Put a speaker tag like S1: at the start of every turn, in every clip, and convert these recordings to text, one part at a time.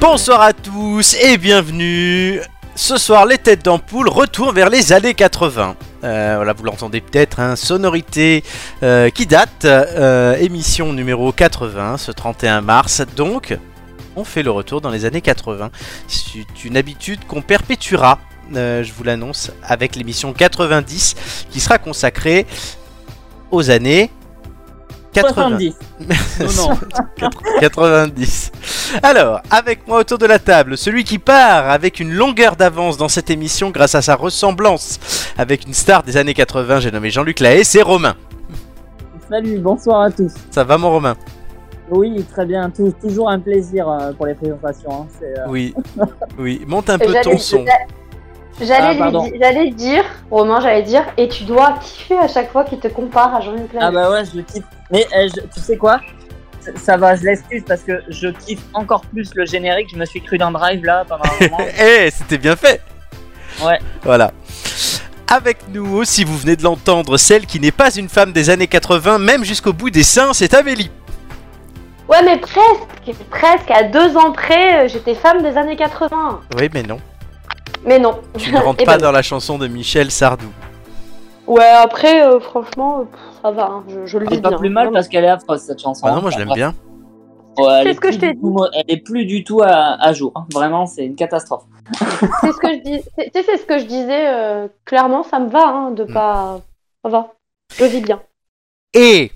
S1: Bonsoir à tous et bienvenue Ce soir, les têtes d'ampoule retournent vers les années 80. Euh, voilà, vous l'entendez peut-être, hein, sonorité euh, qui date, euh, émission numéro 80, ce 31 mars, donc on fait le retour dans les années 80. C'est une habitude qu'on perpétuera, euh, je vous l'annonce, avec l'émission 90 qui sera consacrée aux années 80.
S2: 70.
S3: Non, non.
S1: 90. Alors, avec moi autour de la table, celui qui part avec une longueur d'avance dans cette émission grâce à sa ressemblance avec une star des années 80, j'ai nommé Jean-Luc Lahaye, c'est Romain.
S2: Salut, bonsoir à tous.
S1: Ça va mon Romain
S2: Oui, très bien, tou- toujours un plaisir euh, pour les présentations. hein, c'est, euh,
S1: Oui. Oui, monte un
S4: Et
S1: peu ton son.
S2: Ah,
S4: J'allais lui
S2: pardon.
S4: di- j'allais dire, Romain, j'allais dire, et tu dois kiffer à chaque fois qu'il te compare à Jean-Luc Lahaye.
S2: Ah bah ouais, je le kiffe. Mais euh, je- tu sais quoi Ça- ça va, je l'excuse parce que je kiffe encore plus le générique. Je me suis cru d'un drive là pendant un moment.
S1: Eh, c'était bien fait
S2: Ouais.
S1: Voilà. Avec nous aussi, vous venez de l'entendre, celle qui n'est pas une femme des années 80, même jusqu'au bout des seins, c'est Amélie.
S4: Ouais, mais presque, presque, à deux ans près, euh, j'étais femme des années 80.
S1: Oui, mais non.
S4: Mais non.
S1: Tu ne rentres
S4: Eh
S1: pas
S4: ben,
S1: dans la chanson de Michel Sardou.
S4: Ouais, après, euh, franchement, euh, pff, ça va, hein, je, je le vis
S2: Ah, C'est pas
S4: bien.
S2: plus mal parce qu'elle est affreuse cette chanson.
S1: Ah non, moi je l'aime bien.
S2: Ouais, elle
S4: C'est
S2: est
S4: ce que
S2: plus
S4: je t'ai
S2: du tout mo- Elle est plus du tout à, à jour. hein. Vraiment, c'est une catastrophe.
S4: C'est ce que je dis. c'est- Tu sais, c'est ce que je disais, euh, clairement, ça me va hein, de
S1: Mm.
S4: pas. Ça va, je vis bien.
S1: Et,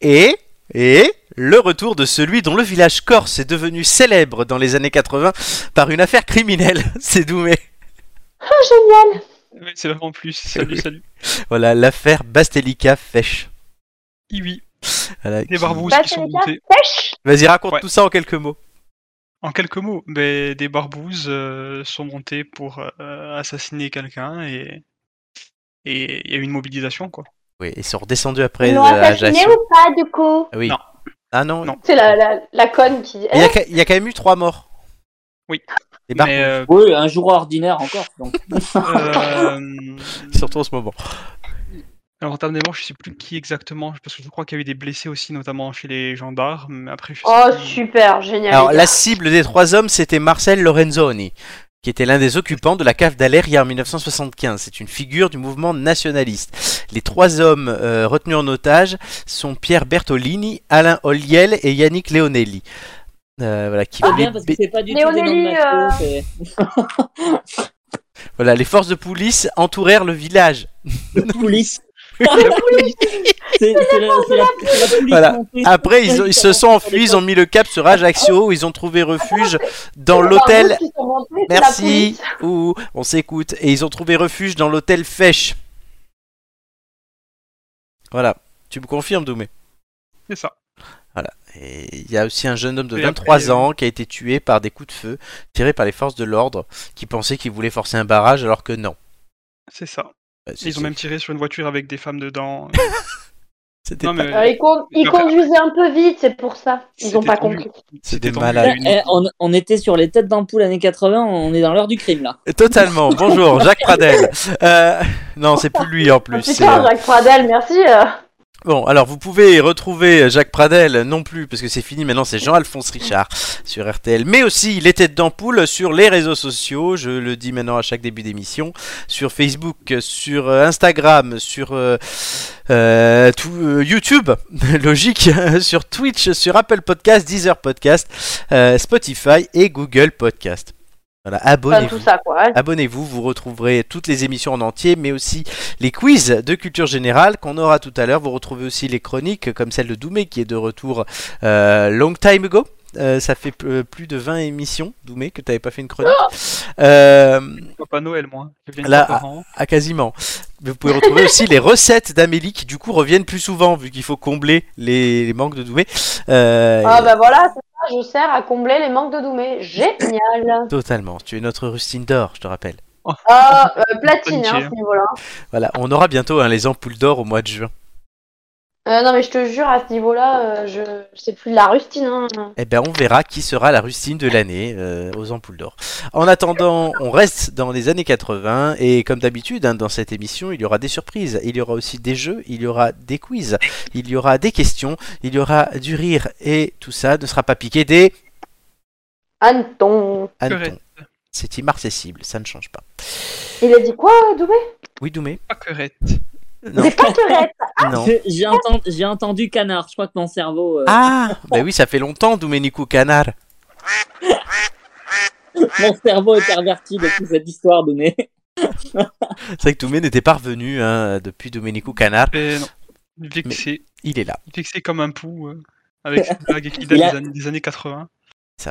S1: et, et, le retour de celui dont le village corse est devenu célèbre dans les années 80 par une affaire criminelle. C'est Doumé.
S4: Ah, génial
S3: Ouais, c'est vraiment plus. Salut,
S1: Oui.
S3: salut.
S1: Voilà, l'affaire Bastelica Fèche.
S3: Oui, oui.
S1: Voilà, qui-
S3: Des barbouses
S4: Bah,
S3: qui
S4: c'est
S3: sont
S4: le cas.
S3: montés.
S4: Pêche
S1: Vas-y, raconte
S3: Ouais.
S1: tout ça en quelques mots.
S3: En quelques mots, mais des barbouzes euh, sont montés pour euh, assassiner quelqu'un et et il y a eu une mobilisation quoi.
S1: Oui, ils sont redescendus après
S4: Ils l'ont
S1: euh,
S4: assassiné
S1: Ajaccio.
S4: ou pas, du coup
S1: Oui.
S3: Non.
S1: Ah non.
S3: Non.
S4: C'est la, la, la conne qui dit. Eh,
S1: Il y, a, ca- il y a quand même eu trois morts.
S3: Oui.
S1: Les barbouses,
S3: mais euh,
S2: Oui, un jour ordinaire encore. Donc.
S3: euh,
S1: surtout en ce moment.
S3: alors en termes de morts, je sais plus qui exactement parce que je crois qu'il y a eu des blessés aussi, notamment chez les gendarmes. Mais après, je sais
S4: Oh,
S3: plus.
S4: super, génial.
S1: Alors,
S4: les
S1: la
S4: gars.
S1: cible des trois hommes, c'était Marcel Lorenzoni, qui était l'un des occupants de la cave d'Aléria en 1975. C'est une figure du mouvement nationaliste. Les trois hommes euh, retenus en otage sont Pierre Bertolini, Alain Olliel et Yannick Leonelli. Euh, voilà, qui
S2: C'est
S1: voulaient
S2: Ah, bien parce que
S1: ba-
S2: c'est pas du tout des noms de
S4: Léonélie, euh,
S2: mafia, c'est-
S1: voilà, les forces de police entourèrent le village.
S2: police. C'est c'est la, c'est la- c'est la police Ah,
S1: Voilà.
S2: montée.
S1: Après, ils, ont- ils se sont enfuis, ils ont mis le cap sur Ajaccio, où ils ont trouvé refuge
S2: Ah,
S1: dans l'hôtel.
S4: Qui sont montés, Bah, c'est la
S1: Merci,
S4: police.
S1: ou on s'écoute. Et ils ont trouvé refuge dans l'hôtel Fèche. Voilà, tu me confirmes, Doumé.
S3: C'est ça.
S1: Et il y a aussi un jeune homme de
S3: Et après,
S1: 23
S3: euh,
S1: ans qui a été tué par des coups de feu tirés par les forces de l'ordre qui pensaient qu'ils voulaient forcer un barrage alors que non.
S3: C'est ça.
S1: Euh, c'est-
S3: Ils ont
S1: c'est-
S3: même tiré sur une voiture avec des femmes dedans.
S1: C'était
S3: non
S1: pas-
S3: mais
S4: Euh, ils con- ils conduisaient un peu vite, c'est pour ça. Ils ont
S3: C'était
S4: pas
S3: tendu.
S4: compris.
S1: C'est
S3: c'était
S1: des
S3: tendu,
S1: malades.
S3: il y a eu
S2: Eh, on, on était sur les têtes d'ampoule années 80, on est dans l'heure du crime là.
S1: Totalement, bonjour, Jacques Pradel. Euh, Non, c'est plus lui en plus. c'est,
S4: Putain,
S1: euh,
S4: Jacques Pradel, merci. euh.
S1: Bon, alors vous pouvez retrouver Jacques Pradel, non plus, parce que c'est fini, maintenant c'est Jean-Alphonse Richard sur RTL, mais aussi les têtes d'ampoule sur les réseaux sociaux, je le dis maintenant à chaque début d'émission, sur Facebook, sur euh, Instagram, sur euh, euh, tout, euh, YouTube, logique, sur Twitch, sur Apple Podcast, Deezer Podcast, euh, Spotify et Google Podcast. Voilà,
S4: Enfin, tout
S1: abonnez-vous.
S4: ça, quoi.
S1: Abonnez-vous, vous retrouverez toutes les émissions en entier, mais aussi les quiz de culture générale qu'on aura tout à l'heure. Vous retrouvez aussi les chroniques comme celle de Doumé qui est de retour euh, long time ago. Euh, ça fait euh, plus de 20 émissions, Doumé, que tu n'avais pas fait une chronique.
S4: Oh
S1: Euh,
S3: Papa Noël, moi. Je viens
S1: Là,
S3: Là, par an.
S1: ah, quasiment. Mais Vous pouvez retrouver aussi les recettes d'Amélie qui du coup reviennent plus souvent vu qu'il faut combler les, les manques de Doumé. Euh,
S4: Ah bah voilà, c'est ça, je sers à combler les manques de Doumé. Génial.
S1: Totalement. Tu es notre rustine d'or, je te rappelle.
S4: Ah, euh, platine, hein,
S3: Panier.
S4: à ce niveau-là.
S1: Voilà, on aura bientôt hein, les ampoules d'or au mois de juin.
S4: Euh, non, mais je te jure, à ce niveau-là, euh, je... je sais plus de la rustine. hein.
S1: Eh ben, on verra qui sera la rustine de l'année euh, aux ampoules d'or. En attendant, on reste dans les années 80 et comme d'habitude, hein, dans cette émission, il y aura des surprises, il y aura aussi des jeux, il y aura des quiz, il y aura des questions, il y aura du rire et tout ça ne sera pas piqué des
S4: Anton.
S1: Anton.
S3: Querette.
S1: C'est immarcessible, ça ne change pas.
S4: Il a dit quoi, Doumé
S1: Oui, Doumé
S3: Pas querette.
S1: Non,
S4: C'est pas Tourette.
S1: non.
S2: J'ai- J'ai entendu, j'ai entendu canard. Je crois que mon cerveau. euh,
S1: Ah Bah oui, ça fait longtemps, Domenico Canard.
S2: Mon cerveau est perverti de toute cette histoire donnée.
S1: C'est vrai que Doumé n'était pas revenu hein, depuis Domenico Canard.
S3: Mais non. Vexé.
S1: Il est là.
S3: Vexé comme un pou. euh, avec cette blague qui date
S2: Il a-
S3: des, années, des années 80.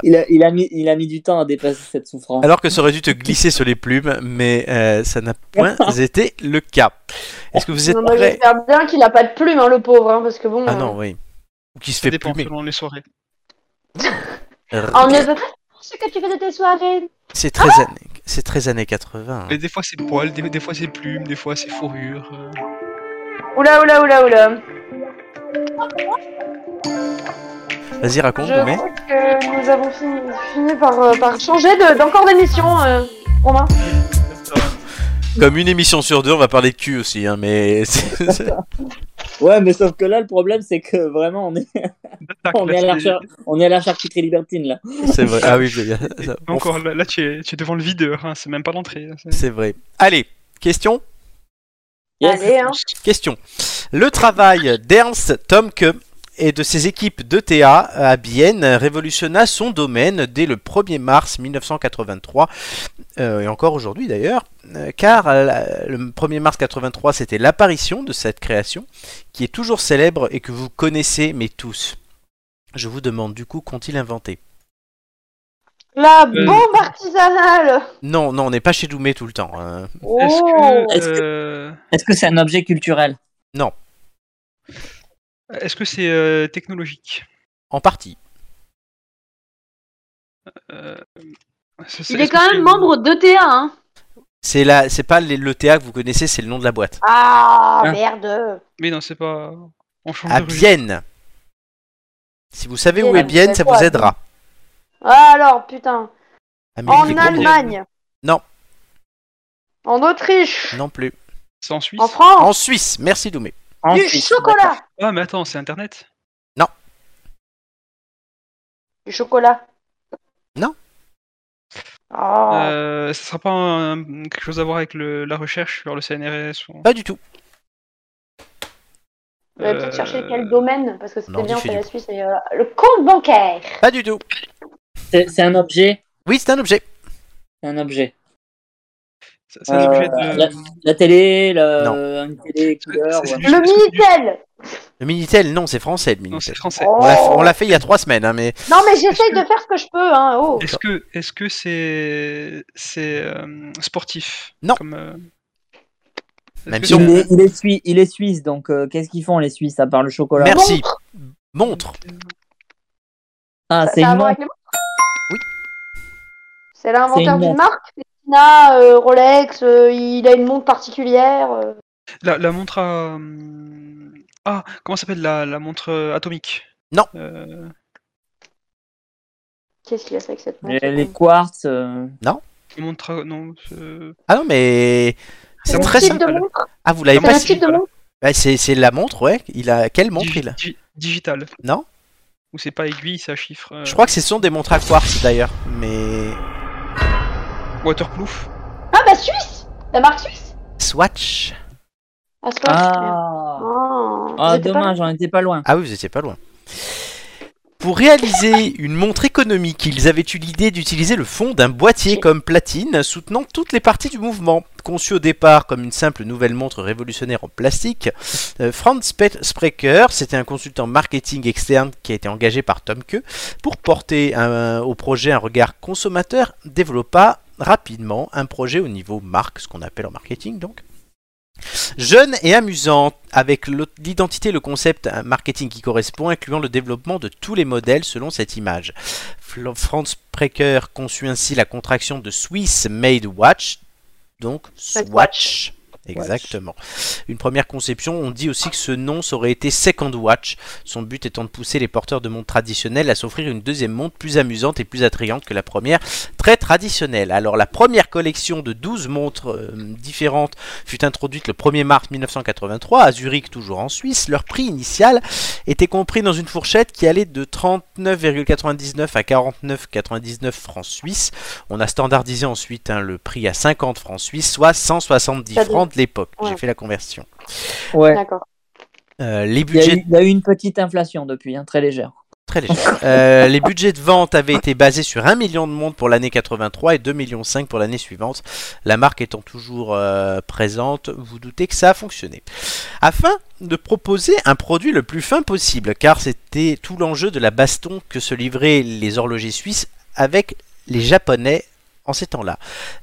S2: Il a, il, a mis, il a mis du temps à dépasser cette souffrance.
S1: Alors que ça aurait dû te glisser sur les plumes, mais euh, ça n'a point été le cas. Est-ce que vous êtes
S4: Non, moi,
S1: prêts
S4: J'espère bien qu'il a pas de plume, hein, le pauvre, hein, parce que bon.
S1: Ah
S4: euh,
S1: non, oui. Ou qui se
S3: Ça
S1: fait
S3: dépend
S1: plumer.
S3: selon les soirées.
S4: On ne veut pas savoir ce que tu fais de tes soirées.
S1: C'est très années, c'est très années 80.
S3: Mais des fois c'est poils, des, des fois c'est plumes, des fois c'est fourrure. euh.
S4: Oula, oula, oula, oula.
S1: Vas-y raconte,
S4: Je
S1: Doumé.
S4: crois que nous avons fini, fini par, euh, par changer de- d'encore d'émission, euh, Romain.
S1: Comme une émission sur deux, on va parler de cul aussi, hein, mais c'est- c'est-
S2: Ouais, mais sauf que là, le problème, c'est que vraiment, on est,
S3: Attaque,
S2: on est, à,
S3: là,
S2: la
S3: c'est-
S2: char- on est à la charcuterie libertine là.
S1: c'est vrai. Ah oui, je l'ai- ça-
S3: Et Encore là, là, tu, es, tu es devant le videur, hein, c'est même pas l'entrée. hein, c'est-
S1: c'est vrai. Allez, question
S2: Yes.
S4: Allez, hein.
S1: Question. Le travail d'Ernst Tomke et de ses équipes d'ETA à Bienne révolutionna son domaine dès le 1er mars 1983, euh, et encore aujourd'hui d'ailleurs, euh, car euh, le 1er mars 83 c'était l'apparition de cette création, qui est toujours célèbre et que vous connaissez mais tous. Je vous demande du coup qu'ont-ils inventé
S4: La
S3: Euh.
S4: bombe artisanale.
S1: Non, non, on n'est pas chez Doumé tout le temps. hein.
S4: Oh.
S3: Est-ce que,
S2: Est-ce que-
S3: euh,
S2: Est-ce que c'est un objet culturel
S3: est-ce que c'est euh, technologique
S1: En partie.
S3: Euh, c'est- c'est-
S4: Il est
S3: est-ce que
S4: quand
S3: c'est-
S4: même membre d'ETA, hein.
S1: C'est la- c'est pas l'ETA que vous connaissez, c'est le nom de la boîte.
S4: Ah,
S2: Hein.
S4: merde.
S3: Mais non, c'est pas. On change
S1: à
S3: de registre.
S1: Bienne. Si vous savez où
S4: Bienne,
S1: est Bienne, ça
S4: quoi,
S1: vous aidera.
S4: Ah, alors, putain.
S1: Amélie
S4: En
S1: fait combien
S3: a-
S4: Allemagne.
S1: Non.
S4: En Autriche.
S1: Non plus.
S3: C'est en Suisse.
S4: En France.
S1: En Suisse, merci Doumé.
S2: En
S4: Du
S2: Suisse,
S4: chocolat.
S3: Ah, mais attends, c'est Internet.
S4: Du chocolat.
S1: Non.
S4: Ah.
S3: Euh, ça sera pas un- quelque chose à voir avec le- la recherche sur le CNRS ou...
S1: Pas du tout.
S4: Vous avez peut-être
S3: Euh,
S4: cherché quel domaine, parce que
S1: non,
S4: c'était
S1: on
S4: bien,
S1: dit
S4: c'est
S1: chez
S4: la
S1: nous.
S4: Suisse. Et, euh, le compte bancaire.
S1: Pas du tout.
S2: C'est c'est un objet.
S1: Oui, c'est un objet.
S2: C'est un objet.
S3: C'est un
S2: Euh,
S3: objet de.
S2: la- La télé, le...
S1: Non.
S2: une télé couleur.
S3: C'est- c'est
S2: ouais.
S3: du-
S4: Le
S3: est-ce que c'est du-
S4: Minitel.
S1: Le Minitel, non, c'est français le
S3: Non,
S1: Minitel.
S3: c'est français.
S4: Oh.
S1: On l'a- on l'a fait il y a trois semaines, hein, mais
S4: Non, mais j'essaye
S3: Est-ce que-
S4: de faire ce que je peux, hein. Oh.
S3: Est-ce que est-ce que c'est c'est euh, sportif
S1: Non.
S3: Comme, euh, est-ce
S1: Même
S3: que
S1: si on-
S2: Il
S3: c'est-
S2: est, il est suisse, il est suisse, donc euh, qu'est-ce qu'ils font les Suisses à part le chocolat
S1: Merde. Merci. montre.
S2: Ah,
S4: Ça-
S2: c'est
S4: ça a à
S2: une
S4: voir
S2: montre.
S4: avec les montres
S1: Oui.
S4: C'est l'inventeur
S2: une
S4: d'une
S2: montre.
S4: marque. Tesla, euh, Rolex, euh, il a une montre particulière. euh.
S3: la, la montre à hum, ah comment ça s'appelle la, la montre euh, atomique
S1: Non.
S3: Euh,
S4: Qu'est-ce qu'il y a ça avec cette montre
S2: Les, les quartz. euh,
S3: la montre à- non euh,
S1: Ah non, mais c'est
S4: le
S1: très
S4: type de
S1: simple.
S3: simple.
S4: montre.
S1: Ah, vous l'avez
S4: C'est
S3: Non,
S1: pas.
S4: le
S3: mais-
S4: type de
S3: voilà.
S4: montre.
S1: Bah, c'est c'est la montre, ouais. Il a quelle montre
S3: digi-
S1: il a
S3: di- digital.
S1: Non.
S3: Ou c'est pas aiguille, c'est à chiffre. euh,
S1: Je crois que ce sont des montres à quartz d'ailleurs, mais
S3: Waterproof.
S4: Ah bah Suisse. La marque suisse.
S1: Swatch.
S4: Ah, c'est quoi, merde.
S2: Ah,
S4: Ah,
S2: ah
S4: j'étais pas-
S2: dommage, on était pas loin.
S1: Ah oui, vous étiez pas loin. Pour réaliser une montre économique, ils avaient eu l'idée d'utiliser le fond d'un boîtier comme platine soutenant toutes les parties du mouvement. Conçu au départ comme une simple nouvelle montre révolutionnaire en plastique, euh, Franz Pe- Sprecher, c'était un consultant marketing externe qui a été engagé par Tom Keu pour porter un- euh, au projet un regard consommateur, développa rapidement un projet au niveau marque, ce qu'on appelle en marketing donc. Jeune et amusante, avec le- l'identité et le concept un marketing qui correspond, incluant le développement de tous les modèles selon cette image. Fl- Franz Precker conçut ainsi la contraction de Swiss Made Watch, donc
S4: Made
S1: Swatch. Exactement. Une première conception, on dit aussi que ce nom ça aurait été Second Watch, son but étant de pousser les porteurs de montres traditionnelles à s'offrir une deuxième montre plus amusante et plus attrayante que la première, très traditionnelle. Alors la première collection de 12 montres euh, différentes fut introduite le 1er mars 1983 à Zurich, toujours en Suisse. Leur prix initial était compris dans une fourchette qui allait de 39,99 à 49,99 francs suisses. On a standardisé ensuite hein, le prix à 50 francs suisses, soit 170
S4: Ça dit-
S1: francs de l'époque. J'ai
S4: Ouais.
S1: fait la conversion.
S2: Ouais.
S4: D'accord.
S1: Euh, les
S2: Il y, a
S1: budgets
S2: eu, il y a eu une petite inflation depuis, hein, très légère.
S1: Très léger. Euh, les budgets de vente avaient été basés sur 1 million de montres pour l'année 83 et 2,5 millions pour l'année suivante. La marque étant toujours euh, présente, vous vous doutez que ça a fonctionné. Afin de proposer un produit le plus fin possible, car c'était tout l'enjeu de la baston que se livraient les horlogers suisses avec les japonais en ces temps-là.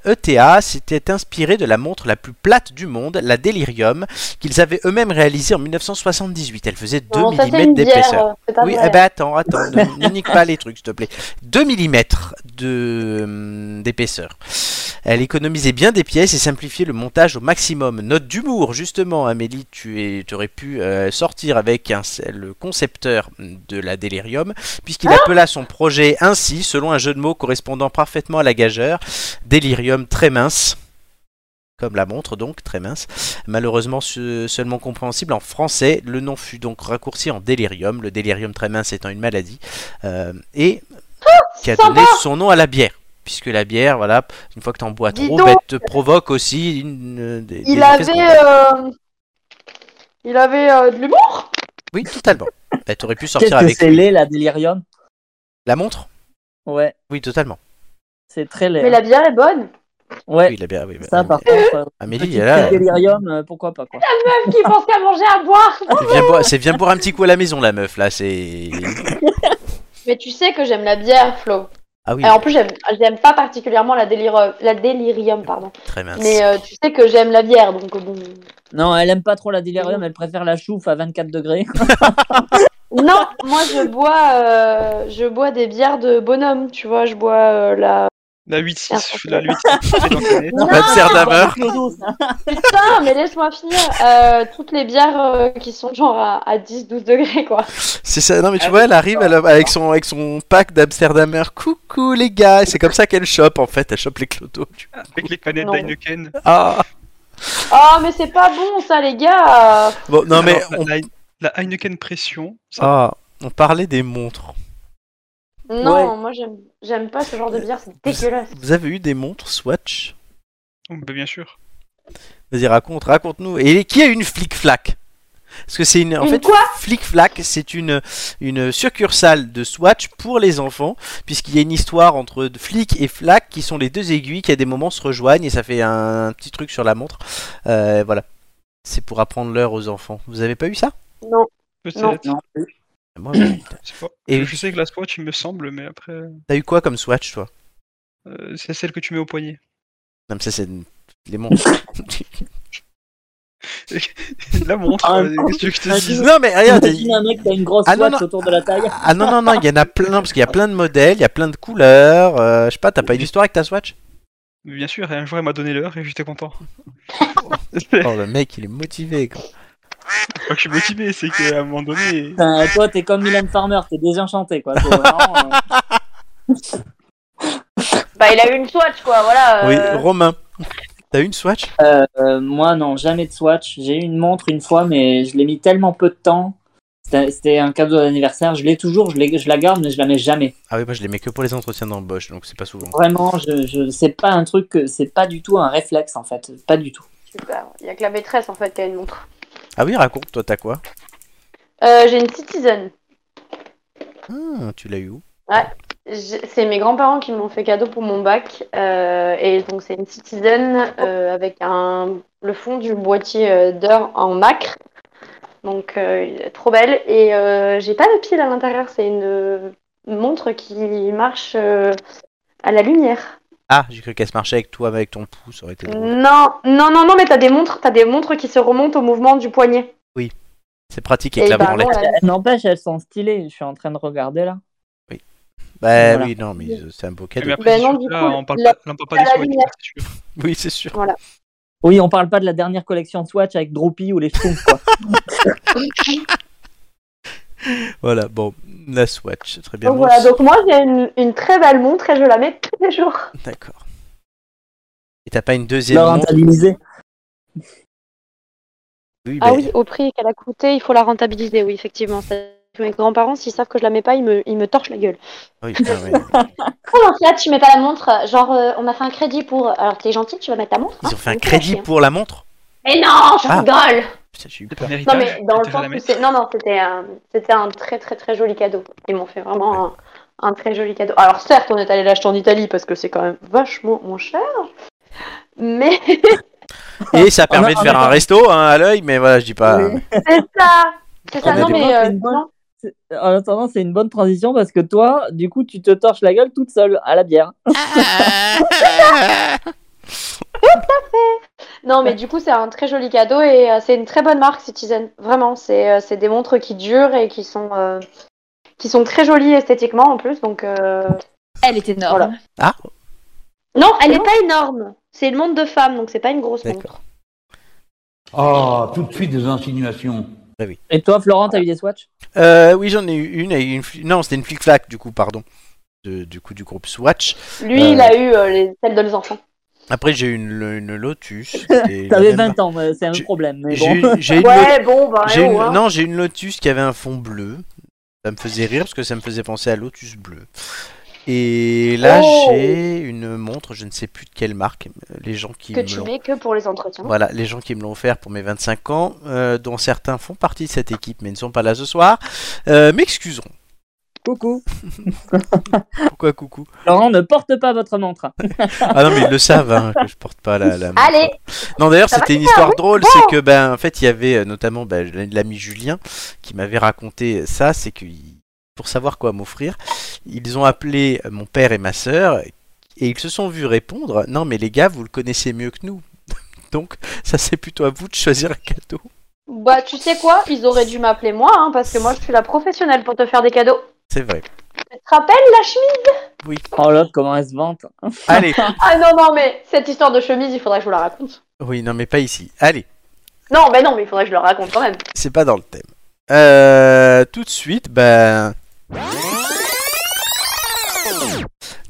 S1: ETA s'était inspiré de la montre la plus plate du monde, la Delirium, qu'ils avaient eux-mêmes réalisée en 1978. Elle faisait 2
S4: Non, ça c'est
S1: mm
S4: une bière,
S1: d'épaisseur.
S4: euh, c'est pas
S1: Oui,
S4: vrai.
S1: eh ben attends, attends, ne, ne nique pas les trucs, s'il te plaît. 2 mm de, hum, d'épaisseur. Elle économisait bien des pièces et simplifiait le montage au maximum. Note d'humour, justement, Amélie, tu es- tu aurais pu euh, sortir avec un- le concepteur de la Delirium,
S4: Ah
S1: puisqu'il appela son projet ainsi, selon un jeu de mots correspondant parfaitement à la gageure, Delirium très mince. Comme la montre, donc, très mince. Malheureusement ce- seulement compréhensible en français, le nom fut donc raccourci en délirium, le délirium très mince étant une maladie, euh, et qui a donné son nom à la bière. Puisque la bière, voilà, une fois que t'en bois
S4: Dis
S1: trop, bah,
S4: donc.
S1: elle te provoque aussi une, euh, des, des
S4: Il
S1: effets secondaires.
S4: avait, euh, il avait euh, de l'humour.
S1: Oui, totalement. bah, t'aurais pu
S2: Qu'est-ce
S1: sortir
S2: que
S1: avec
S2: c'est laid, la délirium
S1: la montre
S2: Ouais,
S1: Oui, totalement.
S2: c'est très laid.
S4: Mais la bière est bonne.
S2: Ouais,
S1: Oui, la bière, oui, bah,
S2: ça
S1: Amélie-
S2: par contre. euh,
S1: Amélie,
S2: petite
S1: elle a-
S2: crise délirium, euh, pourquoi pas quoi.
S4: Meuf qui pense qu'à manger, à boire.
S1: viens boire- c'est viens boire un petit coup à la maison, la meuf, là, c'est...
S4: Mais tu sais que j'aime la bière, Flo.
S1: Ah oui,
S4: Et en plus, j'aime j'aime pas particulièrement la, délire- la délirium, pardon.
S1: très mince.
S4: Mais euh, tu sais que j'aime la bière, donc euh, bon.
S2: Non, elle aime pas trop la délirium, elle préfère la chouffe à 24 degrés.
S4: Non, moi je bois, euh, je bois des bières de bonhomme, tu vois, je bois euh, la.
S3: La 8-6, je suis la 8-6. c'est dans ta tête.
S4: Non,
S1: Amsterdammer.
S2: hein.
S4: putain, mais laisse-moi finir. Euh, toutes les bières euh, qui sont genre à, à 10-12 degrés, quoi.
S1: C'est ça, non mais tu
S2: Ah
S1: vois,
S2: oui,
S1: elle arrive elle a- avec, son, avec son pack d'Amsterdamer. Coucou les gars, Et c'est comme ça qu'elle chope en fait, elle chope les clotos. du coup.
S3: Avec les canettes
S4: Non.
S3: d'Heineken.
S1: Ah
S4: Oh, mais c'est pas bon ça, les gars. euh.
S1: Bon, non mais
S3: Alors,
S1: on,
S3: la, la Heineken Pression, ça,
S1: ah, on parlait des montres.
S4: Non,
S2: Ouais.
S4: moi j'aime, j'aime pas ce genre de bière, c'est dégueulasse.
S1: Vous avez eu des montres Swatch Ah.
S3: oh, bah, bien sûr.
S1: Vas-y, raconte, raconte-nous. Et qui a une flic flac Parce que c'est une. En
S4: Une
S1: fait,
S4: quoi
S1: flic flac, c'est une, une succursale de Swatch pour les enfants, puisqu'il y a une histoire entre flic et flac qui sont les deux aiguilles qui à des moments se rejoignent et ça fait un petit truc sur la montre. Euh, voilà. C'est pour apprendre l'heure aux enfants. Vous avez pas eu ça
S4: Non.
S3: Peut-être.
S2: Non.
S1: Moi, oui.
S3: je sais pas.
S1: Et-
S3: Je sais que la Swatch, il me semble, mais après,
S1: T'as eu quoi comme Swatch, toi
S3: euh, c'est celle que tu mets au poignet.
S1: Non, mais ça, c'est une- les montres.
S3: la montre,
S2: Ah,
S3: euh, qu'est-ce que tu veux que je te
S2: ah,
S3: dise
S1: non, mais regarde.
S2: Imagine un mec qui a une grosse
S1: Ah, non,
S2: watch
S1: non.
S2: autour de la taille.
S1: Ah non, non, non, il y en a plein, parce qu'il y a plein de modèles, il y a plein de couleurs. euh, je sais pas, t'as pas eu d'histoire avec ta Swatch
S3: Bien sûr, et un jour, elle m'a donné l'heure et j'étais content.
S1: Oh, le mec, il est motivé, quoi.
S3: C'est pas que je suis motivé, c'est qu'à un moment donné.
S2: Putain, toi, t'es comme Milan Farmer, t'es désenchanté quoi. C'est vraiment, euh,
S4: Bah, il a eu une swatch, quoi, voilà.
S1: Oui,
S4: euh.
S1: Romain, t'as eu une Swatch
S2: Euh, euh, moi, non, jamais de Swatch. J'ai eu une montre une fois, mais je l'ai mis tellement peu de temps. C'était c'était un cadeau d'anniversaire. Je l'ai toujours, je, l'ai- je la garde, mais je la mets jamais.
S1: Ah oui, moi, je les mets que pour les entretiens d'embauche, donc c'est pas souvent.
S2: Vraiment, je, je, c'est pas un truc, que- c'est pas du tout un réflexe en fait. Pas du tout.
S4: Super, il y a que la maîtresse en fait qui a une montre.
S1: Ah oui, raconte, toi, t'as quoi
S4: Euh, j'ai une Citizen.
S1: Ah, Tu l'as eu où
S4: J'ai- C'est mes grands-parents qui m'ont fait cadeau pour mon bac. euh, et donc, c'est une Citizen euh, avec un, le fond du boîtier euh, d'heure en macre. Donc, euh, trop belle. Et euh, j'ai pas de pile à l'intérieur. C'est une montre qui marche euh, à la lumière.
S1: Ah, j'ai cru qu'elle se marchait avec toi, mais avec ton pouce, ça aurait été drôle.
S4: Non, non, non, non, mais t'as des montres, t'as des montres qui se remontent au mouvement du poignet.
S1: C'est pratique avec la
S4: bah,
S1: branlette.
S4: non, la-
S2: N'empêche, elles sont stylées. Je suis en train de regarder là.
S1: Bah
S2: Voilà.
S1: oui, non, mais euh, c'est un beau
S3: Mais
S1: cadeau.
S3: après,
S4: Ben
S3: c'est
S4: non,
S3: sûr
S4: du
S3: que là,
S4: coup,
S3: on parle
S4: la-
S3: pas, on parle pas
S4: la
S3: des Swatch,
S4: lumière.
S3: c'est sûr.
S1: Oui, c'est sûr.
S2: Oui, on parle pas de la dernière collection de Swatch avec Droopy ou les Schtroumpfs quoi.
S1: Voilà, bon, La Swatch, très bien.
S4: Donc
S1: Moi
S4: voilà,
S1: aussi.
S4: donc moi j'ai une, une très belle montre et je la mets tous les jours.
S1: D'accord. Et t'as pas une deuxième
S2: La
S1: montre
S2: rentabiliser.
S1: Oui,
S4: Ah
S1: ben,
S4: oui, au prix qu'elle a coûté, il faut la rentabiliser, oui, effectivement. C'est- Mes grands-parents, s'ils savent que je la mets pas, ils me, ils me torchent la gueule.
S1: oui, putain, oui.
S4: Comment là, tu mets pas la montre Genre, euh, on a fait un crédit pour. Alors, t'es gentil, tu vas mettre ta montre
S1: Ils
S4: hein
S1: ont fait un
S4: C'est
S1: crédit
S4: lâché.
S1: pour la montre
S4: Mais non, je
S1: Ah.
S4: rigole
S1: Putain, j'ai eu
S3: C'est
S1: peur.
S3: ton
S4: Non,
S3: héritage.
S4: mais dans le
S3: t'as
S4: sens
S3: la
S4: où
S3: mettre.
S4: c'est. Non, non, c'était un... c'était un très, très, très joli cadeau. Ils m'ont fait vraiment un... un très joli cadeau. Alors, certes, on est allé l'acheter en Italie parce que c'est quand même vachement moins cher. Mais
S1: Et ça permet
S2: non,
S1: de faire
S2: mais-
S1: un resto hein, à l'œil, mais voilà, je dis pas.
S2: Oui.
S4: c'est ça C'est ça,
S1: On a
S4: non,
S1: des-
S4: mais.
S2: Non,
S4: euh,
S2: c'est une bonne-
S4: non.
S2: C'est- En attendant, c'est une bonne transition parce que toi, du coup, tu te torches la gueule toute seule à la bière.
S4: Non, mais du coup, c'est un très joli cadeau et euh, c'est une très bonne marque, Citizen. Vraiment, c'est euh, c'est des montres qui durent et qui sont, euh, qui sont très jolies esthétiquement en plus. Donc, euh,
S5: Elle est énorme.
S4: Voilà.
S1: Ah.
S4: Non, elle n'est pas énorme. C'est une montre de femme, donc c'est pas une grosse montre.
S1: D'accord.
S6: Ah, tout de suite des insinuations.
S2: Et toi, Florent, t'as eu des Swatch
S1: Euh, oui, j'en ai eu une. et une fli- Non, c'était une flic flac du coup, pardon. De- du coup, du groupe Swatch.
S4: Lui,
S1: Euh.
S4: il a eu euh, les... celle de les enfants.
S1: Après, j'ai eu une, une Lotus. c'était la
S2: T'avais
S1: même
S2: 20 ans, euh, c'est un
S1: J'ai-
S2: problème. Mais
S1: J'ai
S2: bon.
S1: une- j'ai une,
S4: Ouais, bon, bah,
S1: lo- j'ai
S4: eh,
S1: une-
S4: oh, hein.
S1: non, j'ai une Lotus qui avait un fond bleu. Ça me faisait rire parce que ça me faisait penser à Lotus bleu. Et là,
S4: Oh.
S1: j'ai une montre, je ne sais plus de quelle marque. Les gens qui
S4: que
S1: me
S4: tu
S1: l'ont-
S4: mets que pour les entretiens.
S1: Voilà, les gens qui me l'ont offert pour mes 25 ans, euh, dont certains font partie de cette équipe mais ne sont pas là ce soir, euh, m'excuseront.
S2: Coucou.
S1: Pourquoi coucou
S2: Florent, ne porte pas votre montre.
S1: Ah non, mais ils le savent hein, que je porte pas la, la montre.
S4: Allez,
S1: Non, d'ailleurs,
S4: Ça va,
S1: c'était une histoire drôle, c'est que, ben, en fait, il y avait euh, notamment ben, l'ami Julien qui m'avait raconté ça, c'est que il- pour savoir quoi m'offrir, ils ont appelé mon père et ma sœur et ils se sont vus répondre Non, mais les gars, vous le connaissez mieux que nous. Donc, ça, c'est plutôt à vous de choisir un cadeau.
S4: bah tu sais quoi Ils auraient dû m'appeler moi, hein, parce que moi, je suis la professionnelle pour te faire des cadeaux.
S1: C'est vrai.
S4: Tu te rappelles la chemise
S1: Oui.
S2: Oh l'autre, comment elle se vante.
S1: Allez.
S4: Ah non, non, mais cette histoire de chemise, il faudrait que je vous la raconte.
S1: Oui, non, mais pas ici. Allez,
S4: Non, mais non, mais il faudrait que je le raconte quand même.
S1: c'est pas dans le thème. Euh, tout de suite, ben.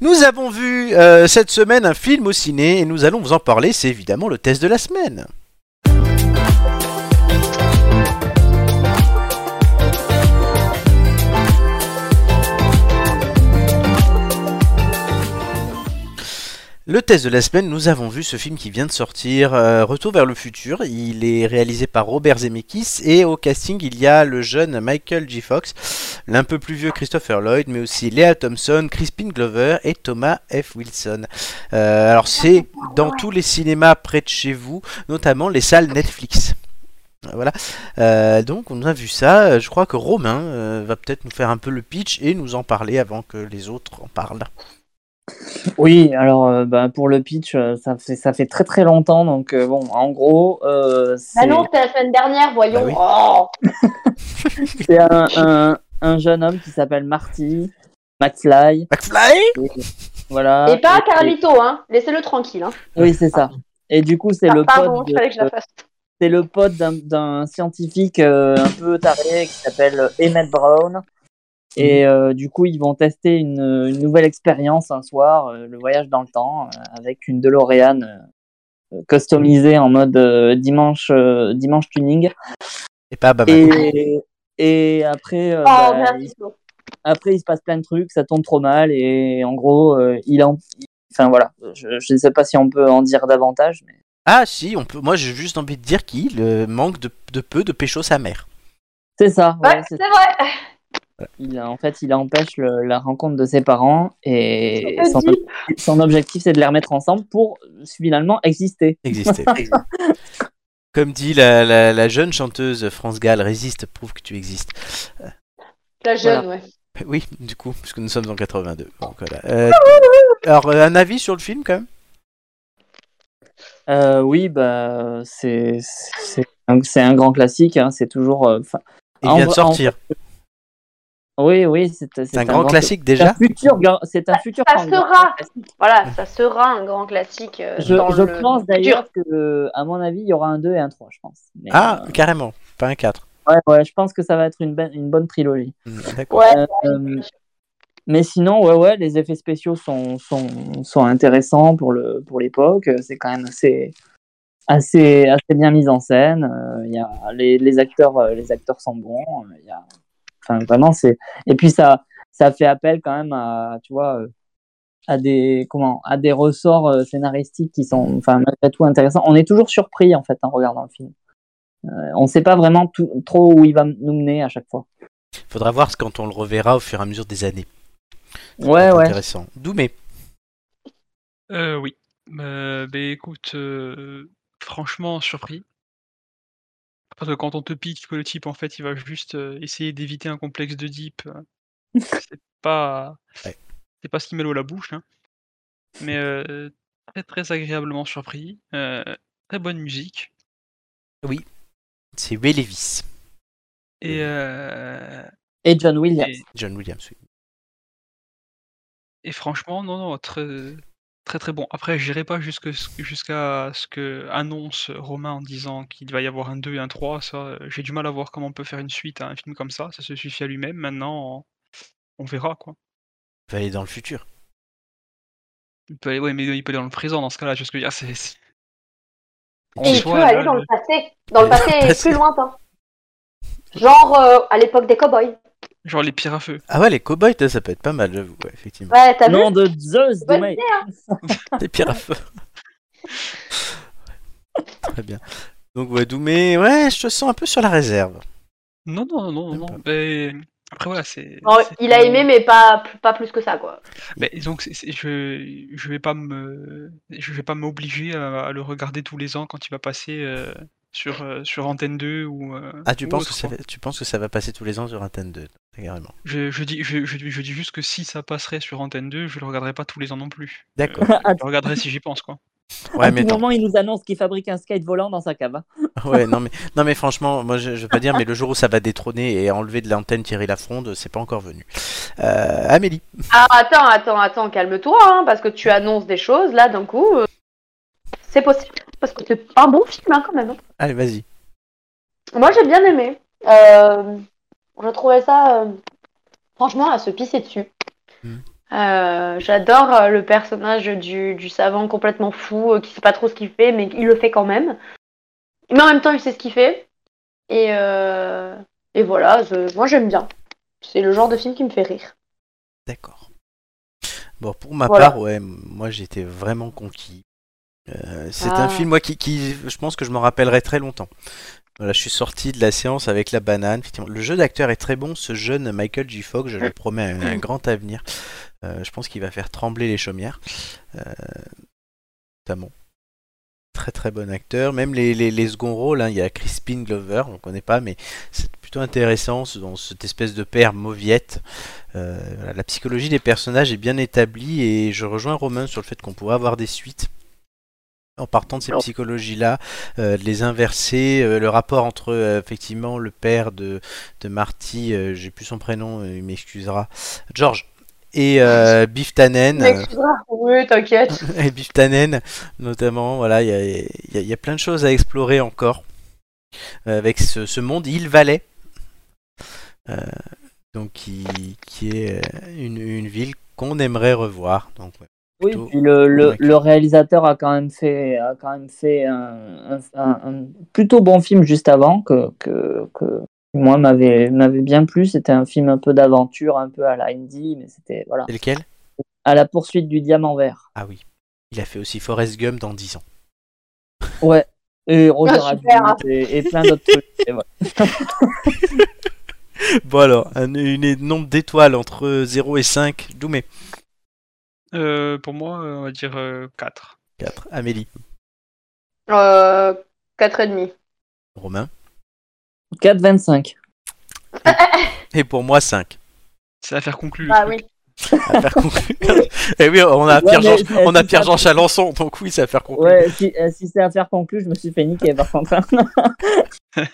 S1: Nous avons vu euh, cette semaine un film au ciné et nous allons vous en parler. C'est évidemment le test de la semaine. Le test de la semaine, nous avons vu ce film qui vient de sortir, euh, Retour vers le futur. Il est réalisé par Robert Zemeckis et au casting il y a le jeune Michael J. Fox, l'un peu plus vieux Christopher Lloyd, mais aussi Léa Thompson, Crispin Glover et Thomas F. Wilson. Euh, alors c'est dans tous les cinémas près de chez vous, notamment les salles Netflix. Voilà, Euh, donc on a vu ça. Euh, Je crois que Romain euh, va peut-être nous faire un peu le pitch et nous en parler avant que les autres en parlent.
S2: Oui, alors euh, bah, pour le pitch, euh, ça fait, ça fait très très longtemps. Donc euh, bon, en gros, euh,
S4: Bah
S2: c'est
S4: non, c'était la semaine dernière, voyons.
S1: Bah oui.
S4: Oh.
S2: c'est un, un- un jeune homme qui s'appelle Marty McFly.
S1: McFly
S2: Voilà.
S4: Et pas Carlito, hein. Laissez-le tranquille. Hein.
S2: Oui, c'est ça. Et du coup, c'est
S4: Ah,
S2: le
S4: pardon,
S2: pote
S4: je fallait que je
S2: de-
S4: la fasse.
S2: c'est le pote d'un- d'un scientifique euh, un peu taré qui s'appelle euh, Emmett Brown. Et euh, du coup, ils vont tester une, une nouvelle expérience un soir, euh, le voyage dans le temps, euh, avec une DeLorean euh, customisée en mode euh, dimanche, euh, dimanche tuning.
S1: Et pas Bamako.
S2: Et, et après, euh,
S4: Oh,
S2: bah,
S4: merci.
S2: après, il se passe plein de trucs, ça tombe trop mal. Et en gros, euh, il en. Enfin voilà, je je ne sais pas si on peut en dire davantage. Mais...
S1: Ah si, on peut. Moi j'ai juste envie de dire qu'il euh, manque de, de peu de pécho sa mère.
S2: C'est ça.
S4: Ouais,
S2: ouais, c'est
S4: c'est vrai.
S2: Il, en fait, il empêche le- la rencontre de ses parents et
S4: Je te
S2: son,
S4: dis.
S2: son objectif, c'est de les remettre ensemble pour euh, finalement exister.
S1: Exister. Comme dit la, la- la jeune chanteuse France Gall, résiste, prouve que tu existes. Euh,
S4: La jeune, ouais.
S1: Oui, du coup, puisque nous sommes en 82. Donc, voilà. Euh, alors, euh, un avis sur le film quand même
S2: Euh, oui, bah, c'est c'est un, c'est un grand classique. hein, c'est toujours. euh, fin-
S1: Il
S2: En
S1: vient de
S2: vrai-
S1: sortir.
S2: oui, oui, c'est
S1: C'est un, grand classique déjà
S2: C'est un futur. grand- C'est un futur.
S4: ça
S2: grand-
S4: sera. Voilà, ça sera un grand classique. euh,
S2: Je,
S4: dans
S2: je
S4: le
S2: pense
S4: futur.
S2: d'ailleurs que, à mon avis, il y aura un 2 et un 3, je pense. Mais,
S1: Ah,
S2: euh,
S1: carrément. Pas un 4.
S2: Ouais, ouais, je pense que ça va être une, bonne- une bonne trilogie.
S1: Hmm, D'accord.
S4: Ouais,
S2: Euh, mais sinon, ouais, ouais, les effets spéciaux sont, sont, sont intéressants pour le pour l'époque. Euh, C'est quand même assez, assez, assez bien mis en scène. Euh, Il y a les, les acteurs, euh, les acteurs sont bons. Euh, il y a- enfin, vraiment, c'est. Et puis ça, ça fait appel quand même à, tu vois, euh, à des comment, à des ressorts euh, scénaristiques qui sont, enfin, malgré tout intéressants. On est toujours surpris en fait en regardant le film. Euh, on ne sait pas vraiment tout- trop où il va nous mener à chaque fois.
S1: Faudra voir quand on le reverra au fur et à mesure des années. Ça peut
S2: Ouais,
S1: être
S2: ouais.
S1: Intéressant. Doumé.
S3: Euh, oui. Euh, ben écoute, euh, franchement surpris. Parce que quand on te pique que le type, en fait, il va juste euh, essayer d'éviter un complexe de deep, euh, c'est pas,
S1: Ouais.
S3: c'est pas ce qui met l'eau à la bouche. hein. Mais euh, très très agréablement surpris. Euh, très bonne musique.
S1: C'est Ray Lewis.
S3: Et euh,
S2: Et John Williams.
S3: Et-
S1: John Williams. oui.
S3: Et franchement, non, non, très, très, très bon. Après, j'irai pas jusque, jusqu'à ce que annonce Romain en disant qu'il va y avoir un 2 et un 3. Ça, euh, j'ai du mal à voir comment on peut faire une suite à un film comme ça. Ça se suffit à lui-même. Maintenant, on verra, quoi.
S1: Il va aller dans le futur.
S3: Il peut aller, ouais, mais il peut aller dans le présent dans ce cas-là. Tu vois ce que je veux dire, c'est- c'est-
S4: Et il
S3: soit euh,
S4: peut
S3: là,
S4: aller dans
S3: le-
S4: le passé, dans le
S1: Dans le
S4: passé
S1: passé.
S4: plus lointain. Genre euh, à l'époque des cowboys.
S3: Genre les pires à feu.
S1: Ah ouais, les cowboys, ça, ça peut être pas mal, j'avoue, ouais, effectivement.
S4: Ouais, t'as vu
S2: Nom de Zeus,
S4: Bonne hein.
S2: Doumé.
S1: Des pierres à feu. Très bien. Donc, ouais, Doumé, ouais, je te sens un peu sur la réserve.
S3: Non, non, non, non,
S1: Même
S3: non.
S1: pas.
S3: mais Après, voilà, c'est.
S4: Bon,
S3: c'est-
S4: Il a aimé, mais pas, pas plus que ça, quoi.
S3: Mais donc, c'est- c'est- je je vais pas me je vais pas m'obliger à, à le regarder tous les ans quand il va passer euh, sur euh, sur Antenne 2 ou euh,
S1: Ah, tu
S3: ou
S1: penses,
S3: autre,
S1: que ça
S3: quoi.
S1: va, tu penses que ça va passer tous les ans sur Antenne 2 Carrément.
S3: Je, je dis je, je, dis- je dis juste que si ça passerait sur Antenne 2, je le regarderai pas tous les ans non plus.
S1: D'accord.
S3: Euh, je le regarderai si j'y pense quoi.
S1: Ouais,
S2: à
S1: mais
S2: tout
S1: non.
S2: moment, il nous annonce qu'il fabrique un skate volant dans sa cave. hein.
S1: Ouais, non, mais, non, mais franchement, moi je, je veux pas dire, mais le jour où ça va détrôner et enlever de l'antenne Thierry Lafronde, c'est pas encore venu. Euh, Amélie.
S4: Ah, attends, attends, attends, calme-toi, hein, parce que tu annonces des choses, là, d'un coup. euh, C'est possible, parce que c'est un bon film, hein, quand même. hein.
S1: Allez, vas-y.
S4: Moi, j'ai bien aimé. Euh, je trouvais ça, euh, franchement, à se pisser dessus.
S1: Mm.
S4: Euh, J'adore euh, le personnage du, du savant complètement fou, euh, qui sait pas trop ce qu'il fait, mais il le fait quand même. Mais en même temps, il sait ce qu'il fait. Et, euh, et voilà, je- moi, j'aime bien. C'est le genre de film qui me fait rire.
S1: D'accord. Bon, pour ma
S4: Voilà.
S1: part, ouais, moi j'étais vraiment conquis. Euh, c'est
S4: Ah.
S1: un film, moi, qui, qui, je pense que je m'en rappellerai très longtemps. Voilà, je suis sorti de la séance avec la banane. Effectivement, le jeu d'acteur est très bon. Ce jeune Michael J. Fogg, je lui promets un, un grand avenir. Euh, je pense qu'il va faire trembler les chaumières, euh, notamment. Très très bon acteur. Même les, les, les seconds rôles, hein, il y a Crispin Glover, on ne connaît pas, mais c'est plutôt intéressant ce- dans cette espèce de père mauviette. Euh, voilà, la psychologie des personnages est bien établie et je rejoins Romain sur le fait qu'on pourrait avoir des suites en partant de ces
S2: Alors.
S1: psychologies-là, euh, de les inverser, euh, le rapport entre euh, effectivement le père de, de Marty, euh, j'ai plus son prénom, euh, il m'excusera, George, et euh, Biff Tannen. euh,
S4: oui, t'inquiète.
S1: et Biff Tannen, notamment. Voilà, il y a, il y a- il y a plein de choses à explorer encore euh, avec ce, ce monde île Valais, euh, donc qui, qui est euh, une, une ville qu'on aimerait revoir. Donc, ouais.
S2: Oui,
S1: Plutôt
S2: puis le, le-
S1: convaincu.
S2: le réalisateur a quand même fait, a quand même fait un, un- un- un plutôt bon film juste avant que, que, que moi m'avait m'avait bien plu. C'était un film un peu d'aventure, un peu à la indie, mais c'était voilà
S1: C'est lequel
S2: à la poursuite du diamant vert.
S1: Ah oui, il a fait aussi Forrest Gump dans 10 ans.
S2: Ouais. Et Roger
S4: Ah, super.
S2: Rabbit et, et plein d'autres trucs. Et voilà.
S1: Bon alors, un, une nombre d'étoiles entre 0 et 5, Doumé.
S3: Euh, pour moi, euh, on va dire 4.
S1: 4, Amélie,
S4: Euh, 4,5.
S1: Romain.
S2: 4,25.
S1: Et pour moi, 5.
S3: C'est l'affaire conclue. le
S4: Bah
S3: truc.
S4: oui.
S1: À faire conclure. Et oui, on a
S2: Ouais,
S1: Pierre-Jean
S2: mais c'est-
S1: on a
S2: c'est ça.
S1: Pierre-Jean Chalençon, donc oui, c'est à faire conclure.
S2: Ouais, si, euh, si c'est à faire conclure, je me suis fait niquer par contre. hein.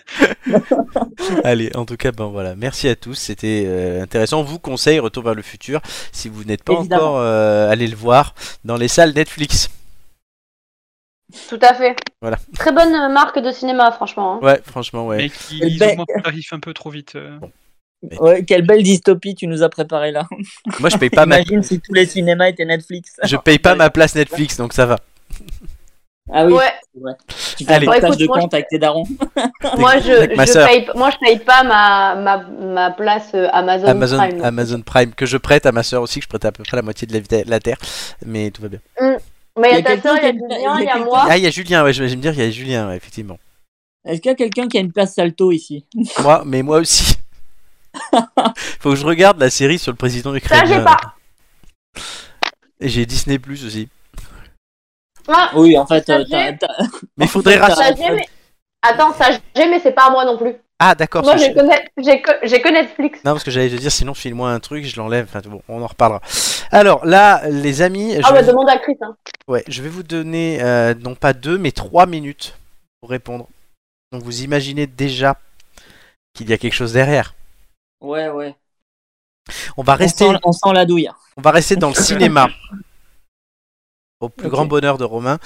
S1: Allez, en tout cas, ben voilà, merci à tous, c'était euh, intéressant. On vous conseille Retour vers le futur si vous n'êtes pas
S2: Évidemment.
S1: encore euh, allé le voir dans les salles Netflix.
S4: Tout à fait.
S1: Voilà.
S4: Très bonne euh, marque de cinéma, franchement. hein.
S1: Ouais, franchement, ouais.
S3: mais
S4: Eh
S3: qu'ils
S2: Ben-
S3: augmentent le tarif un peu trop vite. euh.
S2: Ouais, quelle belle dystopie tu nous as préparée là.
S1: Moi, je paye pas ma,
S2: Imagine si tous les cinémas étaient Netflix.
S1: je paye pas ma place Netflix, donc ça va.
S2: Ah oui,
S4: Ouais,
S2: tu fais
S1: Allez.
S2: un
S4: Bon,
S2: partage
S4: écoute,
S2: de
S4: moi,
S2: compte avec tes darons.
S4: moi je,
S1: Avec ma
S4: je
S1: sœur.
S4: paye, moi je paye pas ma, ma, ma place euh, Amazon,
S1: Amazon ah.
S4: Prime.
S1: Prime, Amazon Prime que je prête à ma soeur aussi, que je prête à peu près la moitié de la, vita- la terre, mais tout va bien.
S4: Mais
S2: Il
S4: il y
S2: y
S4: a
S2: a
S4: ta
S2: quelqu'un
S4: soeur, il y a
S2: qui a-
S4: Julien,
S2: il y a
S4: il y a
S2: quelqu'un-
S4: moi.
S1: Ah, il y a Julien, ouais, je vais me dire, il y a Julien, ouais, effectivement.
S2: Est-ce qu'il y a quelqu'un qui a une place salto ici
S1: Moi, mais moi aussi. Faut que je regarde la série sur le président ukrainien.
S4: j'ai pas.
S1: Et j'ai Disney Plus aussi.
S4: Ah,
S2: Oui, en fait,
S4: Ça,
S2: euh, t'as-
S4: j'ai-
S2: t'as-
S1: Mais il faudrait
S2: Ça,
S1: rassembler.
S4: Oh, ça, j'ai, mais- Attends, ça j'ai, mais c'est pas à moi non plus.
S1: Ah, d'accord.
S4: Moi
S1: parce que
S4: j'ai
S1: je-
S4: que, Net- j'ai que- j'ai que Netflix.
S1: Non, parce que j'allais te dire, sinon file-moi un truc, je l'enlève. Enfin, bon, on en reparlera. Alors là, les amis, je,
S4: Ah bah
S1: vais,
S4: demande à Chris. Hein.
S1: ouais, je vais vous donner euh, non pas deux, mais trois minutes pour répondre. Donc vous imaginez déjà qu'il y a quelque chose derrière.
S2: Ouais, ouais.
S1: On va
S2: On
S1: rester,
S2: sent, on sent la douille.
S1: on va rester dans le cinéma. Au plus
S2: Ok.
S1: grand bonheur de Romain,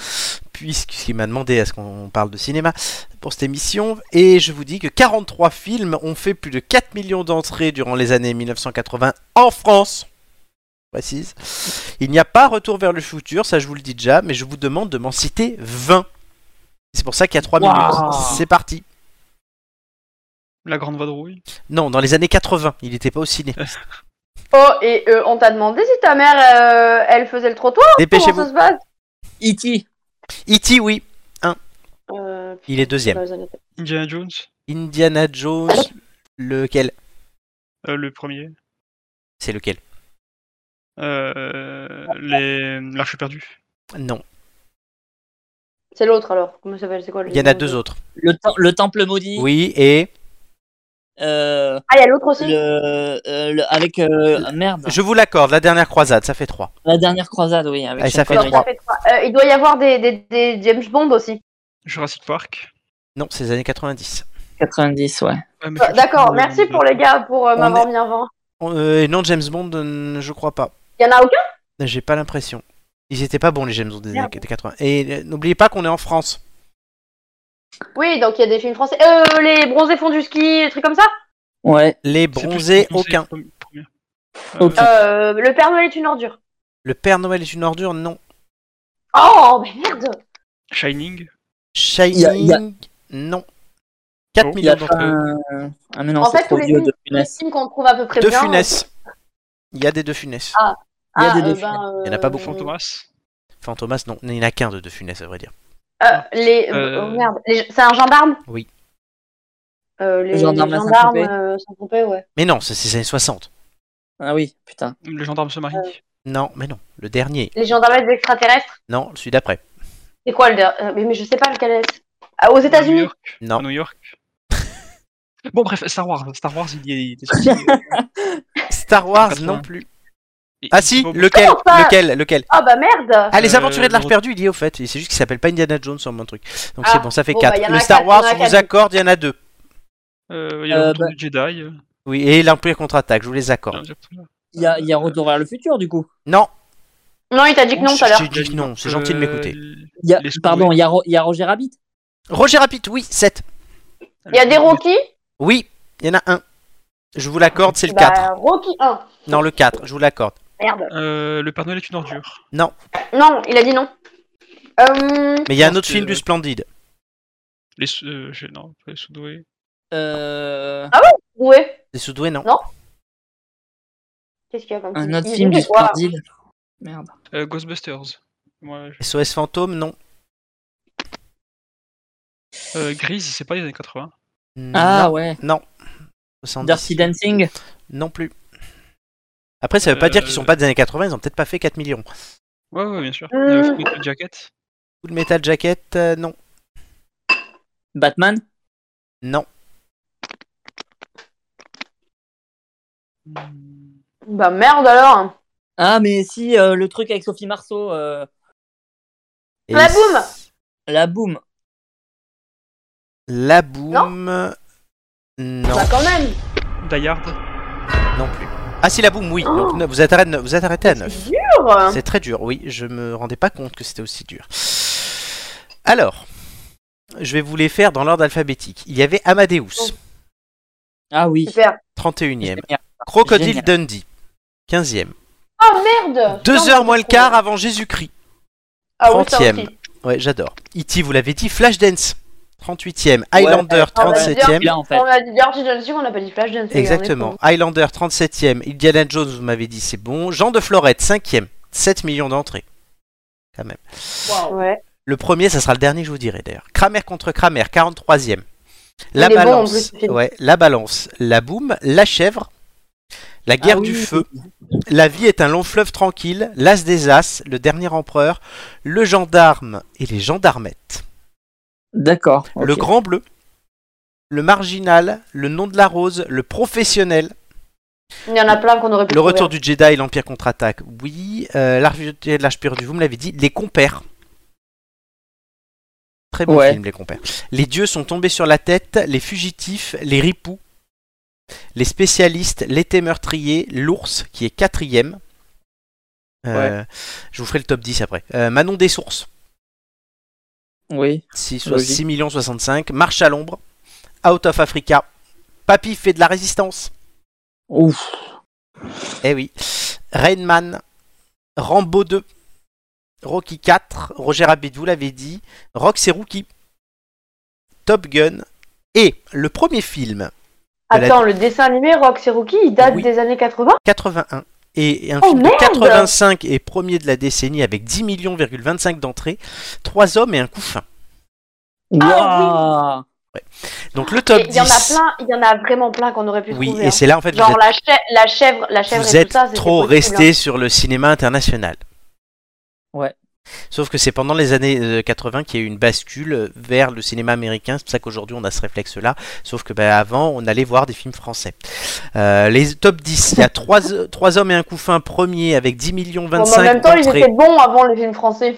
S1: puisqu'il m'a demandé à ce qu'on parle de cinéma pour cette émission. Et je vous dis que 43 films ont fait plus de 4 millions d'entrées durant les années 1980 en France. Je Précise. Il n'y a pas retour vers le futur, ça je vous le dis déjà, mais je vous demande de m'en citer 20. C'est pour ça qu'il y a 3
S2: Waouh.
S1: minutes. C'est parti.
S3: La grande vadrouille.
S1: Non, dans les années 80, il n'était pas au ciné.
S4: Oh, et euh, on t'a demandé si ta mère, euh, elle faisait le trottoir Comment ça
S1: Dépêchez-vous.
S4: se passe
S2: E.T.
S1: E.T., oui,
S4: Euh,
S1: il est deuxième.
S4: dans les années-
S3: Indiana Jones,
S1: Indiana Jones, lequel
S3: euh, le premier.
S1: C'est lequel
S3: Euh, les... L'arche perdue.
S1: Non,
S4: C'est l'autre alors. Comment ça s'appelle C'est quoi le
S1: il y en a
S4: nom
S1: deux
S4: de-
S1: autres.
S2: Le, tem- le temple maudit.
S1: Oui, et
S2: euh,
S4: Ah, il y a l'autre aussi
S2: le, euh, le- avec euh, ah, merde.
S1: je vous l'accorde, la dernière croisade, ça fait 3.
S2: La dernière croisade, oui. Avec
S1: Allez, ça
S2: Sean
S1: fait
S4: Non,
S2: Connery.
S1: trois.
S4: ça fait trois. Euh, il doit y avoir des, des, des James Bond aussi.
S3: Jurassic Park.
S1: Non, c'est les années 90.
S2: 90, ouais.
S3: Ouais, mais
S4: Euh,
S3: je-
S4: D'accord,
S3: je-
S4: merci pour les gars pour euh,
S1: On
S4: m'avoir
S1: est-
S4: mis avant.
S1: On- euh, et non, James Bond, euh, je crois pas.
S4: Il y en a aucun
S1: J'ai pas l'impression. Ils étaient pas bons, les James Bond des années
S4: Merde.
S1: 80. Et euh, n'oubliez pas qu'on est en France.
S4: Oui, donc il y a des films français. Euh, les bronzés font du ski, des trucs comme ça
S2: Ouais.
S1: Les
S3: C'est plus
S1: bronzés,
S3: français,
S1: aucun.
S3: premier- premier. Euh,
S2: Ok.
S4: Euh, Le Père Noël est une ordure.
S1: Le Père Noël est une ordure, non.
S4: Oh, mais merde
S3: Shining.
S1: Shining,
S2: Y a- y a-
S1: non. 4
S3: Oh,
S2: Il y a
S1: millions
S2: pas
S1: d'entre eux.
S2: un. Ah, mais non,
S4: En
S2: c'est
S4: fait,
S2: trop
S4: tous les
S2: vieux
S4: films-
S2: de
S4: Les
S2: Funès.
S4: films qu'on trouve à peu près
S1: Deux
S4: bien.
S1: funesses.
S2: hein.
S1: Il y a des deux funesses.
S4: Ah,
S2: Il y a
S4: Ah,
S2: des deux
S4: euh,
S2: films.
S4: ben,
S1: Il y en a pas
S4: euh,
S1: beaucoup.
S3: Fantomas.
S1: Fantomas, non. Il n'y en a qu'un de deux funesses, à vrai dire.
S4: Euh, les...
S3: Euh,
S4: oh, merde. Les- C'est un gendarme
S1: Oui.
S4: Euh, les
S2: Le gendarme à
S4: gendarmes
S2: Saint-Tropez.
S4: euh, Saint-Tropez, ouais.
S1: Mais non, ça, c'est les années 60.
S2: Ah oui, putain.
S3: Le gendarme se marie.
S1: Non, mais non. Le dernier.
S4: Les gendarmes des extraterrestres
S1: Non, celui d'après.
S4: C'est quoi le dernier Euh, mais, mais je sais pas lequel est. Ah, aux
S3: À New
S4: États-Unis
S3: York.
S1: Non.
S3: À New York. bon, bref, Star Wars. Star Wars, il y est- il était sorti, euh,
S1: Star Wars,
S3: 80.
S1: non plus.
S3: et-
S1: Ah si,
S3: bon,
S1: lequel
S4: Comment ça
S1: Lequel Lequel
S4: Ah bah merde
S1: Ah, les aventuriers de
S3: le
S1: l'art perdu, il y est au fait. Et C'est juste qu'il s'appelle pas Indiana Jones sur mon truc. Donc
S4: Ah,
S1: c'est bon, ça fait
S4: bon,
S1: 4.
S4: bah, y en a
S1: le
S4: quatre,
S1: Star Wars,
S4: y en a
S1: on vous
S4: quatre.
S1: accorde, il y en a 2.
S3: euh, il y a le
S2: Euh,
S3: retour
S2: bah-
S3: du Jedi. euh,
S1: Oui, et l'Empire contre-attaque, je vous les accorde.
S3: exactement.
S2: Il y a, il y a Retour vers le futur, du coup.
S1: Non,
S4: Non, il t'a dit que non tout à l'heure.
S1: j'ai dit que non, c'est gentil de m'écouter.
S3: Euh,
S2: Il y a-
S3: Les Scooby.
S2: pardon, il y a, Ro- il y a Roger Rabbit.
S1: Roger Rabbit, oui, 7.
S4: Il y a des
S3: Euh,
S4: Rocky
S1: Oui, il y en a un. Je vous l'accorde, c'est le 4.
S4: Bah, Rocky 1.
S1: Non, le 4, je vous l'accorde.
S4: Merde.
S3: Euh, le Père Noël est une ordure.
S4: Non, il a dit non. Euh,
S1: Mais il y a un
S3: Je pense
S1: autre film
S3: que-
S1: du Splendide.
S3: Les, sou- euh, j'ai- non, pas les sous-doués.
S2: Euh,
S4: ouais.
S1: C'est Soudoué, non
S4: Non. Qu'est-ce qu'il y a comme
S2: un autre
S4: Il
S2: film
S4: dit
S2: du
S4: quoi
S2: Splendid. Merde.
S3: Euh, Ghostbusters. Ouais, je-
S1: SOS Fantôme, non.
S3: euh, Grease, c'est pas les années 80.
S2: Ah
S1: non.
S2: ouais.
S1: Non. 70.
S2: Dirty Dancing.
S1: Non plus. Après, ça veut pas dire qu'ils sont
S3: Euh.
S1: pas des années 80, ils ont peut-être pas fait 4 millions.
S3: Ouais, ouais, bien sûr. Il y a
S4: Hmm.
S3: Full Metal Jacket.
S1: Full Metal Jacket, euh, non.
S2: Batman.
S1: Non.
S3: Hmm.
S4: Bah merde alors.
S2: Ah, mais si, euh, le truc avec Sophie Marceau. euh,
S1: Et
S4: La Boum
S2: la boum.
S1: La boum. Non,
S4: Bah quand même.
S3: Die Hard.
S1: non plus. Ah si, la boum, oui. Donc, ne- vous, arrêtez, vous arrêtez à 9.
S4: C'est dur.
S1: C'est très dur, oui. Je me rendais pas compte que c'était aussi dur. Alors, je vais vous les faire dans l'ordre alphabétique. Il y avait Amadeus,
S2: Ah oui.
S4: Super.
S1: 31e.
S2: Génial.
S1: Crocodile
S2: Génial.
S1: Dundee, 15e.
S4: Oh merde
S1: Deux
S4: Non,
S1: heures
S4: mais
S1: moins le
S4: c'est hein.
S1: quart
S4: trop.
S1: avant Jésus-Christ.
S4: Ah oui, ça
S1: trentième.
S4: aussi.
S1: Ouais, j'adore. E.T., vous l'avez dit, Flashdance, 38e. Highlander,
S4: Ah, bah,
S1: 37e.
S2: Bien en fait.
S4: On a dit Dirty John on n'a pas dit Flash Dance. les gars, on est
S1: Exactement.
S4: con.
S1: Highlander, 37e. Indiana Jones, vous m'avez dit, c'est bon. Jean de Florette, 5e. 7 millions d'entrées. Quand même.
S4: Ouais.
S1: Le premier, ça sera le dernier, je vous dirai d'ailleurs. Kramer contre Kramer, 43e. La
S4: Il est bon, en
S1: balance.
S4: plus, ce film.
S1: ouais, la balance. La boum. La chèvre. La guerre
S2: Ah
S1: du
S2: oui.
S1: feu. La vie est un long fleuve tranquille. L'as des as. Le dernier empereur. Le gendarme et les gendarmettes.
S2: D'accord. ok.
S1: Le grand bleu. Le marginal. Le nom de la rose. Le professionnel.
S4: Il y en a plein qu'on aurait pu.
S1: Le retour du Jedi et l'Empire contre-attaque, oui. Euh, L'arrivée de l'âge pur du vous me l'avez dit. Les compères. Très bon
S2: Ouais.
S1: film, les compères. Les dieux sont tombés sur la tête, les fugitifs, les ripoux, les spécialistes, l'été meurtrier, l'ours, qui est quatrième. Euh, Je vous ferai le top 10 après. Euh, Manon des sources,
S2: Oui.
S1: 6,
S2: Logique.
S1: 6 millions 65. Marche à l'ombre, Out of Africa, Papy fait de la résistance.
S2: Ouf.
S1: Eh oui. Rain Man, Rambo 2, Rocky 4, Roger Rabbit, vous l'avez dit, Rox et Rookie, Top Gun, et le premier film,
S4: Attends, le dessin animé Rox et Rookie, il date
S1: Oui.
S4: des années 80
S1: 81, et un
S4: Oh,
S1: film de
S4: merde
S1: 85 et premier de la décennie avec 10 millions,25 d'entrées, Trois hommes et un couffin.
S2: Waouh.
S1: Donc le top
S4: Et
S1: 10.
S4: Ah, Il y en a plein, il y en a vraiment plein qu'on aurait pu
S1: Oui,
S4: trouver.
S1: et
S4: hein.
S1: c'est là en fait vous
S4: Genre
S1: êtes-
S4: la, chè- la chèvre, la chèvre
S1: vous
S4: et
S1: êtes
S4: tout ça, c'était
S1: trop
S4: possible,
S1: resté
S4: hein.
S1: sur le cinéma international.
S2: Ouais.
S1: Sauf que c'est pendant les années euh, 80 qu'il y a eu une bascule euh, vers le cinéma américain. C'est pour ça qu'aujourd'hui on a ce réflexe-là. Sauf que bah, avant on allait voir des films français. Euh, les top 10, il y a 3, hommes et un couffin premier avec 10 millions
S4: Bon, mais
S1: 25
S4: en même temps, ils
S1: d'entrées.
S4: étaient bons avant les films français.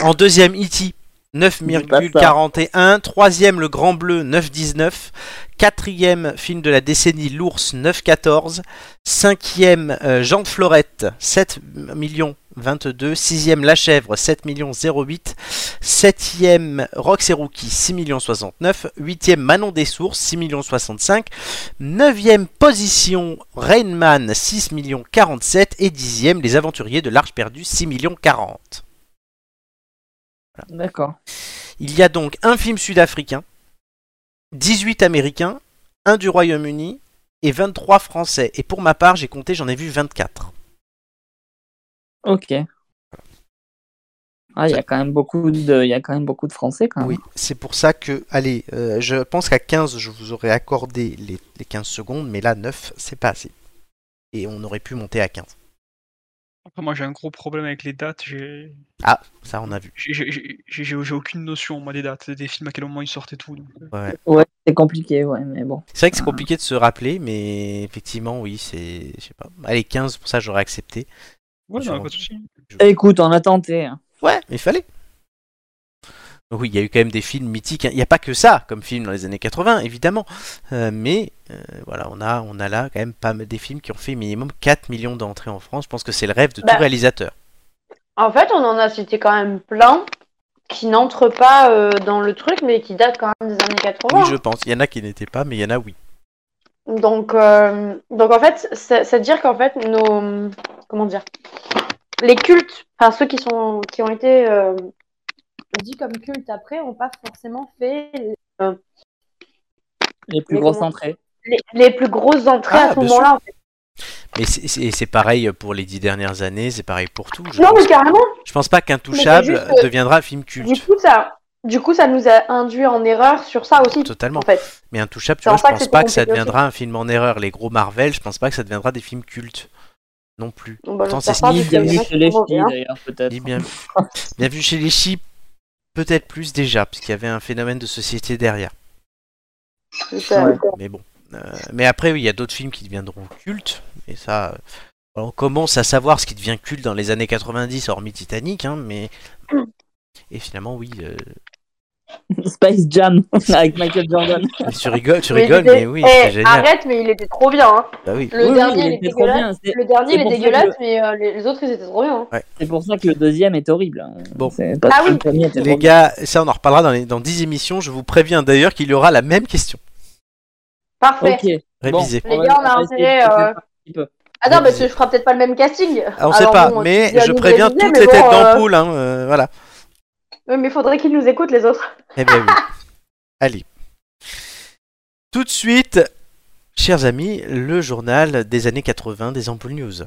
S1: En deuxième, E E.T. 9,41. Troisième, Le Grand Bleu, 9,19. Quatrième, film de la décennie, L'Ours, 9,14. Cinquième, euh, Jean de Florette, 7 millions 22. Sixième, La Chèvre, 7 millions 08. Septième, Rox et Rookie, 6 millions 69. Huitième, Manon des Sources, 6 millions 65. Neuvième position, Rain Man, 6 millions 47. Et dixième, Les Aventuriers de l'Arche Perdue, 6 millions 40.
S2: D'accord.
S1: Il y a donc un film sud-africain, 18 américains, un du Royaume-Uni et 23 français. Et pour ma part, j'ai compté, j'en ai vu 24.
S2: Ok. Ah, il y a quand même beaucoup de, il y a quand même beaucoup de Français quand même.
S1: Oui, c'est pour ça que, allez, euh, je pense qu'à 15, je vous aurais accordé les, les 15 secondes, mais là, 9, c'est pas assez. Et on aurait pu monter à 15.
S3: Après, moi, j'ai un gros problème avec les dates. J'ai
S1: Ça, on a vu.
S3: j'ai- j'ai- j'ai- j'ai- j'ai aucune notion, moi, des dates, des films, à quel moment ils sortent et tout. donc, euh,
S2: Ouais, c'est compliqué, ouais, mais bon.
S1: C'est vrai que c'est compliqué de se rappeler, mais effectivement, oui, c'est. Je sais pas. Allez, 15, pour ça, j'aurais accepté.
S3: Ouais,
S1: Sur-
S3: non, pas de souci.
S2: Écoute, on a tenté. hein.
S1: Ouais, mais il fallait. Donc oui, il y a eu quand même des films mythiques. hein. Il n'y a pas que ça comme film dans les années 80, évidemment. Euh, mais euh, voilà, on a, on a là quand même pas mal des films qui ont fait minimum 4 millions d'entrées en France. Je pense que c'est le rêve de
S4: Bah.
S1: tout réalisateur.
S4: En fait, on en a cité quand même plein qui n'entrent pas euh, dans le truc, mais qui datent quand même des années 80.
S1: Oui, je pense. Il y en a qui n'étaient pas, mais il y en a oui.
S4: Donc, euh, donc en fait, c'est c'est dire qu'en fait, nos. Comment dire Les cultes, enfin ceux qui, sont, qui ont été euh, dits comme cultes après, n'ont pas forcément fait
S2: Les plus
S4: Mais
S2: grosses
S4: comment-
S2: entrées.
S4: les, les plus grosses entrées
S1: Ah,
S4: à ce
S1: bien
S4: moment-là. en fait.
S1: Mais c'est- c'est c'est pareil pour les dix dernières années, c'est pareil pour tout. Je
S4: Non,
S1: pense,
S4: mais carrément,
S1: je pense pas qu'Intouchable
S4: Mais c'est juste que-
S1: deviendra un film
S4: du
S1: culte.
S4: coup, ça, du coup, ça nous a induit en erreur sur ça aussi.
S1: Totalement.
S4: En fait.
S1: Mais Intouchable, tu
S4: C'est
S1: vois,
S4: en
S1: je
S4: ça que
S1: pense
S4: c'est
S1: pas que ça
S4: compliqué aussi.
S1: deviendra un film en erreur. Les gros Marvel, je pense pas que ça deviendra des films cultes. Non plus.
S4: Bon, bah,
S1: Pourtant,
S4: j'espère
S1: c'est
S4: pas,
S1: ni
S4: parce qu'il y en a
S1: bien
S2: Bienvenue
S4: qui
S2: chez les
S4: sont mauvais,
S2: filles
S4: hein.
S2: d'ailleurs, peut-être.
S1: Ni bien, bien vu chez les chips, peut-être plus déjà, puisqu'il y avait un phénomène de société derrière.
S4: Donc, euh,
S2: Ouais.
S1: Mais bon. Euh, mais après, oui, il y a d'autres films qui deviendront cultes, et ça. euh, on commence à savoir ce qui devient culte dans les années 90, hormis Titanic, hein, mais. Et finalement, oui, euh,
S2: Space Jam avec Michael Jordan.
S1: Mais tu rigoles, tu
S4: Mais
S1: rigoles,
S4: j'étais-
S1: mais oui,
S4: Eh,
S1: c'était génial.
S4: Arrête, mais il était trop bien. hein.
S1: Bah oui.
S4: Le
S2: Oui, oui,
S4: dernier,
S2: il
S4: il est
S2: était trop bien.
S4: dégueulasse.
S2: C'est-
S4: Le dernier,
S2: c'est
S4: il est
S2: pour ça que
S4: dégueulasse,
S2: je-
S4: mais euh, les les autres, ils étaient trop bien. hein.
S2: C'est pour ça que le deuxième est horrible. hein.
S1: Bon.
S2: C'est parce
S4: Ah
S2: que le
S4: oui.
S2: premier était
S1: Les
S2: trop
S1: gars, ça on en reparlera dans, les, dans 10 émissions. Je vous préviens d'ailleurs qu'il y aura la même question.
S2: bien.
S4: Parfait.
S2: Ok. Bon.
S1: Révisée.
S4: Les gars, on a
S2: va essayer
S4: intérêt.
S2: de-
S4: euh,
S2: petit peu.
S4: Ah non, parce que je ferai peut-être pas le même casting.
S1: Ah, on
S4: Alors
S1: sait pas,
S4: bon,
S1: mais
S4: tu dis à
S1: je
S4: nous de
S1: préviens
S4: réviser,
S1: toutes
S4: mais
S1: les
S4: bon,
S1: têtes
S4: euh,
S1: d'ampoule. hein, euh, voilà.
S4: ouais, Mais faudrait qu'ils nous écoutent, les autres.
S1: Eh bien oui. Allez. Tout de suite, chers amis, le journal des années 80 des Ampoules News.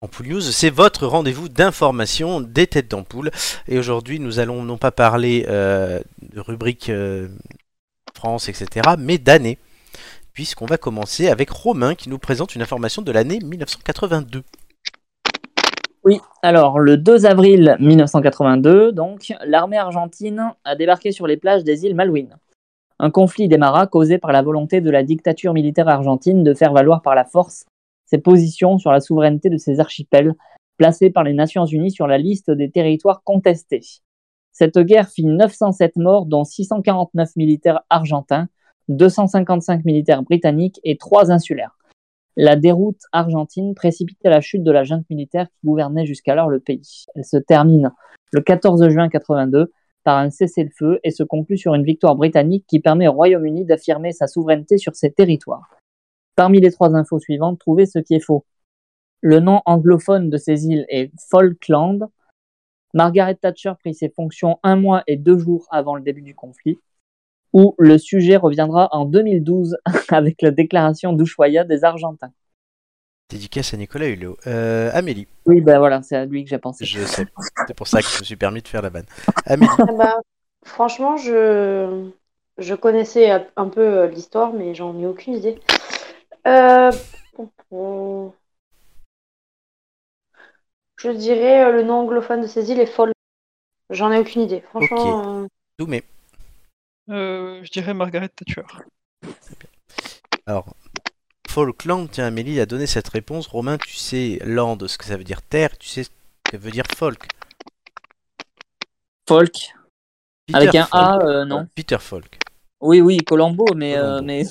S1: Ampoule News, c'est votre rendez-vous d'information des têtes d'ampoule. Et aujourd'hui, nous allons non pas parler euh, de rubrique euh, France, etc., mais d'année. Puisqu'on va commencer avec Romain qui nous présente une information de l'année 1982.
S2: Oui, alors le 2 avril 1982, donc, l'armée argentine a débarqué sur les plages des îles Malouines. Un conflit démarra causé par la volonté de la dictature militaire argentine de faire valoir par la force ses positions sur la souveraineté de ses archipels, placés par les Nations Unies sur la liste des territoires contestés. Cette guerre fit 907 morts, dont 649 militaires argentins, 255 militaires britanniques et 3 insulaires. La déroute argentine précipita la chute de la junte militaire qui gouvernait jusqu'alors le pays. Elle se termine le 14 juin 82 par un cessez-le-feu et se conclut sur une victoire britannique qui permet au Royaume-Uni d'affirmer sa souveraineté sur ses territoires. Parmi les trois infos suivantes, trouvez ce qui est faux. Le nom anglophone de ces îles est Falkland. Margaret Thatcher prit ses fonctions un mois et deux jours avant le début du conflit. Ou le sujet reviendra en 2012 avec la déclaration d'Ushuaïa des Argentins.
S1: Dédicace à Nicolas Hulot. Euh, Amélie,
S2: Oui, ben voilà, c'est à lui que j'ai pensé.
S1: je sais. C'est pour ça que je me suis permis de faire la vanne. Amélie,
S4: Ah bah, franchement, je... je connaissais un peu euh, l'histoire, mais j'en ai aucune idée. Euh, Je dirais euh, le nom anglophone de ces îles est folle. J'en ai aucune idée. Franchement, euh,
S1: Doumé.
S3: Euh, je dirais Margaret Thatcher.
S1: Alors, Falkland, tiens, Amélie a donné cette réponse. Romain, tu sais land, ce que ça veut dire terre, tu sais ce que veut dire folk.
S2: Folk, avec
S1: Peter
S2: un A,
S1: Folk.
S2: euh, non
S1: Peter Folk.
S2: Oui, oui, Colombo, mais, euh,
S1: Colombo.
S2: mais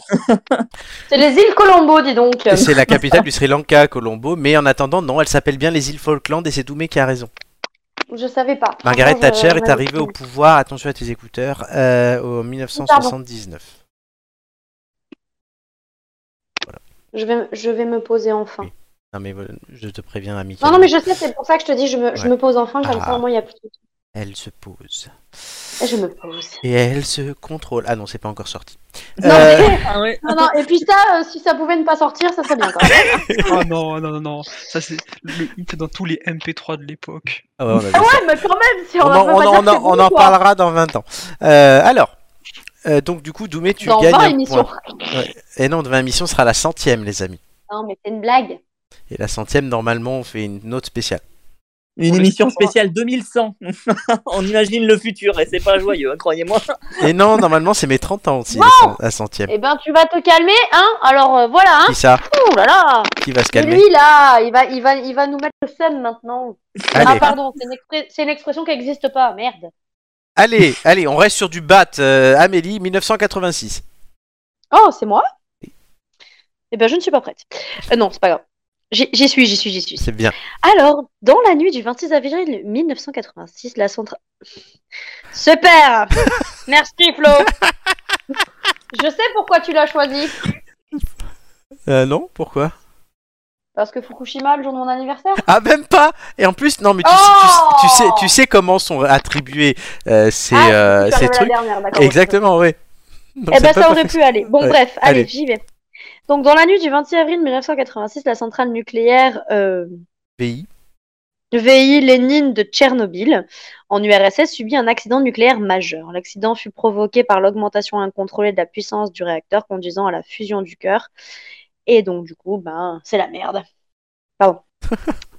S4: c'est les îles Colombo, dis donc.
S1: Et c'est la capitale du Sri Lanka, Colombo, mais en attendant, non, elle s'appelle bien les îles Falkland et c'est Doumé qui a raison.
S4: Je savais pas.
S1: Margaret
S4: Franchement, je-
S1: Thatcher est
S4: j'en ai
S1: arrivée au
S4: aucune
S1: pouvoir, attention à tes écouteurs, euh, en 1979.
S4: idée. Je vais, je vais me poser enfin.
S1: Oui. Non mais voilà, je te préviens, ami.
S4: Non, non, mais je sais, c'est pour ça que je te dis, je me, je
S1: Ouais.
S4: me pose enfin, comme
S1: Ah.
S4: ça, au moins, il y a plus de...
S1: Elle se pose.
S4: Je me pose.
S1: Et elle se contrôle. Ah non, c'est pas encore sorti.
S4: Non,
S1: Euh,
S4: mais-
S2: Ah ouais.
S4: non, non, et puis ça, euh, si ça pouvait ne pas sortir, ça serait bien, quand même.
S3: Ah non, non, non, non. Ça, c'est le hit dans tous les MP3 de l'époque.
S1: ah ouais, on a
S4: Ah
S1: vu ça.
S4: ouais, mais quand même, si
S1: On
S4: on, va
S1: en-
S4: pas
S1: on
S4: dire
S1: en- on
S4: que c'est
S1: en- on en
S4: beaucoup, quoi.
S1: parlera dans 20 ans. Euh, alors, euh, donc du coup, Doumé, tu
S4: Dans
S1: gagnes
S4: 20
S1: un
S4: émissions.
S1: point. Et non, de 20 émissions sera la centième, les amis.
S4: Non, mais c'est une blague.
S1: Et la centième, normalement, on fait une note spéciale.
S2: Une émission spéciale 2100. On imagine le futur et c'est pas joyeux, hein, croyez-moi.
S1: Et non, normalement, c'est mes 30 ans aussi, la cent- la centième.
S4: Eh ben, tu vas te calmer, hein Alors, euh, voilà, hein
S1: Qui ça
S4: Ouh là là
S1: Qui va se
S4: C'est
S1: calmer
S4: lui, là Il va, il, va, il va nous mettre le seum, maintenant. Ah,
S1: Allez.
S4: pardon, c'est une, expré- c'est une expression qui n'existe pas, merde.
S1: Allez, allez, on reste sur du bat. euh, Amélie, 1986.
S4: Oh, c'est moi Eh ben, je ne suis pas prête. Euh, non, c'est pas grave. J'y j'y suis, j'y suis, j'y suis.
S1: C'est bien.
S4: Alors, dans la nuit du 26 avril 1986, la centrale. Super Merci Flo Je sais pourquoi tu l'as choisi.
S1: Euh, non, pourquoi
S4: Parce que Fukushima, le jour de mon anniversaire
S1: Ah, même pas Et en plus, non, mais tu,
S4: Oh
S1: tu- tu sais, tu sais comment sont attribués euh, ces,
S4: Ah,
S1: euh,
S4: tu
S1: ces
S4: avais la
S1: trucs
S4: dernière, d'accord.
S1: Exactement, oui.
S4: Eh ben, ça aurait pu aller. Bon,
S1: Ouais,
S4: bref, allez,
S1: allez.
S4: j'y vais. Donc, dans la nuit du 26 avril 1986, la centrale nucléaire euh,
S1: Pays.
S4: VI Lénine de Tchernobyl, en URSS, subit un accident nucléaire majeur. L'accident fut provoqué par l'augmentation incontrôlée de la puissance du réacteur conduisant à la fusion du cœur. Et donc, du coup, ben, c'est la merde. Pardon.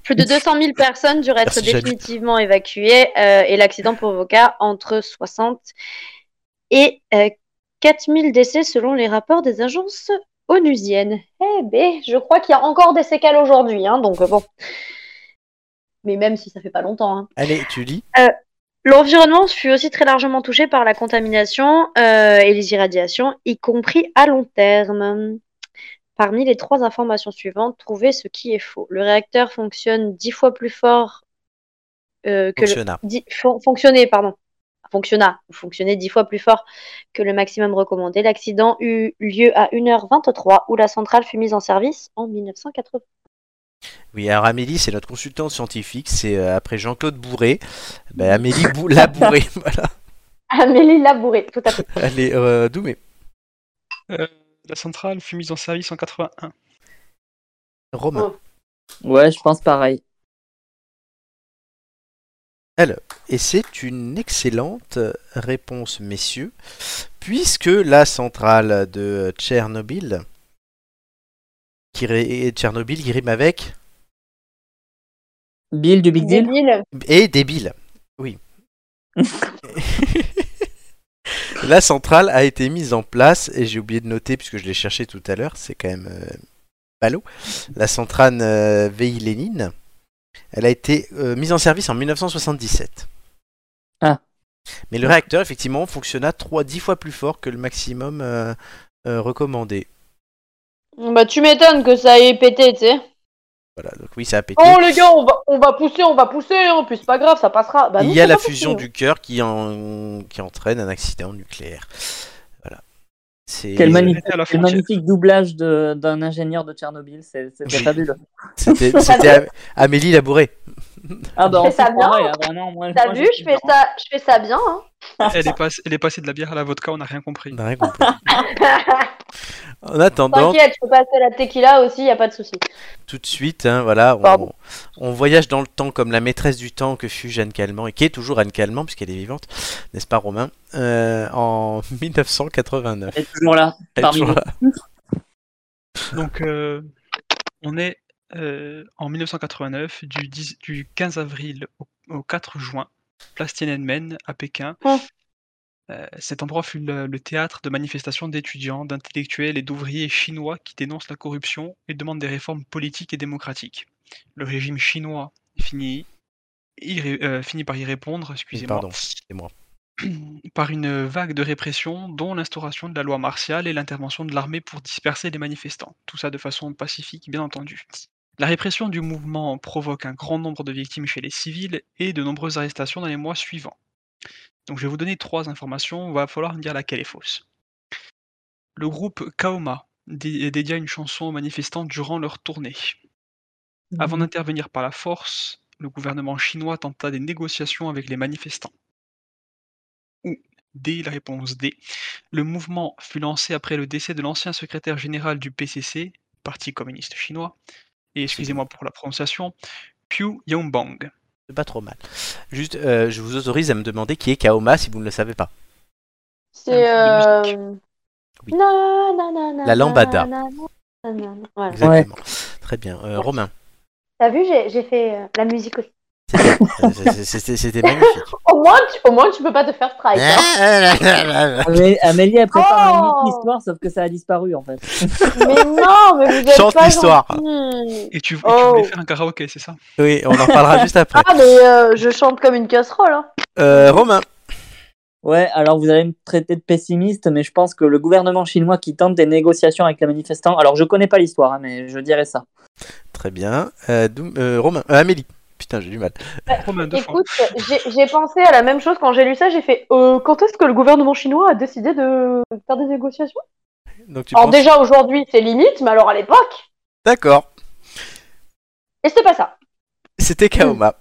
S4: Plus de 200 000 personnes durent être
S1: Merci, Jeanne.
S4: définitivement évacuées euh, et l'accident provoqua entre 60 et euh, 4 000 décès selon les rapports des agences onusiennes. Eh ben, je crois qu'il y a encore des séquelles aujourd'hui, hein, donc euh, bon. Mais même si ça fait pas longtemps. hein.
S1: Allez, tu lis.
S4: L'environnement fut aussi très largement touché par la contamination euh, et les irradiations, y compris à long terme. Parmi les trois informations suivantes, trouvez ce qui est faux. Le réacteur fonctionne dix fois plus fort euh, que le
S1: Fonctionna.
S4: dix- fon- fonctionner, pardon, fonctionna, ou fonctionner dix fois plus fort que le maximum recommandé. L'accident eut lieu à 1h23 où la centrale fut mise en service en 1980.
S1: Oui, alors Amélie, c'est notre consultante scientifique. C'est euh, après Jean-Claude Bourré. Ben, Amélie Bou- la Bourré, voilà.
S4: Amélie Labouré, tout à fait.
S1: Allez, euh, Doumé.
S3: Euh, la centrale fut mise en service en 81.
S1: Romain.
S4: Oh.
S2: Ouais, je pense pareil.
S1: Et c'est une excellente euh, réponse, messieurs, puisque la centrale de Tchernobyl, qui, ré- Tchernobyl qui rime avec
S2: Bill du Big Deal
S4: Débile.
S1: et débile, oui. la centrale a été mise en place, et j'ai oublié de noter puisque je l'ai cherché tout à l'heure, c'est quand même euh, ballot. La centrale euh, Veilénine, elle a été euh, mise en service en 1977.
S2: Ah.
S1: Mais le réacteur, effectivement, fonctionna 3-10 fois plus fort que le maximum euh, euh, recommandé.
S4: Bah, tu m'étonnes que ça ait pété, tu sais.
S1: Voilà, donc oui, ça a pété.
S4: Oh les gars, on va, on va pousser, on va pousser, en plus pas grave, ça passera. Bah,
S1: Il
S4: non,
S1: y a
S4: c'est
S1: la
S4: pas
S1: fusion du
S4: possible.
S1: cœur qui, en- qui entraîne un accident nucléaire. Voilà. C'est
S2: Quel magnifique,
S3: magnifique. Arrêtez à la
S2: quel
S3: frontière.
S2: magnifique doublage de- d'un ingénieur de Tchernobyl, c'est c'est- c'est
S1: Oui.
S2: fabuleux.
S1: C'était c'était Am- Amélie Labouré.
S2: Ah bah
S4: Je
S2: on
S4: fais ça
S2: s'y
S4: bien.
S2: croirait, ah vraiment, moi,
S4: T'as
S2: moi,
S4: vu, je fais
S2: dedans.
S4: ça, je fais ça bien. hein.
S3: Elle est, passe- elle est passée de la bière à la vodka, on n'a rien compris.
S1: On n'a Bah, rien compris. En attendant,
S4: T'inquiète, je peux passer la tequila aussi, y a pas de
S1: Ah,
S4: souci.
S1: tout de suite, hein, voilà, on,
S4: Pardon.
S1: on voyage dans le temps comme la maîtresse du temps que fut Jeanne Calment, et qui est toujours Anne Calment, puisqu'elle est vivante, n'est-ce pas Romain, Euh, en 1989.
S2: Elle est toujours là,
S1: Elle est
S2: parmi
S1: toujours
S2: nous.
S1: là.
S3: Donc, euh, on est euh, en 1989, du, 10 du 15 avril au, au 4 juin, place Tiananmen à Pékin.
S4: Oh.
S3: Euh, cet endroit fut le, le théâtre de manifestations d'étudiants, d'intellectuels et d'ouvriers chinois qui dénoncent la corruption et demandent des réformes politiques et démocratiques. Le régime chinois finit, y ré- euh, finit par y répondre, excusez-moi,
S1: Pardon, c'est moi.
S3: par une vague de répression, dont l'instauration de la loi martiale et l'intervention de l'armée pour disperser les manifestants. Tout ça de façon pacifique, bien entendu. La répression du mouvement provoque un grand nombre de victimes chez les civils et de nombreuses arrestations dans les mois suivants. Donc je vais vous donner trois informations, il va falloir me dire laquelle est fausse. Le groupe Kaoma dé- dédia une chanson aux manifestants durant leur tournée. Avant d'intervenir par la force, le gouvernement chinois tenta des négociations avec les manifestants. Ou D, la réponse D. Le mouvement fut lancé après le décès de l'ancien secrétaire général du PCC, Parti communiste chinois, et excusez-moi pour la prononciation, Pu Yongbang.
S1: C'est pas trop mal. Juste, euh, je vous autorise à me demander qui est Kaoma si vous ne le savez pas.
S4: C'est.
S3: Un petit peu de
S4: euh,
S1: Oui.
S4: na, na, na, na,
S1: La lambada.
S4: na, na, na, na, na. Voilà.
S1: Exactement. Très bien. Euh, Romain,
S4: T'as vu, j'ai j'ai fait euh, la musique aussi.
S1: euh, c'est- c'était c'était magnifique.
S4: Au moins, tu, au moins, tu peux pas te faire strike. hein.
S2: Amé- Amélie a préparé
S4: Oh
S2: une autre histoire, sauf que ça a disparu en fait.
S4: mais non, mais vous êtes
S1: Chante
S4: pas
S1: l'histoire.
S4: gentils.
S3: Et tu, et tu
S4: Oh.
S3: voulais faire un karaoké, c'est ça
S1: Oui, on en parlera juste après.
S4: Ah, mais euh, je chante comme une casserole. Hein.
S1: Euh, Romain,
S2: Ouais, alors vous allez me traiter de pessimiste, mais je pense que le gouvernement chinois qui tente des négociations avec les manifestants. Alors je connais pas l'histoire, hein, mais je dirais ça.
S1: très bien. Euh, Doum- euh, Romain, euh, Amélie. Putain, j'ai du mal.
S3: Romain, deux fois.
S4: Bah, Écoute, j'ai- j'ai pensé à la même chose quand j'ai lu ça. J'ai fait euh, quand est-ce que le gouvernement chinois a décidé de faire des négociations
S1: Donc tu
S4: Alors
S1: penses
S4: déjà aujourd'hui c'est limite, mais alors à l'époque,
S1: D'accord.
S4: et c'était pas ça.
S1: C'était Kaoma.
S4: Hmm.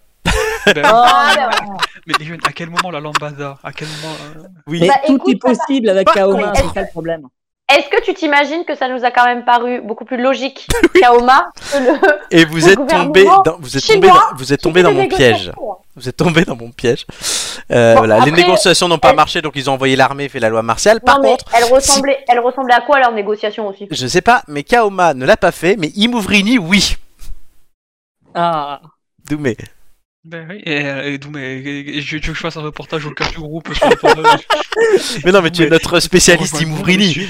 S3: Ben,
S4: Ah, ben voilà.
S3: mais les jeunes, à quel moment la lambada À quel moment euh,
S1: Oui.
S2: mais
S4: Bah,
S2: tout
S4: écoute,
S2: est possible avec
S1: Par
S2: Kaoma,
S1: contre-
S2: c'est ça le problème.
S4: Est-ce que tu t'imagines que ça nous a quand même paru beaucoup plus logique, Kaoma, que le
S1: Et vous
S4: Le
S1: êtes tombé
S4: gouvernement
S1: dans, vous êtes tombé
S4: chinois
S1: dans, vous êtes tombé dans mon piège. Vous êtes tombé dans mon piège. Euh,
S4: Bon,
S1: voilà, les
S4: après,
S1: négociations n'ont pas
S4: elle-
S1: marché, donc ils ont envoyé l'armée et fait la loi martiale. Par
S4: Non mais
S1: contre,
S4: elle ressemblait, elle ressemblait à quoi leur négociation aussi
S1: je sais pas, mais Kaoma ne l'a pas fait, mais Imouvrini, oui.
S2: Ah,
S1: Doumé.
S3: Ben oui, et, euh, et Doumé, et- et je, tu veux que je fasse un reportage au cœur du groupe sur le portage
S1: Mais non, mais tu es
S3: Mais-
S1: notre spécialiste Imouvrini.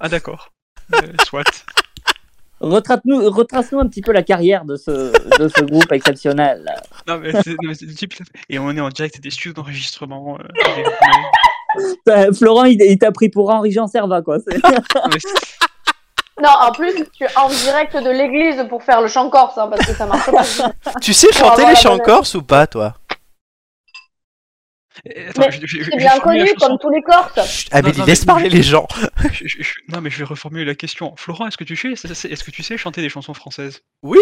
S3: Ah d'accord. Euh, soit.
S2: Retrace-nous retrace -nous un petit peu la carrière de ce, de ce groupe exceptionnel.
S3: Non mais c'est non, mais c'est du type. Et on est en direct des studios d'enregistrement. euh, avec- mais-
S2: T'as- Bah, Florent, il, il t'a pris pour Henri-Jean Servat, quoi. C'est-
S3: mais c'est-
S4: Non, en plus, tu es en direct de l'église pour faire le chant corse, hein, parce que ça marche pas.
S1: Tu sais chanter
S4: avoir
S1: les
S4: la
S1: chants
S4: bonne-
S1: corse ou pas, toi
S3: Eh, attends,
S4: Mais
S3: je- je- je-
S4: C'est
S3: j'ai
S4: bien
S3: formulé la
S4: connu,
S3: chanson.
S4: comme tous les corses.
S1: Chut, Amélie,
S3: non, mais-
S1: Ah, laisse parler les gens.
S3: Je- je- je- Non mais je vais reformuler la question. Florent, est-ce que tu sais, est-ce que tu sais chanter des chansons françaises
S1: Oui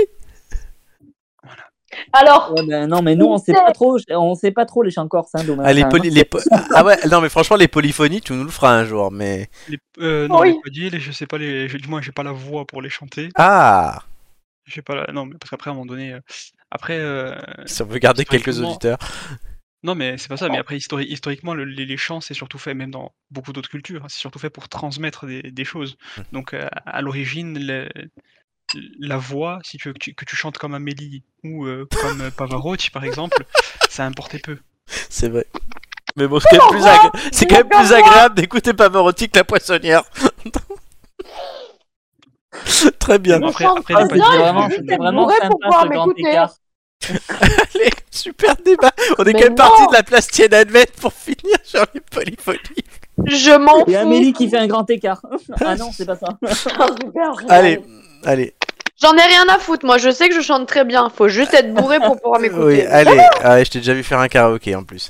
S4: Alors,
S2: Ouais, ben, non, mais nous, on sait pas trop, on sait pas trop les chants corses, hein, dommage.
S1: ah, les
S2: Hein.
S1: poly- les po- ah ouais, non, mais franchement, les polyphonies, tu nous le feras un jour, mais.
S3: Les- euh, non,
S4: Oui.
S3: les podiers, les- je sais pas les, je- du moins j'ai pas la voix pour les chanter.
S1: Ah
S3: J'ai pas la- non mais parce qu'après à un moment donné, euh, après euh,
S1: Si on veut garder quelques
S3: Historiquement.
S1: auditeurs.
S3: non mais c'est pas ça, mais après histori- historiquement le- les, les chants c'est surtout fait même dans beaucoup d'autres cultures, hein, c'est surtout fait pour transmettre des, des choses.
S1: Mmh.
S3: Donc euh, à l'origine le- la voix, si tu veux que tu, que tu chantes comme Amélie ou euh, comme euh, Pavarotti par exemple, ça importait peu.
S1: C'est vrai. Mais bon, c'est quand même plus, agré- c'est quand même
S4: Encore
S1: plus agréable d'écouter Pavarotti que la poissonnière. Très bien.
S3: Bon, après,
S4: chante
S3: après, les
S4: pas
S2: C'est
S4: Non,
S3: podiers,
S2: vraiment,
S3: je-
S4: vous
S2: c'est
S4: êtes
S2: vraiment
S4: bourrés
S2: sympa
S4: pour pouvoir
S2: ce grand
S4: m'écouter.
S2: écart.
S1: Allez, super débat. On est
S4: Mais
S1: quand même
S4: non.
S1: parti de la place Tienne Advette pour finir sur les polyphonies.
S4: je m'en
S2: Et Amélie
S4: fous.
S2: qui fait un grand écart. Ah non, c'est pas ça.
S4: Super, vraiment.
S1: Allez, allez,
S4: J'en ai rien à foutre, moi. Je sais que je chante très bien. Faut juste être bourré pour pouvoir
S1: oui,
S4: m'écouter.
S1: allez. Ah ouais, je t'ai déjà vu faire un karaoké en plus.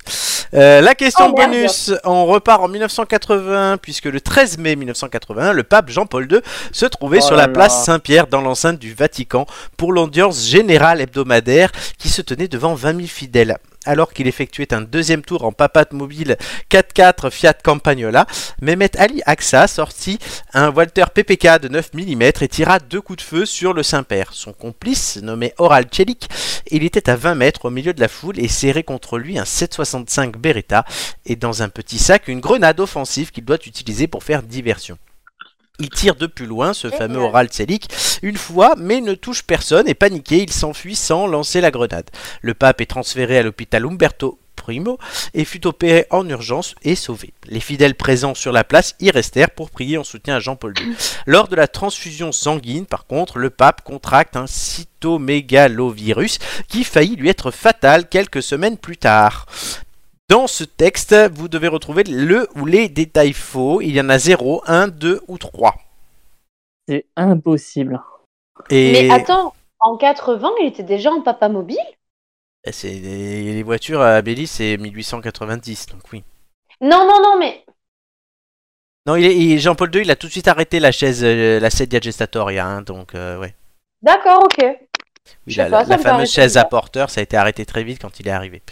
S1: Euh, la question
S4: Oh, merde.
S1: bonus, on repart en 1981 puisque le 13 mai 1981, le pape Jean-Paul II se trouvait
S2: Oh
S1: sur
S2: là
S1: la place
S2: là.
S1: Saint-Pierre dans l'enceinte du Vatican pour l'audience générale hebdomadaire qui se tenait devant 20 000 fidèles. Alors qu'il effectuait un deuxième tour en papate mobile 4x4 Fiat Campagnola, Mehmet Ali Aksa sortit un Walter PPK de 9 mm et tira deux coups de feu sur le Saint-Père. Son complice, nommé Oral Celik, il était à 20 mètres au milieu de la foule et serré contre lui un 765 Beretta et dans un petit sac une grenade offensive qu'il doit utiliser pour faire diversion. Il tire de plus loin ce fameux Oral Celik une fois mais ne touche personne et paniqué il s'enfuit sans lancer la grenade. Le pape est transféré à l'hôpital Umberto Primo et fut opéré en urgence et sauvé. Les fidèles présents sur la place y restèrent pour prier en soutien à Jean-Paul II. Lors de la transfusion sanguine, par contre, le pape contracte un cytomégalovirus qui faillit lui être fatal quelques semaines plus tard. Dans ce texte, vous devez retrouver le ou les détails faux. Il y en a 0, 1, 2 ou 3.
S2: C'est impossible.
S1: Et
S4: Mais attends, en 80, il était déjà en papa mobile
S1: Eh, c'est les, les voitures à Bélis, c'est 1890, donc oui.
S4: Non, non, non, mais
S1: Non, il est- il- Jean-Paul II, il a tout de suite arrêté la chaise, euh, la sedia gestatoria, hein, donc euh, ouais.
S4: d'accord, ok.
S1: Oui,
S4: Je
S1: la,
S4: sais pas,
S1: la-
S4: ça
S1: la
S4: me paraît
S1: fameuse chaise à
S4: bizarre.
S1: porteur, ça a été arrêté très vite quand il est arrivé.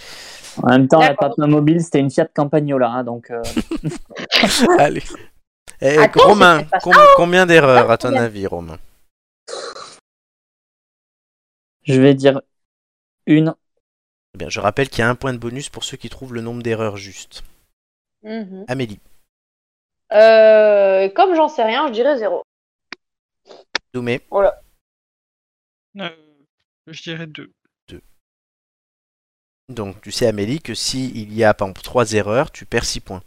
S2: En même temps, la
S4: D'accord.
S2: Papa Mobile, c'était une Fiat Campagnola, hein, donc euh,
S1: Allez. Eh,
S4: Attends,
S1: Romain,
S4: c'était pas Ah
S1: com- combien d'erreurs à ton avis, Romain
S2: je vais dire une.
S1: Eh bien, Je rappelle qu'il y a un point de bonus pour ceux qui trouvent le nombre d'erreurs juste.
S4: Mhm.
S1: Amélie,
S4: Euh, comme j'en sais rien, je dirais zéro.
S1: Doumé,
S3: euh, je dirais deux.
S1: donc tu sais Amélie que si il y a par exemple 3 erreurs, tu perds 6 points.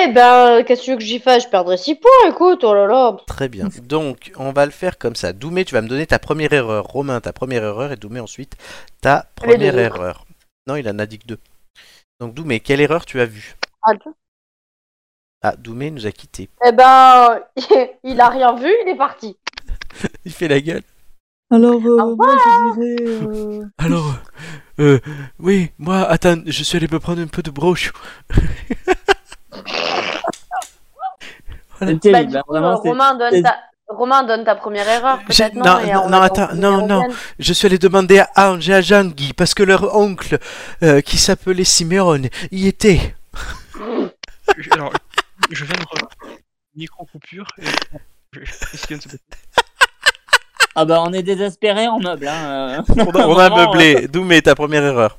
S4: Eh ben, qu'est-ce que tu veux que j'y fasse Je perdrais 6 points, écoute, oh là là.
S1: Très bien. Donc on va le faire comme ça. Doumé, tu vas me donner ta première erreur. Romain, ta première erreur et Doumé ensuite ta
S4: Les deux
S1: première
S4: autres.
S1: erreur. Non, il en a dit que deux. Donc Doumé, quelle erreur tu as vue
S4: Attends.
S1: Ah, Doumé nous a quittés.
S4: Eh ben, il a rien vu, il est parti.
S1: Il fait la gueule.
S2: Alors, euh,
S4: Au
S2: moi, je dirais.
S1: Alors, euh, oui, moi, attends, je suis allé me prendre un peu de broche.
S2: C'est
S4: Bah,
S2: terrible,
S4: du
S2: hein,
S4: coup, euh,
S2: vraiment, c'est.
S4: Romain, donne
S2: c'est-
S4: ta... Romain donne ta première erreur.
S1: J'ai-
S4: peut-être,
S1: non,
S4: et
S1: non,
S4: on
S1: non,
S4: attend
S1: attends,
S4: que
S1: non,
S4: les
S1: non.
S4: reviennent.
S1: Je suis allé demander à Ange et à Jean-Guy parce que leur oncle, euh, qui s'appelait Siméon, y était.
S3: Je- Alors, je viens de re- micro coupure. Et... je- je- qu'est-ce qui vient de se passer
S2: Ah bah, on est désespéré en meuble. Hein, euh.
S1: On a, on a meublé. Doumé, ta première erreur.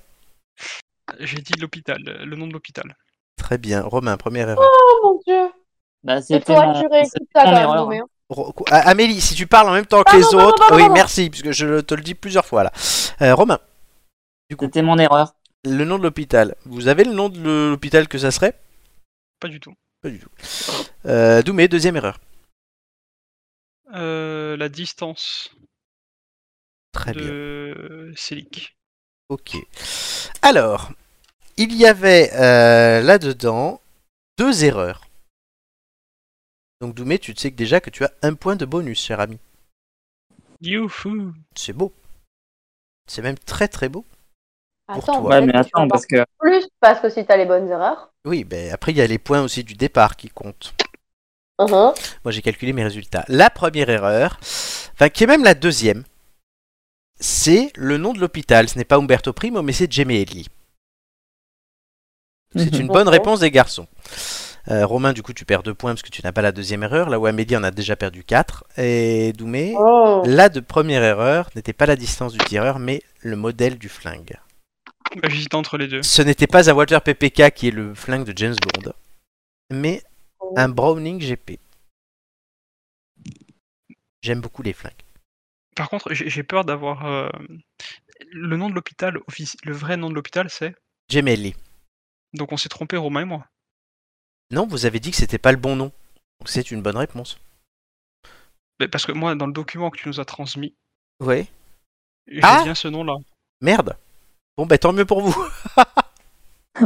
S3: J'ai dit l'hôpital, le nom de l'hôpital.
S1: Très bien. Romain, première erreur.
S4: Oh mon dieu.
S2: Bah,
S4: Il
S2: c'était
S4: faudra
S2: mon-
S4: que tu réécoutes
S2: Bah, c'était mon
S4: ça quand même,
S2: erreur,
S4: Doumé, hein.
S1: Ro- quoi- Ah, Amélie, si tu parles en même temps que
S4: Pardon,
S1: les
S4: pardon,
S1: autres.
S4: pardon,
S1: oui,
S4: pardon.
S1: merci, puisque je te le dis plusieurs fois là. Euh, Romain,
S2: C'était mon erreur.
S1: le nom de l'hôpital. Vous avez le nom de l'hôpital que ça serait
S3: Pas du tout.
S1: Pas du tout. Euh, Doumé, deuxième erreur.
S3: Euh, la distance
S1: Très bien.
S3: de Célic.
S1: Ok. Alors, il y avait euh, là-dedans deux erreurs. Donc Doumé, tu sais que déjà que tu as un point de bonus, cher ami.
S3: Youhou
S1: C'est beau. C'est même très très beau. Pour
S4: Attends,
S1: toi.
S2: Ouais,
S4: peut-être
S2: mais
S4: que tu vas
S2: attends, parce que.
S4: avoir Plus parce que si t'as les bonnes erreurs.
S1: Oui, ben après il y a les points aussi du départ qui comptent.
S4: Mhm.
S1: Moi j'ai calculé mes résultats. La première erreur, enfin qui est même la deuxième, c'est le nom de l'hôpital. Ce n'est pas Umberto Primo, mais c'est Gemelli. C'est une
S4: Mhm.
S1: bonne
S4: Ok.
S1: réponse des garçons. Euh, Romain, du coup, tu perds deux points parce que tu n'as pas la deuxième erreur. Là où Amélie en a déjà perdu quatre. Et Doumé,
S4: Oh.
S1: la de première erreur n'était pas la distance du tireur, mais le modèle du flingue.
S3: Bah, J'hésite entre les deux.
S1: Ce n'était pas un Walter PPK qui est le flingue de James Bond, mais
S4: Oh.
S1: un Browning GP. J'aime beaucoup les flingues.
S3: Par contre, j'ai j'ai peur d'avoir. euh, Le nom de l'hôpital, offici- le vrai nom de l'hôpital, c'est.
S1: Gemelli.
S3: Donc on s'est trompé, Romain et moi.
S1: Non, vous avez dit que c'était pas le bon nom. Donc c'est une bonne réponse.
S3: Mais parce que moi, dans le document que tu nous as transmis,
S1: Oui.
S3: j'ai
S1: Ah
S3: bien ce nom-là.
S1: Merde. Bon, bah tant mieux pour vous.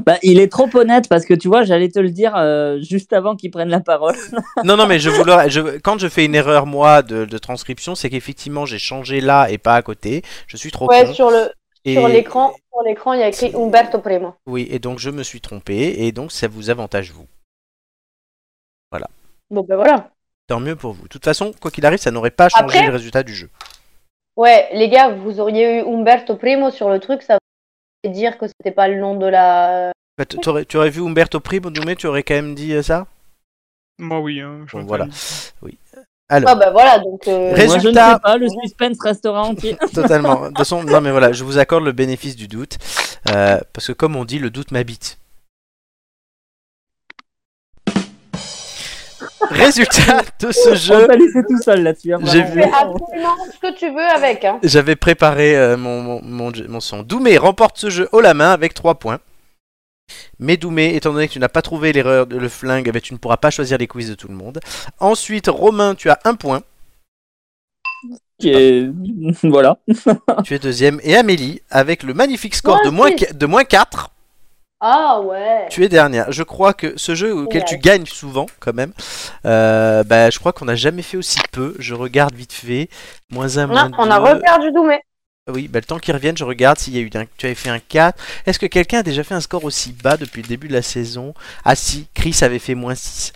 S2: Bah, il est trop honnête parce que tu vois, j'allais te le dire euh, juste avant qu'il prenne la parole.
S1: Non, non, mais je vous le- je- quand je fais une erreur, moi, de, de transcription, c'est qu'effectivement, j'ai changé là et pas à côté. Je suis trop
S4: Ouais,
S1: con.
S4: sur le
S1: Et-
S4: sur l'écran, sur l'écran, il y a écrit Umberto Primo.
S1: Oui, et donc je me suis trompé, et donc ça vous avantage, vous.
S4: Bon ben voilà.
S1: Tant mieux pour vous. De toute façon, quoi qu'il arrive, ça n'aurait pas changé
S4: Après-
S1: le résultat du jeu.
S4: Ouais, les gars, vous auriez eu Umberto Primo sur le truc, ça veut dire que c'était pas le nom de la.
S1: Bah, t- t'aurais- tu aurais vu Umberto Primo, Doumé, tu aurais quand même dit euh, ça
S3: Moi, oui. hein, j'aurais
S1: Bon,
S3: pas
S1: voilà.
S3: dit.
S1: Alors,
S4: Ah bah voilà, donc. euh,
S1: Rés-
S2: Moi, je ne
S1: Résultat.
S2: sais pas, le suspense restera entier.
S1: totalement. De toute façon, non, mais voilà, je vous accorde le bénéfice du doute. euh, parce que, comme on dit, le doute m'habite. Résultat de ce
S2: On
S1: jeu.
S2: t'a laissé tout seul là-dessus. hein,
S1: J'ai
S4: tu
S2: vraiment.
S1: vu.
S4: fais absolument ce que tu veux avec. Hein.
S1: J'avais préparé euh, mon, mon, mon jeu- mon son. Doumé remporte ce jeu haut la main avec 3 points. Mais Doumé, étant donné que tu n'as pas trouvé l'erreur de le flingue, eh ben, tu ne pourras pas choisir les quiz de tout le monde. Ensuite, Romain, tu as un point.
S2: Qui est- voilà.
S1: Tu es deuxième. Et Amélie, avec le magnifique score
S4: Moi
S1: de moins,
S4: aussi.
S1: qu- de moins 4,
S4: Ah ouais.
S1: tu es dernière. Je crois que ce jeu auquel
S4: Ouais.
S1: tu gagnes souvent, quand même, euh, bah, je crois qu'on n'a jamais fait aussi peu. Je regarde vite fait. Moins 1, moins
S4: Non,
S1: 2.
S4: Ah, on a reperdu Doumé.
S1: Oui, bah, le temps qu'ils reviennent, je regarde s'il y a eu un... tu avais fait un 4. Est-ce que quelqu'un a déjà fait un score aussi bas depuis le début de la saison Ah si, Chris avait fait moins 6.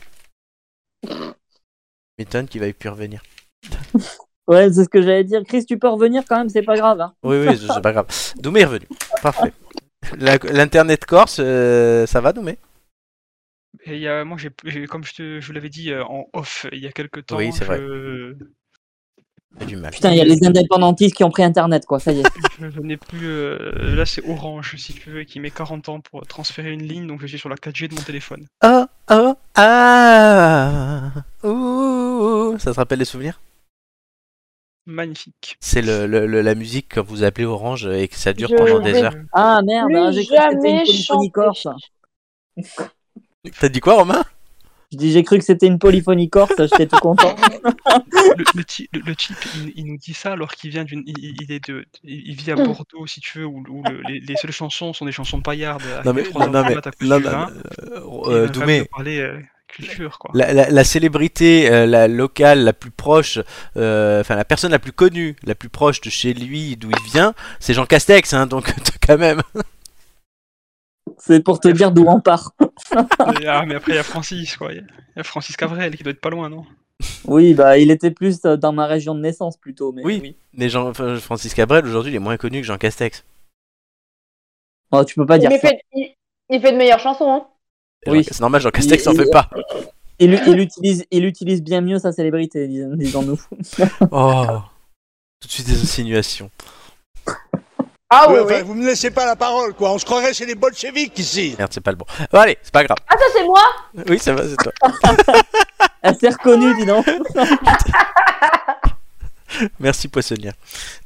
S1: M'étonne qu'il va plus revenir.
S2: Ouais, c'est ce que j'allais dire. Chris, tu peux revenir quand même, c'est pas grave. hein.
S1: Oui, oui, c'est c'est pas grave. Doumé est revenu. Parfait. La- L'internet corse, euh, ça va Doumé
S3: Et il y a- moi, j'ai, j'ai- comme je, te- je vous l'avais dit euh, en off il y a quelques temps,
S1: Oui, c'est vrai.
S3: je,
S1: J'ai du mal.
S2: Putain, il y a les indépendantistes qui ont pris Internet, quoi, ça y est.
S3: je- je n'ai plus. euh, là, c'est Orange, si tu veux, qui met 40 ans pour transférer une ligne, donc je suis sur la 4G de mon téléphone.
S1: Oh, oh, ah Ouh Ça te rappelle les souvenirs
S3: Magnifique.
S1: C'est le, le- le- la musique quand vous appelez Orange et que ça dure
S4: Je-
S1: pendant
S4: je
S1: des
S4: vais-
S1: heures.
S2: Ah merde,
S4: Plus
S2: hein, j'ai cru que c'était une
S4: jamais
S2: polyphonie corse.
S4: chanter.
S1: T'as dit quoi Romain
S2: Je dis, j'ai cru que c'était une polyphonie corse, j'étais tout content.
S3: Le, le ti- le- le type, il, il nous dit ça alors qu'il vient d'une. Il, il- il est de, il il vit à Bordeaux, si tu veux, où, où le- les, les seules chansons sont des chansons paillardes.
S1: Non
S3: arrivées
S1: mais,
S3: trois heures
S1: non,
S3: du
S1: mais,
S3: mat à cause
S1: non,
S3: du
S1: mais,
S3: vin,
S1: euh,
S3: et
S1: euh,
S3: il est incapable
S1: Doumé,
S3: de parler euh, culture, quoi.
S1: la, la- la célébrité euh, la locale la plus proche, euh, enfin la personne la plus connue, la plus proche de chez lui, d'où il vient, c'est Jean Castex, hein, donc quand même.
S2: C'est pour te dire d'où on part.
S3: Et- ah, mais après, il y a Francis, quoi. Il y a Francis Cabrel qui doit être pas loin, non
S2: Oui, bah, il était plus euh, dans ma région de naissance plutôt. Mais
S1: Oui. Mais Jean, enfin, Francis Cabrel aujourd'hui il est moins connu que Jean Castex.
S2: Oh, tu peux pas dire
S4: Mais
S2: ça.
S4: fait- il, il fait de meilleures chansons. Hein.
S1: Jean-
S2: Oui.
S1: C'est normal, Jean Castex n'en
S2: il-
S1: fait pas.
S2: Il, il utilise, il utilise bien mieux sa célébrité, dis- disons-nous.
S1: Oh, tout de suite des insinuations.
S4: Ah oui,
S5: Ouais,
S4: oui.
S5: enfin, Vous me laissez pas la parole, quoi. On se croirait chez les bolcheviks ici.
S1: Merde, c'est pas le bon. Bon, allez, c'est pas grave.
S4: Ah ça c'est moi
S1: Oui, ça va, c'est toi.
S2: Elle s'est reconnue, dis donc.
S1: Merci Poissonnière.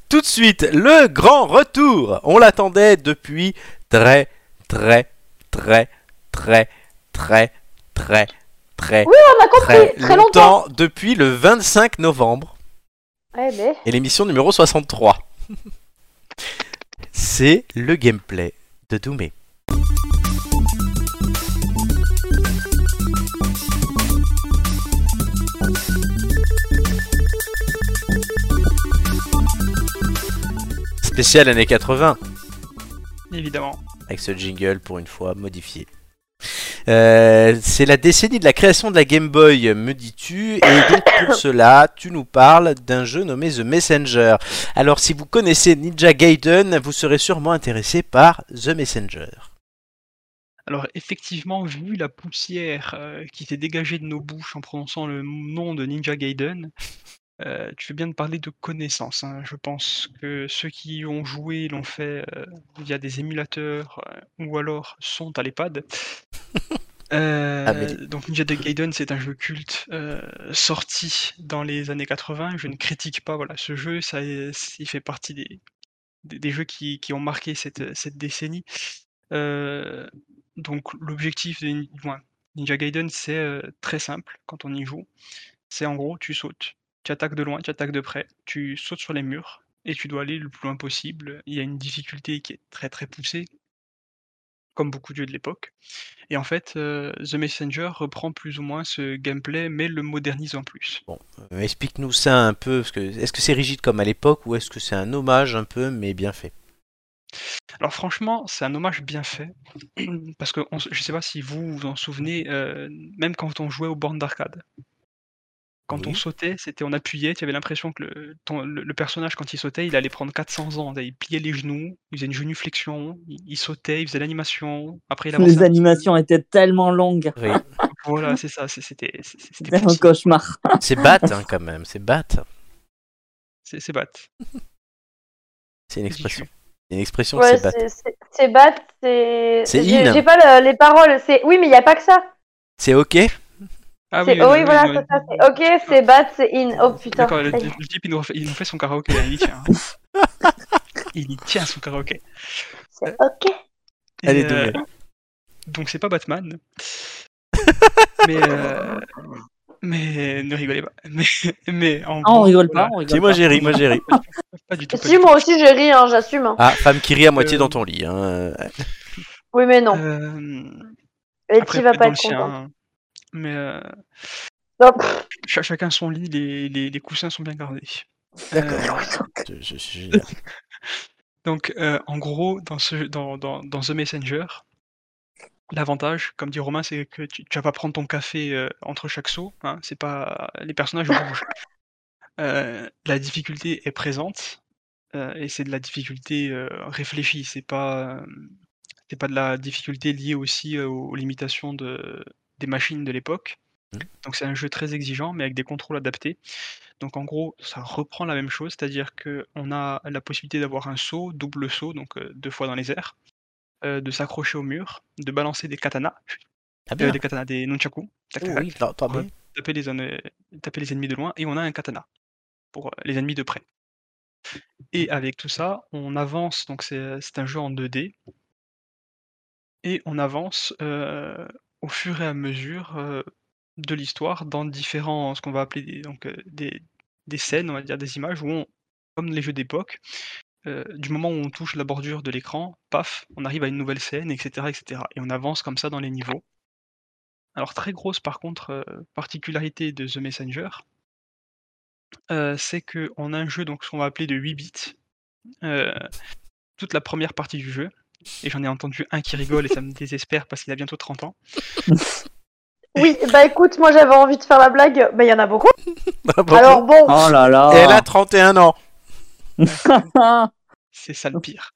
S1: Tout de suite, le grand retour. On l'attendait depuis très, très, très, très, très, très, très,
S4: On a
S1: très,
S4: compris, très longtemps.
S1: longtemps. Depuis le 25 novembre
S4: Ouais, ben.
S1: et l'émission numéro 63. C'est le gameplay de Doomé. Spécial années 80
S3: Évidemment.
S1: avec ce jingle pour une fois modifié. Euh, c'est la décennie de la création de la Game Boy, me dis-tu, et donc pour cela, tu nous parles d'un jeu nommé The Messenger. Alors, si vous connaissez Ninja Gaiden, vous serez sûrement intéressé par The Messenger.
S3: Alors effectivement, vu la poussière euh, qui s'est dégagée de nos bouches en prononçant le nom de Ninja Gaiden, euh, tu fais bien de parler de connaissances. hein. Je pense que ceux qui y ont joué l'ont fait euh, via des émulateurs euh, ou alors sont à l'EHPAD. Euh,
S1: Amélie.
S3: donc Ninja Gaiden, c'est un jeu culte euh, sorti dans les années 80. Je ne critique pas voilà, ce jeu, ça, euh, il fait partie des, des, des jeux qui, qui ont marqué cette, cette décennie. Euh, donc l'objectif de Nin- enfin, Ninja Gaiden, c'est euh, très simple quand on y joue. C'est en gros, tu sautes, tu attaques de loin, tu attaques de près, tu sautes sur les murs et tu dois aller le plus loin possible. Il y a une difficulté qui est très très poussée, comme beaucoup de jeux de l'époque. Et en fait, euh, The Messenger reprend plus ou moins ce gameplay, mais le modernise en plus.
S1: Euh, Explique-nous ça un peu, parce que est-ce que c'est rigide comme à l'époque, ou est-ce que c'est un hommage un peu, mais bien fait
S3: Alors franchement, c'est un hommage bien fait, parce que on s- je ne sais pas si vous vous en souvenez, euh, même quand on jouait aux bornes d'arcade. Quand on
S1: Oui.
S3: sautait, c'était on appuyait, tu avais l'impression que le, ton- le- le personnage, quand il sautait, il allait prendre 400 ans. Il pliait les genoux, il faisait une genuflexion, il, il sautait, il faisait l'animation. Après, il avançait un
S2: Les
S3: petit peu.
S2: animations étaient tellement longues.
S1: Oui.
S3: Voilà, c'est ça, c'est- c'était c'est- c'était
S2: C'était un
S3: poussif.
S2: cauchemar.
S1: C'est bat, hein, quand même, c'est bat.
S3: C'est c'est bat.
S1: C'est une
S3: Qu'est-ce que tu-
S1: expression. Une expression,
S4: Ouais,
S1: c'est bat.
S4: c'est- c'est- c'est bat, c'est.
S1: C'est
S4: j'ai-
S1: in.
S4: J'ai pas le- les paroles. C'est oui, mais il y a pas que ça.
S1: C'est ok
S3: Ah
S4: C'est-
S3: oui,
S4: oh
S3: oui,
S4: oui,
S3: oui,
S4: voilà,
S3: oui.
S4: c'est ça. c'est Ok, c'est bat, c'est in. Oh putain.
S3: D'accord, le,
S4: ça y est.
S3: le type il nous, refait, il nous fait son karaoké, il y tient. hein. il y tient son karaoké.
S4: C'est ok.
S3: Et, euh,
S1: Allez, Doumé.
S3: donc c'est pas Batman. mais, euh, mais ne rigolez pas. Mais, mais en
S2: Ah, on
S3: gros,
S2: rigole
S3: voilà.
S2: pas, on rigole
S1: Si, moi
S2: pas.
S1: j'ai ri, moi j'ai ri.
S3: Pas du tout, pas du tout. pas
S4: Si
S3: du
S4: moi aussi j'ai ri, hein, j'assume. hein.
S1: Ah, femme qui rit à moitié
S3: Euh,
S1: dans ton lit. hein.
S4: Oui, mais
S3: tout.
S4: non.
S3: Euh,
S4: Et
S3: après,
S4: tu vas
S3: peut-être
S4: pas
S3: dans
S4: être
S3: le hein.
S4: content.
S3: sien, Mais euh,
S4: Non, pff,
S3: ch- chacun son lit, les, les, les coussins sont bien gardés.
S1: D'accord.
S3: Euh,
S1: Je- je- je-
S3: Donc, euh, en gros, dans, ce, dans, dans, dans The Messenger, l'avantage, comme dit Romain, c'est que tu, tu vas pas prendre ton café euh, entre chaque saut. hein, c'est pas les personnages bougent. Euh, la difficulté est présente euh, et c'est de la difficulté euh, réfléchie. C'est pas euh, c'est pas de la difficulté liée aussi euh, aux limitations de, des machines de l'époque.
S1: Mhm.
S3: Donc c'est un jeu très exigeant, mais avec des contrôles adaptés. Donc en gros, ça reprend la même chose, c'est-à-dire qu'on a la possibilité d'avoir un saut, double saut, donc euh, deux fois dans les airs, euh, de s'accrocher au mur, de balancer des katanas,
S1: Ah
S3: euh,
S1: bien.
S3: des katanas, des nunchaku, tac, tac,
S1: Oh
S3: tac,
S1: oui, non, pas bien.
S3: taper, les, en- euh, taper les ennemis de loin, et on a un katana pour euh, les ennemis de près. Et avec tout ça, on avance, donc c'est euh, c'est un jeu en 2D, et on avance euh, au fur et à mesure euh, de l'histoire dans différents, ce qu'on va appeler des, donc, euh, des, des scènes, on va dire des images, où on, comme les jeux d'époque, euh, du moment où on touche la bordure de l'écran, paf, on arrive à une nouvelle scène, etc., etc. Et on avance comme ça dans les niveaux. Alors très grosse par contre euh, particularité de The Messenger, euh, c'est que on a un jeu donc ce qu'on va appeler de 8 bits euh, toute la première partie du jeu. Et j'en ai entendu un qui rigole et ça me désespère parce qu'il a bientôt 30 ans.
S4: Oui, bah écoute, moi j'avais envie de faire la blague. Bah il y en a beaucoup.
S1: Ah, bon,
S4: Alors bon,
S2: Oh là là.
S1: Elle a 31 ans.
S2: Ah,
S3: C'est ça le pire.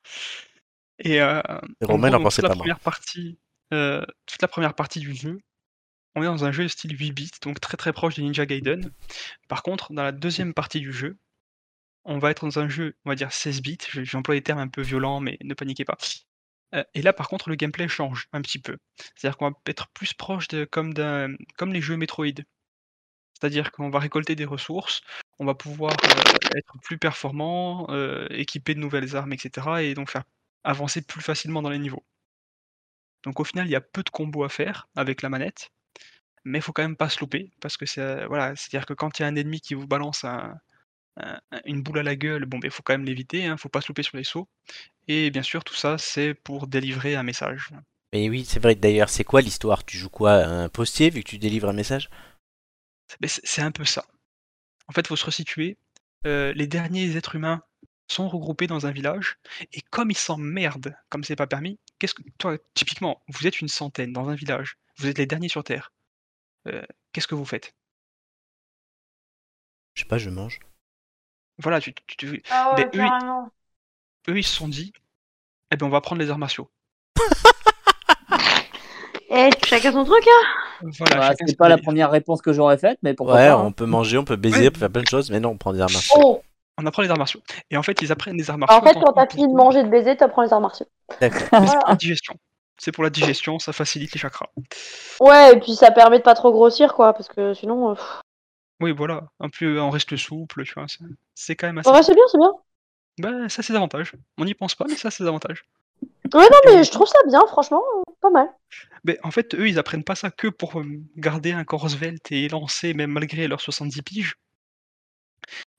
S3: Et euh,
S1: Et Romain n'en
S3: donc,
S1: pensait
S3: toute la
S1: pas moins.
S3: première partie, euh, toute la première partie du jeu, on est dans un jeu de style 8 bits, donc très très proche des Ninja Gaiden. Par contre, dans la deuxième partie du jeu, on va être dans un jeu, on va dire 16 bits. Je- J'emploie des termes un peu violents, mais ne paniquez pas. Euh, et là, par contre, le gameplay change un petit peu. C'est-à-dire qu'on va être plus proche de comme d'un comme les jeux Metroid. C'est-à-dire qu'on va récolter des ressources, on va pouvoir euh, être plus performant, euh, équiper de nouvelles armes, etc. Et donc faire avancer plus facilement dans les niveaux. Donc au final, il y a peu de combos à faire avec la manette, mais il faut quand même pas se louper, parce que c'est euh, voilà, c'est-à-dire que quand il y a un ennemi qui vous balance un- un- un- une boule à la gueule, bon, il faut quand même l'éviter, hein, faut pas se louper sur les sauts. Et bien sûr, tout ça, c'est pour délivrer un message.
S1: Mais oui, c'est vrai. D'ailleurs, c'est quoi l'histoire Tu joues quoi Un postier, vu que tu délivres un message
S3: Mais c'est c'est un peu ça. En fait, il faut se resituer. Euh, les derniers êtres humains sont regroupés dans un village, et comme ils s'emmerdent, comme c'est pas permis, qu'est-ce que toi, typiquement, vous êtes une centaine dans un village, vous êtes les derniers sur Terre. euh, qu'est-ce que vous faites
S1: Je sais pas, je mange.
S3: Voilà, tu, tu- tu-
S4: Ah ouais,
S3: Mais eux, ils-
S4: carrément.
S3: eux ils se sont dit, eh ben on va prendre les arts martiaux.
S4: Eh, chacun son truc, hein
S3: Voilà,
S2: Bah,
S3: chacun
S2: c'est
S3: son
S2: pas la
S3: délire.
S2: première réponse que j'aurais faite, mais pourquoi
S1: ouais,
S2: pas. hein.
S1: on peut manger, on peut baiser, on peut faire plein de choses, mais non, on prend des armes.
S4: Oh
S3: On apprend les arts martiaux. Et en fait, ils apprennent les arts martiaux.
S4: En fait, quand
S3: t'as
S4: t'as fini de manger, de baiser, t'apprends les arts martiaux.
S1: D'accord.
S3: C'est pour
S4: Voilà.
S3: la digestion. C'est pour la digestion, ça facilite les chakras.
S4: Ouais, et puis ça permet de pas trop grossir, quoi, parce que sinon. euh, pff.
S3: Oui, voilà. En plus, euh, on reste souple, tu vois. c'est- C'est quand même assez.
S4: Ouais, c'est bien, c'est bien.
S3: Bah, ça, c'est avantage. On n'y pense pas, mais ça, c'est avantage.
S4: Ouais, non, mais je trouve ça bien, franchement, euh, pas mal.
S3: Mais en fait, eux, ils apprennent pas ça que pour euh, garder un corps svelte et élancé, même malgré leurs 70 piges.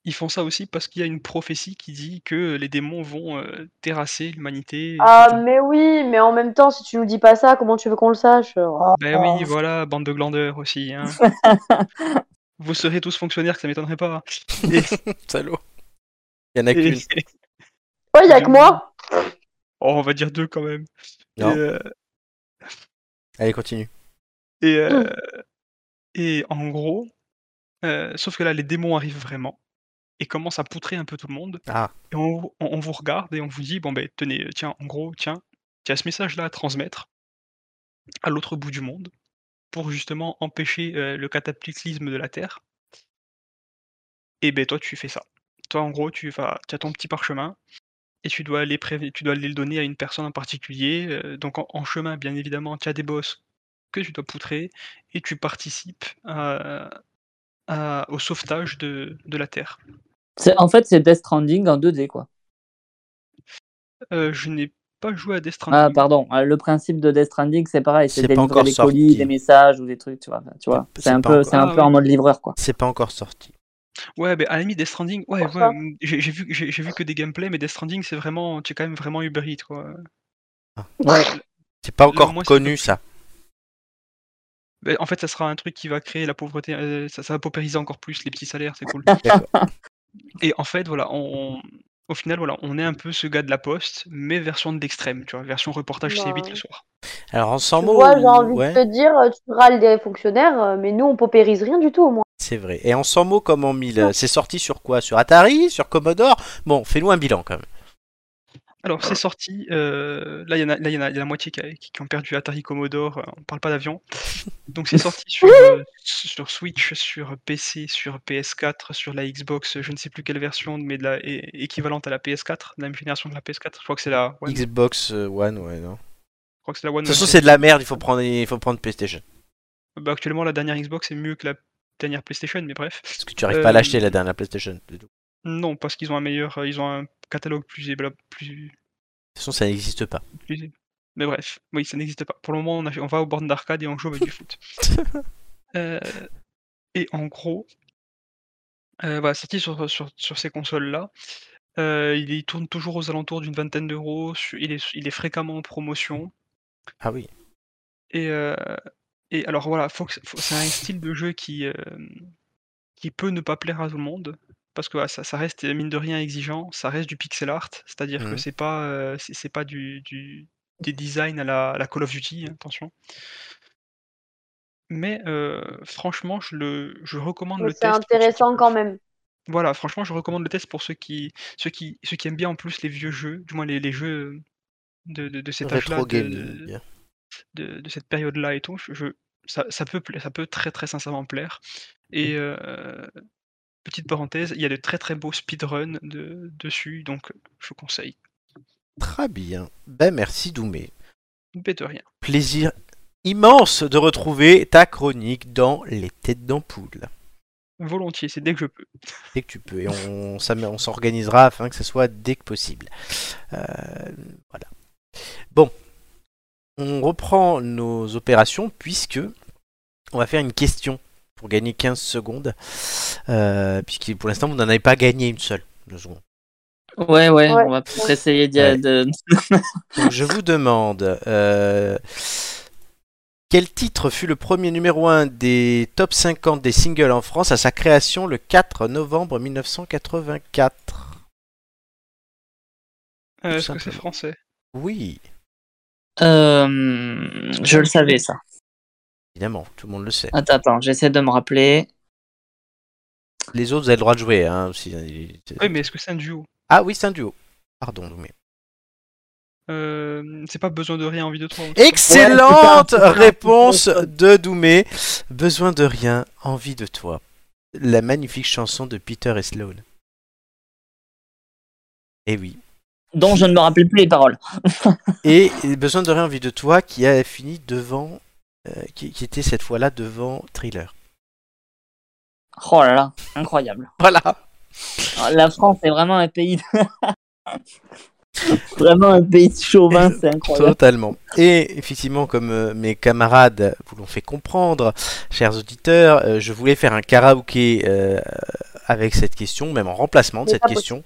S3: Ils font ça aussi parce qu'il y a une prophétie qui dit que les démons vont euh, terrasser l'humanité.
S4: Ah,
S3: etc.
S4: mais oui, mais en même temps, si tu nous dis pas ça, comment tu veux qu'on le sache Oh.
S3: Ben oui, voilà, bande de glandeurs aussi. hein. Vous serez tous fonctionnaires, que ça m'étonnerait pas.
S1: Salaud. Il y en a
S3: Et-
S1: qu'une.
S4: Ouais, y'a que moi
S3: Oh, on va dire deux quand même. Et,
S1: Non.
S3: euh,
S1: Allez, continue.
S3: Et, euh, et en gros, euh, sauf que là, les démons arrivent vraiment et commencent à poutrer un peu tout le monde.
S1: Ah.
S3: Et on, vous- on- on vous regarde et on vous dit, bon ben tenez, euh, tiens, en gros, tiens, tu as ce message-là à transmettre à l'autre bout du monde pour justement empêcher euh, le cataclysme de la Terre. Et ben toi, tu fais ça. Toi, en gros, tu vas, tu as ton petit parchemin et tu dois aller préven- tu dois aller le donner à une personne en particulier. euh, donc en, en chemin, bien évidemment, tu as des boss que tu dois poutrer et tu participes à- à- au sauvetage de, de la Terre.
S2: C'est- En fait, c'est Death Stranding en 2D, quoi.
S3: Euh, je n'ai pas joué à Death Stranding.
S2: Ah, pardon. euh, Le principe de Death Stranding, c'est pareil.
S1: C'est
S2: C'est
S1: pas
S2: délivrer
S1: encore
S2: des
S1: sorti.
S2: colis, des messages ou des trucs, tu vois. enfin, Tu vois.
S1: C'est-
S2: C'est un,
S1: c'est pas
S2: peu,
S1: encore-
S2: c'est un
S3: Ah,
S2: peu en
S3: oui.
S2: mode livreur, quoi.
S1: C'est pas encore sorti.
S3: Ouais, mais à la limite, Death Stranding, ouais,
S4: Pourquoi
S3: ouais, mm, j'ai j'ai vu, j'ai j'ai vu que des gameplays, mais Death Stranding, c'est vraiment, tu es quand même vraiment Uber Eats, quoi.
S2: Ouais.
S1: C'est pas encore
S3: Là, moi, c'est
S1: connu ça.
S3: Mais en fait, ça sera un truc qui va créer la pauvreté, euh, ça, ça va paupériser encore plus les petits salaires, c'est cool.
S1: D'accord.
S3: Et en fait, voilà, on, au final, voilà, on est un peu ce gars de la poste, mais version de l'extrême, tu vois, version reportage C8 le
S4: Ouais.
S3: soir.
S1: Alors en 100
S4: Tu
S1: mots,
S4: vois, j'ai envie
S1: ouais,
S4: de te dire, euh, tu râles des fonctionnaires, euh, mais nous, on paupérise rien du tout, au moins.
S1: c'est vrai. Et en 100 mots comme en 1000, c'est sorti sur quoi Sur Atari, sur Commodore Bon, fais-nous un bilan quand même.
S3: Alors, c'est sorti. euh, là, il y, en a- là, il y en a il y a la moitié qui, a- qui- qui ont perdu Atari Commodore. euh, On parle pas d'avion. Donc, c'est sorti sur, euh, sur Switch, sur PC, sur PS4, sur la Xbox. Je ne sais plus quelle version, mais de la, é- équivalente à la PS4, de la même génération que la PS4. Je crois que c'est la One. Je
S1: Xbox euh, One, ouais, non.
S3: crois que c'est la One.
S1: De toute façon,
S3: ouais.
S1: c'est de la merde, il faut prendre, il faut prendre PlayStation.
S3: Bah, actuellement, la dernière Xbox est mieux que la dernière PlayStation, mais bref.
S1: Parce que tu arrives pas à
S3: Euh,
S1: l'acheter la dernière PlayStation. c'est tout. De
S3: Non, parce qu'ils ont un meilleur, euh, ils ont un catalogue plus, ébla- plus,
S1: toute façon, ça n'existe pas.
S3: plus- Mais bref, oui, ça n'existe pas. Pour le moment, on, a- on va aux bornes d'arcade et on joue avec du foot. Euh, et en gros, euh, voilà, sorti sur, sur, sur ces consoles-là, euh, il y tourne toujours aux alentours d'une vingtaine d'euros. su- Il est, il est fréquemment en promotion.
S1: Ah oui.
S3: Et, euh, et alors voilà, faut que- faut- c'est un style de jeu qui, euh, qui peut ne pas plaire à tout le monde. Parce que voilà, ça, ça reste, mine de rien, exigeant. Ça reste du pixel art. C'est-à-dire
S1: Mhm.
S3: que c'est pas, euh, c'est c'est pas du, du- des designs à la, à la Call of Duty, hein, attention. Mais euh, franchement, je, le, je recommande
S4: Mais
S3: le
S4: c'est
S3: test. pour ceux qui
S4: intéressant
S3: peuvent.
S4: quand même.
S3: Voilà, franchement, je recommande le test pour ceux qui, ceux qui, ceux qui aiment bien en plus les vieux jeux, du moins les, les jeux de, de, de cet âge-là,
S1: Rétro
S3: de-
S1: gaming.
S3: de, de cette période-là et tout, je, je- ça, ça peut, pla- ça peut très très sincèrement plaire.
S1: Mmh.
S3: Et euh, petite parenthèse, il y a de très très beaux speedruns de, dessus, donc je vous conseille.
S1: Très bien. Ben merci Doumé.
S3: Bête de rien.
S1: Plaisir immense de retrouver ta chronique dans les têtes d'ampoule.
S3: Volontiers, c'est dès que je peux.
S1: dès que tu peux. Et on, s'am- on s'organisera afin que ce soit dès que possible. Euh, voilà. Bon. On reprend nos opérations puisque on va faire une question pour gagner 15 secondes. Euh, puisque pour l'instant, vous n'en avez pas gagné une seule. Deux secondes.
S2: Ouais, ouais,
S4: Ouais.
S2: on va peut-être essayer d'y
S1: Ouais.
S2: de-
S1: Donc, je vous demande euh, quel titre fut le premier numéro 1 des top 50 des singles en France à sa création le 4 novembre 1984
S3: Euh,
S1: Tout
S3: Est-ce que c'est
S1: simplement.
S3: français
S1: Oui,
S2: Euh, je le savais ça.
S1: évidemment, tout le monde le sait.
S2: Attends, attends, j'essaie de me rappeler.
S1: Les autres, vous avez le droit de jouer. hein, si-
S3: Oui, mais est-ce que c'est un duo
S1: Ah oui, c'est un duo. Pardon, Doumé.
S3: Euh, C'est pas besoin de rien, envie de toi. ou-
S1: Excellente
S2: Ouais, c'est pas-
S1: réponse de Doumé. Besoin de rien, envie de toi. La magnifique chanson de Peter et Sloan. Eh oui.
S2: Dont je ne me rappelle plus les paroles.
S1: Et Besoin de rien, envie de toi qui a fini devant. euh, qui, qui était cette fois-là devant Thriller.
S2: Oh là là, incroyable.
S1: Voilà.
S2: Ah, La France est vraiment un pays de... vraiment un pays de chauvin, c'est incroyable.
S1: Totalement. Et effectivement, comme euh, mes camarades vous l'ont fait comprendre, chers auditeurs, euh, je voulais faire un karaoké euh, avec cette question, même en remplacement de
S4: C'est
S1: cette
S4: pas
S1: question.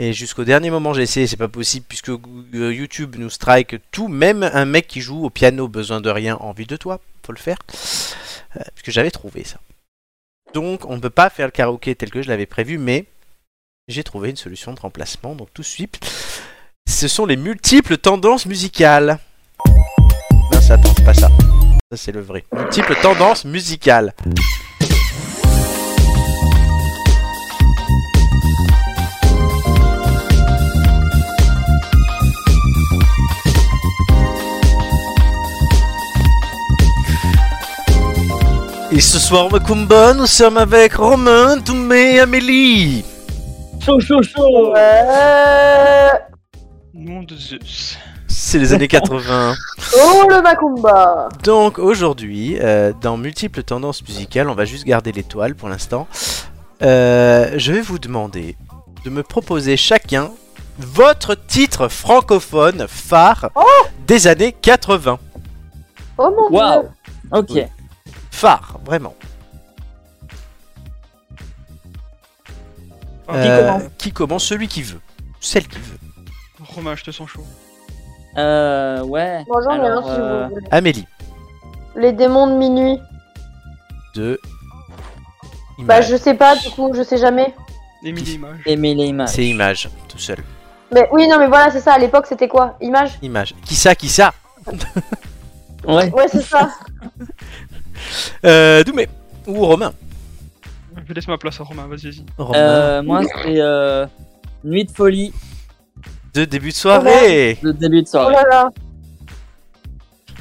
S1: Et jusqu'au dernier moment, j'ai essayé, c'est pas possible, puisque Gou- euh, YouTube nous strike tout, même un mec qui joue au piano, besoin de rien, envie de toi, faut le faire. Euh, puisque j'avais trouvé ça. Donc, on ne peut pas faire le karaoké tel que je l'avais prévu, mais j'ai trouvé une solution de remplacement, donc tout de suite. Ce sont les multiples tendances musicales. Non, ça, attends, c'est pas ça. Ça, c'est le vrai. Multiple tendance musicale. Et ce soir, Macumba, nous sommes avec Romain, Doumé et Amélie.
S2: Chaud, Oh, chaud, chaud
S4: Euh,
S3: Nom de Zeus.
S1: C'est les années 80.
S4: Oh le Macumba
S1: Donc aujourd'hui, euh, dans multiples tendances musicales, on va juste garder l'étoile pour l'instant. Euh, je vais vous demander de me proposer chacun votre titre francophone phare des années 80.
S4: Oh mon
S2: Waouh
S4: dieu
S2: Ok.
S1: Oui. Phare, vraiment.
S3: Ah,
S1: Euh,
S2: commence
S1: qui commence Celui qui veut. Celle qui veut.
S3: Romain, je te sens chaud.
S2: Euh, ouais.
S4: Bon, j'en ai un
S2: Alors,
S4: si
S2: euh,
S4: vous voulez.
S1: Amélie.
S4: Les démons de minuit.
S1: De.
S4: Bah
S1: Image.
S4: je sais pas du coup, je sais jamais.
S3: Émilie Image.
S2: Aimer les images.
S1: C'est image, tout seul.
S4: Mais oui non mais voilà c'est ça, à l'époque c'était quoi Image
S1: Image. Qui ça, qui ça
S2: Ouais.
S4: Ouais c'est
S2: Ah
S4: ça.
S1: Euh, Doumé. Ou Romain.
S3: Je laisse ma place à Romain, vas-y, vas-y.
S1: Romain.
S2: Euh, moi, c'est euh, Nuit de folie
S1: De début de soirée.
S2: de début de
S4: Oh
S2: soirée.
S4: là là.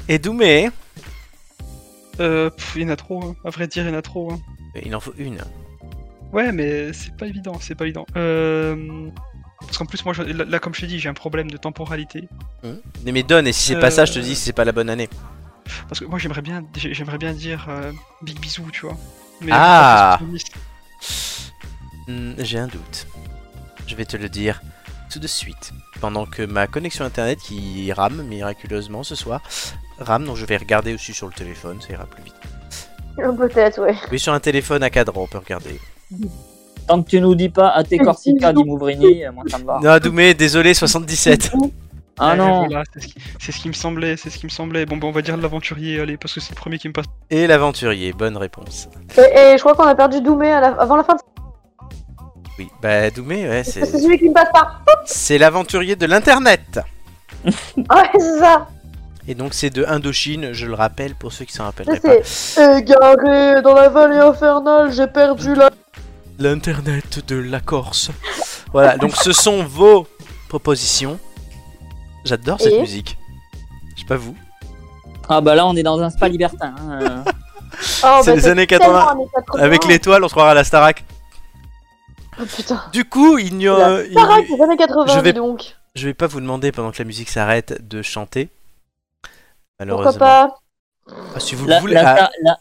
S1: Et Doumé.
S3: Euh, pff, il y en a trop, hein. à vrai dire, il y en a trop. hein.
S1: Il en faut une.
S3: Ouais, mais c'est pas évident, c'est pas évident. Euh... Parce qu'en plus, moi, je- là, là, comme je t'ai dit, j'ai un problème de temporalité.
S1: Hum. Mais, mais donne, et si c'est pas ça, je te dis si c'est pas la bonne année.
S3: Parce que moi, j'aimerais bien, j'ai- j'aimerais bien dire euh, Big Bisou, tu vois. Mais
S1: Ah.
S3: je pense que c'est trop
S1: Hum, J'ai un doute. Je vais te le dire tout de suite. Pendant que ma connexion internet qui rame miraculeusement ce soir rame, donc je vais regarder aussi sur le téléphone, ça ira plus vite.
S4: Euh, Peut-être ouais.
S1: Oui, sur un téléphone à cadran, on peut regarder.
S2: Tant que tu nous dis pas à tes Corsica dit Mouvrini, euh, moi ça me va.
S1: Non, Doumé, désolé, 77.
S2: Ah
S3: Ouais,
S2: non
S3: voilà, c'est ce, qui... c'est ce qui me semblait, c'est ce qui me semblait. Bon, ben, on va dire l'aventurier, allez, parce que c'est le premier qui me passe.
S1: Et l'aventurier, bonne réponse.
S4: Et, et je crois qu'on a perdu Doumé à la- avant la fin de...
S1: Oui, bah Doumé, ouais,
S4: C'est
S1: c'est-
S4: celui qui me passe par...
S1: c'est l'aventurier de l'internet.
S4: Ah Ouais c'est ça.
S1: Et donc c'est de Indochine, je le rappelle pour ceux qui s'en rappelleraient pas.
S4: Ça, C'est égaré dans la vallée infernale, j'ai perdu la...
S1: L'internet de la Corse. voilà, donc ce sont vos propositions. J'adore cette
S4: Et
S1: musique. Je sais pas vous.
S2: Ah bah là, on est dans un spa libertin. hein.
S4: Oh,
S1: C'est
S4: bah,
S1: les
S4: ça,
S1: années
S4: tellement
S1: 80.
S4: années 80.
S1: Avec l'étoile, on se croira à la Starac.
S4: Oh, putain.
S1: Du coup, il n'y a- il-
S4: Sarah, c'est les années 80,
S1: Je vais-
S4: dis donc.
S1: je vais pas vous demander pendant que la musique s'arrête de chanter.
S4: Pourquoi
S1: Malheureusement.
S4: pas
S1: Ah, si vous le
S2: La,
S1: voulez.
S2: la,
S1: ah,
S2: la- la-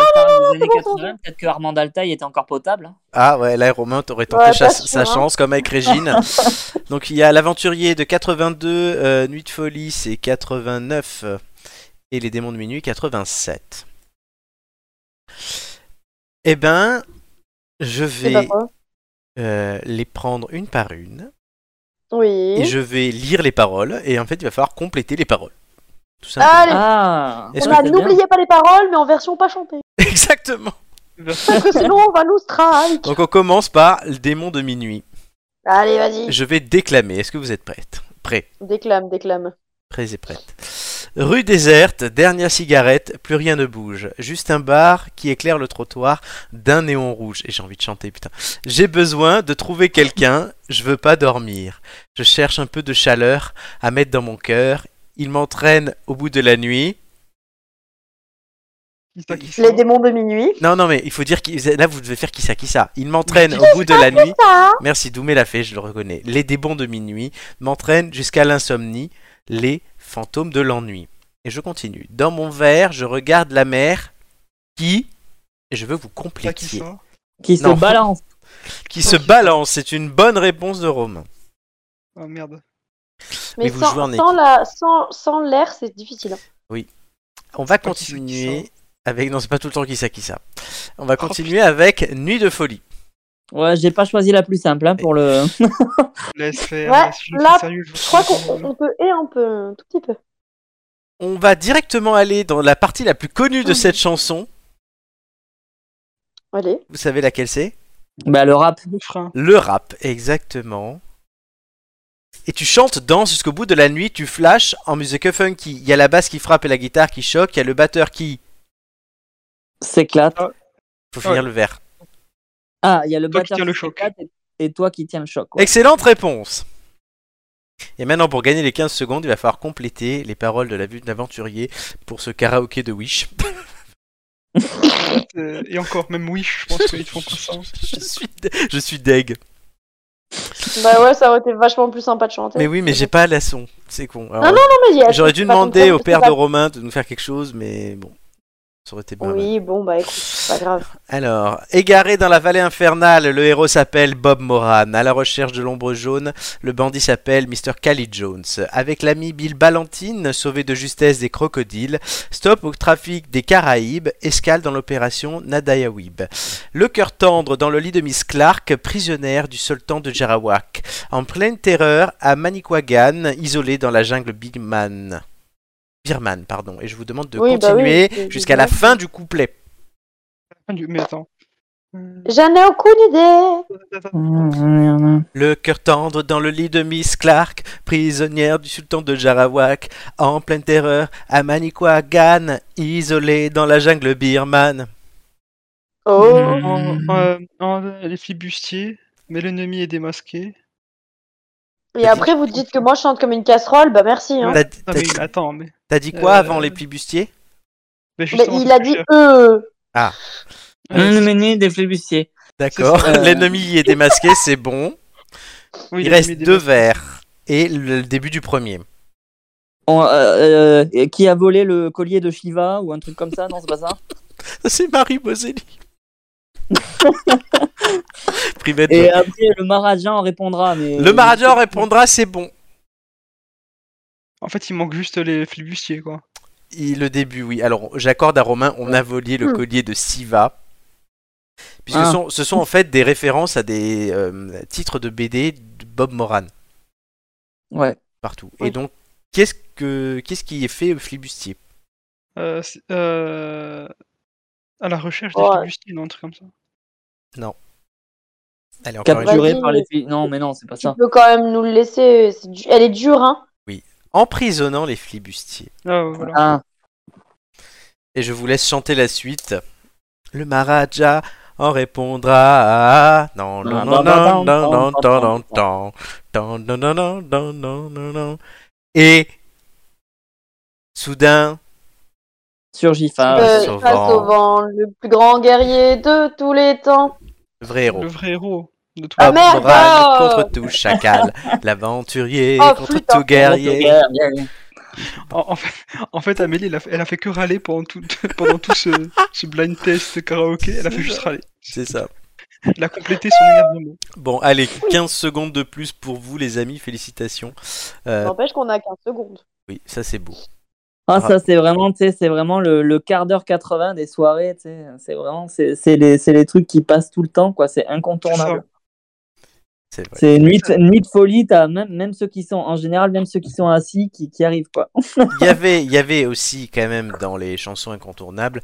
S2: la Star des années 80, peut-être que Armand Altaï était encore potable. hein.
S1: Ah ouais, là Romain t'aurait tenté
S4: Ouais,
S1: cha-
S4: pas sûr,
S1: sa
S4: hein.
S1: chance comme avec Régine. Donc il y a l'aventurier de 82, euh, Nuit de folie c'est 89 euh, et les démons de minuit 87. Eh ben, je
S4: C'est pas
S1: vais
S4: grave.
S1: euh, les prendre une par une
S4: Oui.
S1: et je vais lire les paroles et en fait il va falloir compléter les paroles. Tout simplement.
S4: Allez,
S2: Ah,
S1: Est-ce
S4: on
S1: que
S4: a
S2: c'est
S4: Eh bah, n'oubliez pas les paroles, mais en version pas chantée.
S1: Exactement.
S4: Parce que sinon, on va nous strike.
S1: Donc on commence par le démon de minuit.
S4: Allez, vas-y.
S1: Je vais déclamer. Est-ce que vous êtes prête Prêt
S4: Déclame, déclame.
S1: Prêts et prêtes. Rue déserte, dernière cigarette, plus rien ne bouge. Juste un bar qui éclaire le trottoir d'un néon rouge. Et j'ai envie de chanter, putain. J'ai besoin de trouver quelqu'un, je veux pas dormir. Je cherche un peu de chaleur à mettre dans mon cœur. Il m'entraîne au bout de la nuit.
S4: Les démons de minuit.
S1: Non, non, mais il faut dire que là, vous devez faire qui ça, qui ça. Il m'entraîne au bout de la nuit.
S4: Ça, hein.
S1: Merci, Doumé l'a fait, je le reconnais. Les débons de minuit m'entraînent jusqu'à l'insomnie, les fantômes de l'ennui. Et je continue. Dans mon verre, je regarde la mer qui, et je veux vous compléter,
S2: Qui se
S1: Non.
S2: balance.
S1: qui se balance. C'est une bonne réponse de Romain.
S3: Oh merde.
S1: Mais
S4: mais
S1: vous jouez en
S4: sans,
S1: équipe.
S4: sans la, sans, sans l'air, c'est difficile. hein.
S1: On va
S3: pas qui ça, qui
S1: continuer avec... Non, c'est pas tout le temps qui ça, qui ça. On va continuer avec Nuit de folie.
S2: Ouais, j'ai pas choisi la plus simple hein, pour le.
S3: Laisse faire.
S4: Ouais,
S3: laisse- je
S4: là,
S3: suis sérieux,
S4: Je crois qu'on on- on peut et un peu, un tout petit peu.
S1: On va directement aller dans la partie la plus connue de cette chanson.
S4: Allez.
S1: Vous savez laquelle c'est
S2: bah le rap.
S3: Le frein.
S1: Le rap, exactement. Et tu chantes, danses jusqu'au bout de la nuit, tu flashes en musique funky. Il y a la basse qui frappe et la guitare qui choque, il y a le batteur qui.
S2: s'éclate.
S1: Faut finir
S3: Ouais.
S1: le verre.
S2: Ah, il y a le
S3: Toi qui
S2: batteur
S3: tiens le choc.
S2: s'éclate et- et toi qui tiens le choc. ouais.
S1: Excellente réponse Et maintenant, pour gagner les 15 secondes, il va falloir compléter les paroles de la vue de l'aventurier pour ce karaoké de Wish.
S3: Euh, Et encore, même Wish, je pense qu'ils font pas ça.
S1: je, suis, je suis deg.
S4: Bah ouais, ça aurait été vachement plus sympa de chanter.
S1: Mais oui, mais j'ai pas la son. C'est con. Alors,
S4: Non, non, non, mais il y a-
S1: J'aurais
S4: c'est
S1: dû
S4: pas
S1: demander
S4: comprendre,
S1: au
S4: c'est
S1: père
S4: pas-
S1: de Romain de nous faire quelque chose, mais bon. Ça aurait été bien.
S4: Oui, bon, bah écoute, c'est pas grave.
S1: Alors, égaré dans la vallée infernale, le héros s'appelle Bob Moran. À la recherche de l'ombre jaune, le bandit s'appelle Mr. Cali Jones. Avec l'ami Bill Ballantine, sauvé de justesse des crocodiles, stop au trafic des Caraïbes, escale dans l'opération Nadayawib. Le cœur tendre dans le lit de Miss Clark, prisonnière du sultan de Jarawak. En pleine terreur à Manikwagan, isolé dans la jungle Birman. Birman, pardon. Et je vous demande de
S4: Oui, bah oui,
S1: continuer
S4: c'est- c'est
S1: jusqu'à la
S4: bien.
S1: fin du couplet.
S3: Mais attends. Euh,
S4: J'en ai aucune idée.
S3: attends, attends.
S2: Mmh.
S1: Le cœur tendre dans le lit de Miss Clark, prisonnière du sultan de Jarawak, en pleine terreur à Manikwagan, isolée dans la jungle birmane. Mhm.
S4: Oh.
S3: En- euh, en- les flibustiers, mais l'ennemi est démasqué.
S4: Et après, vous dites que moi je chante comme une casserole, bah merci. Hein.
S1: T'as
S3: Non,
S1: t'as-
S3: mais attends, mais.
S1: t'as dit quoi
S3: Euh,
S1: avant les plibustiers
S3: mais
S4: Mais
S3: justement,
S4: il
S3: c'est
S4: a
S3: pas
S4: dit
S3: cher.
S4: euh.
S2: Mmh, mené des flibustiers.
S1: D'accord,
S2: c'est ça.
S1: l'ennemi y est démasqué, c'est bon.
S3: Oui,
S1: Il
S3: l'ennemi
S1: reste
S3: est
S1: deux
S3: démasqué.
S1: vers et le début du premier.
S2: On, euh, euh, qui a volé le collier de Shiva ou un truc comme ça Non, c'est pas ça.
S1: C'est Marie Boselli. Privé de-
S2: Et après, le Maharaja en répondra.
S3: euh,
S2: Mais...
S1: Le Maharaja répondra, c'est bon.
S3: En fait, il manque juste les flibustiers, quoi.
S1: Il- le début, oui. Alors, j'accorde à Romain, on a volé le
S4: Hmm.
S1: collier de Siva. Puisque
S2: Ah.
S1: ce, sont, ce sont en fait des références à des euh, titres de BD de Bob Moran
S2: Ouais.
S1: partout.
S4: Oui.
S1: Et donc, qu'est-ce que qu'est-ce qui est fait euh, flibustier
S3: Euh, c'est- euh, À la recherche des
S4: Ouais.
S3: flibustiers, non, un truc comme ça.
S1: Allez, encore une fois.
S2: Capturé
S4: Vas-y.
S2: par les filles. Non, mais non, c'est pas
S4: Tu
S2: ça.
S4: peux quand même nous le laisser. c'est du- Elle est dure, hein.
S1: Emprisonnant les flibustiers.
S3: Ah, voilà.
S2: Ah,
S1: Et je vous laisse chanter la suite. Le Maharaja en répondra. à- Non, non, non, non, non, non, non, non, non, non, non, non, non, non, non, non, non. Et soudain,
S2: surgit.
S1: Ah,
S2: Enfin,
S4: Euh,
S1: Sauvant.
S4: face au vent, le plus grand guerrier de tous les temps.
S1: Le vrai héros.
S3: Le vrai héros de tout.
S4: Ah,
S1: Bob
S4: merde,
S1: Moran
S4: oh
S1: contre tout chacal, l'aventurier
S4: Oh,
S1: contre
S4: putain.
S1: tout guerrier.
S2: Guerrier.
S3: En, en fait, en fait, Amélie, elle a, fait- elle a fait que râler pendant tout, pendant tout ce, ce blind test karaoké. Elle a fait juste râler.
S1: C'est ça.
S3: Elle a complété son énervement.
S1: Bon, allez, 15 secondes de plus pour vous, les amis. Félicitations. Euh,
S4: N'empêche qu'on a 15 secondes.
S1: oui, ça, c'est beau.
S2: Ah, ça, c'est vraiment, tu sais, c'est vraiment le, le quart d'heure 80 des soirées, tu sais. C'est vraiment, c'est c'est les, c'est les trucs qui passent tout le temps, quoi. C'est incontournable.
S1: C'est vrai.
S2: C'est une nuit, une nuit de folie, t'as même, même ceux qui sont, en général, même ceux qui sont assis qui, qui arrivent, quoi.
S1: Il y avait, il y avait aussi quand même dans les chansons incontournables,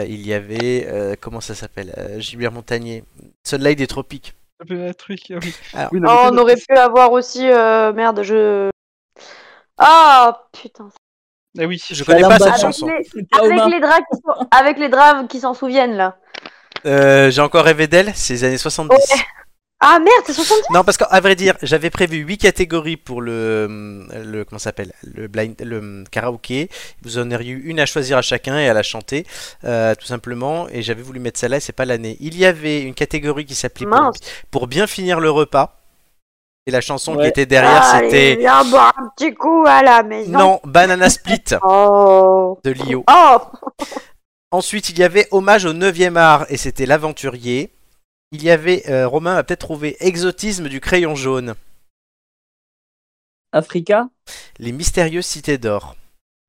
S1: euh, il y avait euh, comment ça s'appelle, euh, Gilbert Montagnier, Soleil des tropiques.
S3: Ça fait un truc. ah oui.
S1: Alors-
S3: Oui, non, mais
S4: Ah, on
S3: t'as-
S4: aurait pu avoir aussi. euh, merde, je. Ah putain.
S3: Ah oui,
S1: Je connais pas
S2: Madame
S1: cette
S2: Bachelot.
S4: Avec
S1: chanson. Ah,
S4: les, avec les draps qui sont- avec les draps qui s'en souviennent là.
S1: Euh, J'ai encore rêvé d'elle, c'est les années 70.
S4: Ouais. Ah merde, c'est 70
S1: Non, parce qu'à vrai dire, j'avais prévu 8 catégories pour le, le comment ça s'appelle, le blind, le karaoké. Vous en auriez eu une à choisir à chacun et à la chanter, euh, tout simplement. Et j'avais voulu mettre celle-là, et c'est pas l'année. Il y avait une catégorie qui s'appelait pour,
S4: Mince.
S1: pour bien finir le repas. Et la chanson qui
S2: Ouais.
S1: était derrière,
S4: Allez,
S1: Ah, c'était
S4: Viens boire un petit coup à la maison.
S1: non Banana Split
S4: Oh.
S1: de Lio.
S4: Oh.
S1: Ensuite, il y avait Hommage au 9e art, et c'était L'Aventurier. Il y avait euh, Romain a peut-être trouvé Exotisme du crayon jaune,
S2: Africa
S1: Les mystérieuses cités d'or.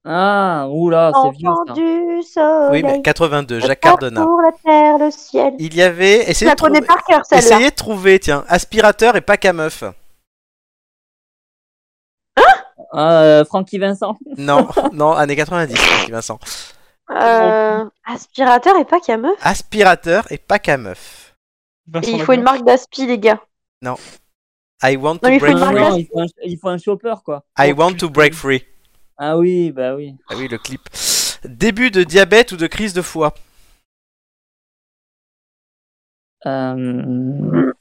S2: Ah, oula,
S1: Oh,
S2: c'est vieux,
S4: Enfant
S2: ça.
S4: du soleil.
S1: Oui, mais 82, Jacques
S4: Terre
S1: Cardona.
S4: Pour la terre, le ciel.
S1: Il y avait. Essayez
S4: Je la
S1: de, trouver...
S4: connais par cœur celle-là.
S1: Essayez de trouver, tiens, aspirateur et pack à meuf.
S2: Ah, euh, Francky Vincent.
S1: Non, non, années 90, Francky Vincent.
S4: Euh, aspirateur et pas qu'à meuf.
S1: Aspirateur et pack à meuf.
S4: Et
S3: Vincent
S4: il faut une
S3: Lagrange.
S4: marque d'aspi, les gars.
S1: I want
S4: Non,
S1: to
S4: il faut
S1: break
S4: une
S2: Ah,
S4: marque
S1: free.
S2: non, il faut un, il faut un chopper, quoi.
S1: I want to break free.
S2: Ah oui, bah oui.
S1: Ah oui, le clip. Début de diabète ou de crise de foie
S2: Euh...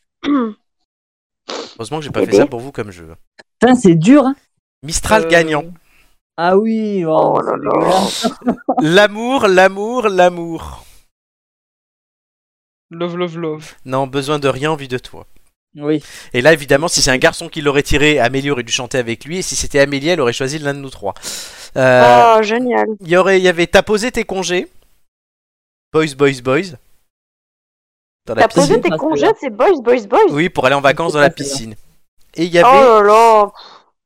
S1: Heureusement que j'ai pas
S4: Eh
S1: fait
S4: bien.
S1: ça pour vous comme jeu.
S2: Putain, c'est dur, hein.
S1: Mistral
S3: Euh,
S1: gagnant.
S2: Ah oui, oh,
S4: Oh là
S2: c'est
S4: là.
S2: dégueulasse.
S1: L'amour, l'amour, l'amour.
S3: Love, love, love.
S1: Non, besoin de rien, envie de toi.
S2: Oui.
S1: Et là, évidemment, si c'est un garçon qui l'aurait tiré, Amélie aurait dû chanter avec lui. Et si c'était Amélie, elle aurait choisi l'un de nous trois. Euh,
S4: Oh, génial.
S1: Il y aurait, il y avait T'as posé tes congés, Boys, Boys, Boys. Dans la
S4: T'as
S1: piscine.
S4: posé tes
S2: Parce que
S4: congés,
S2: là-
S4: c'est boys, boys, boys.
S1: Oui, pour aller en vacances dans la piscine. Et il y
S4: Oh
S1: avait
S4: là là.
S1: Ah.
S4: Oh.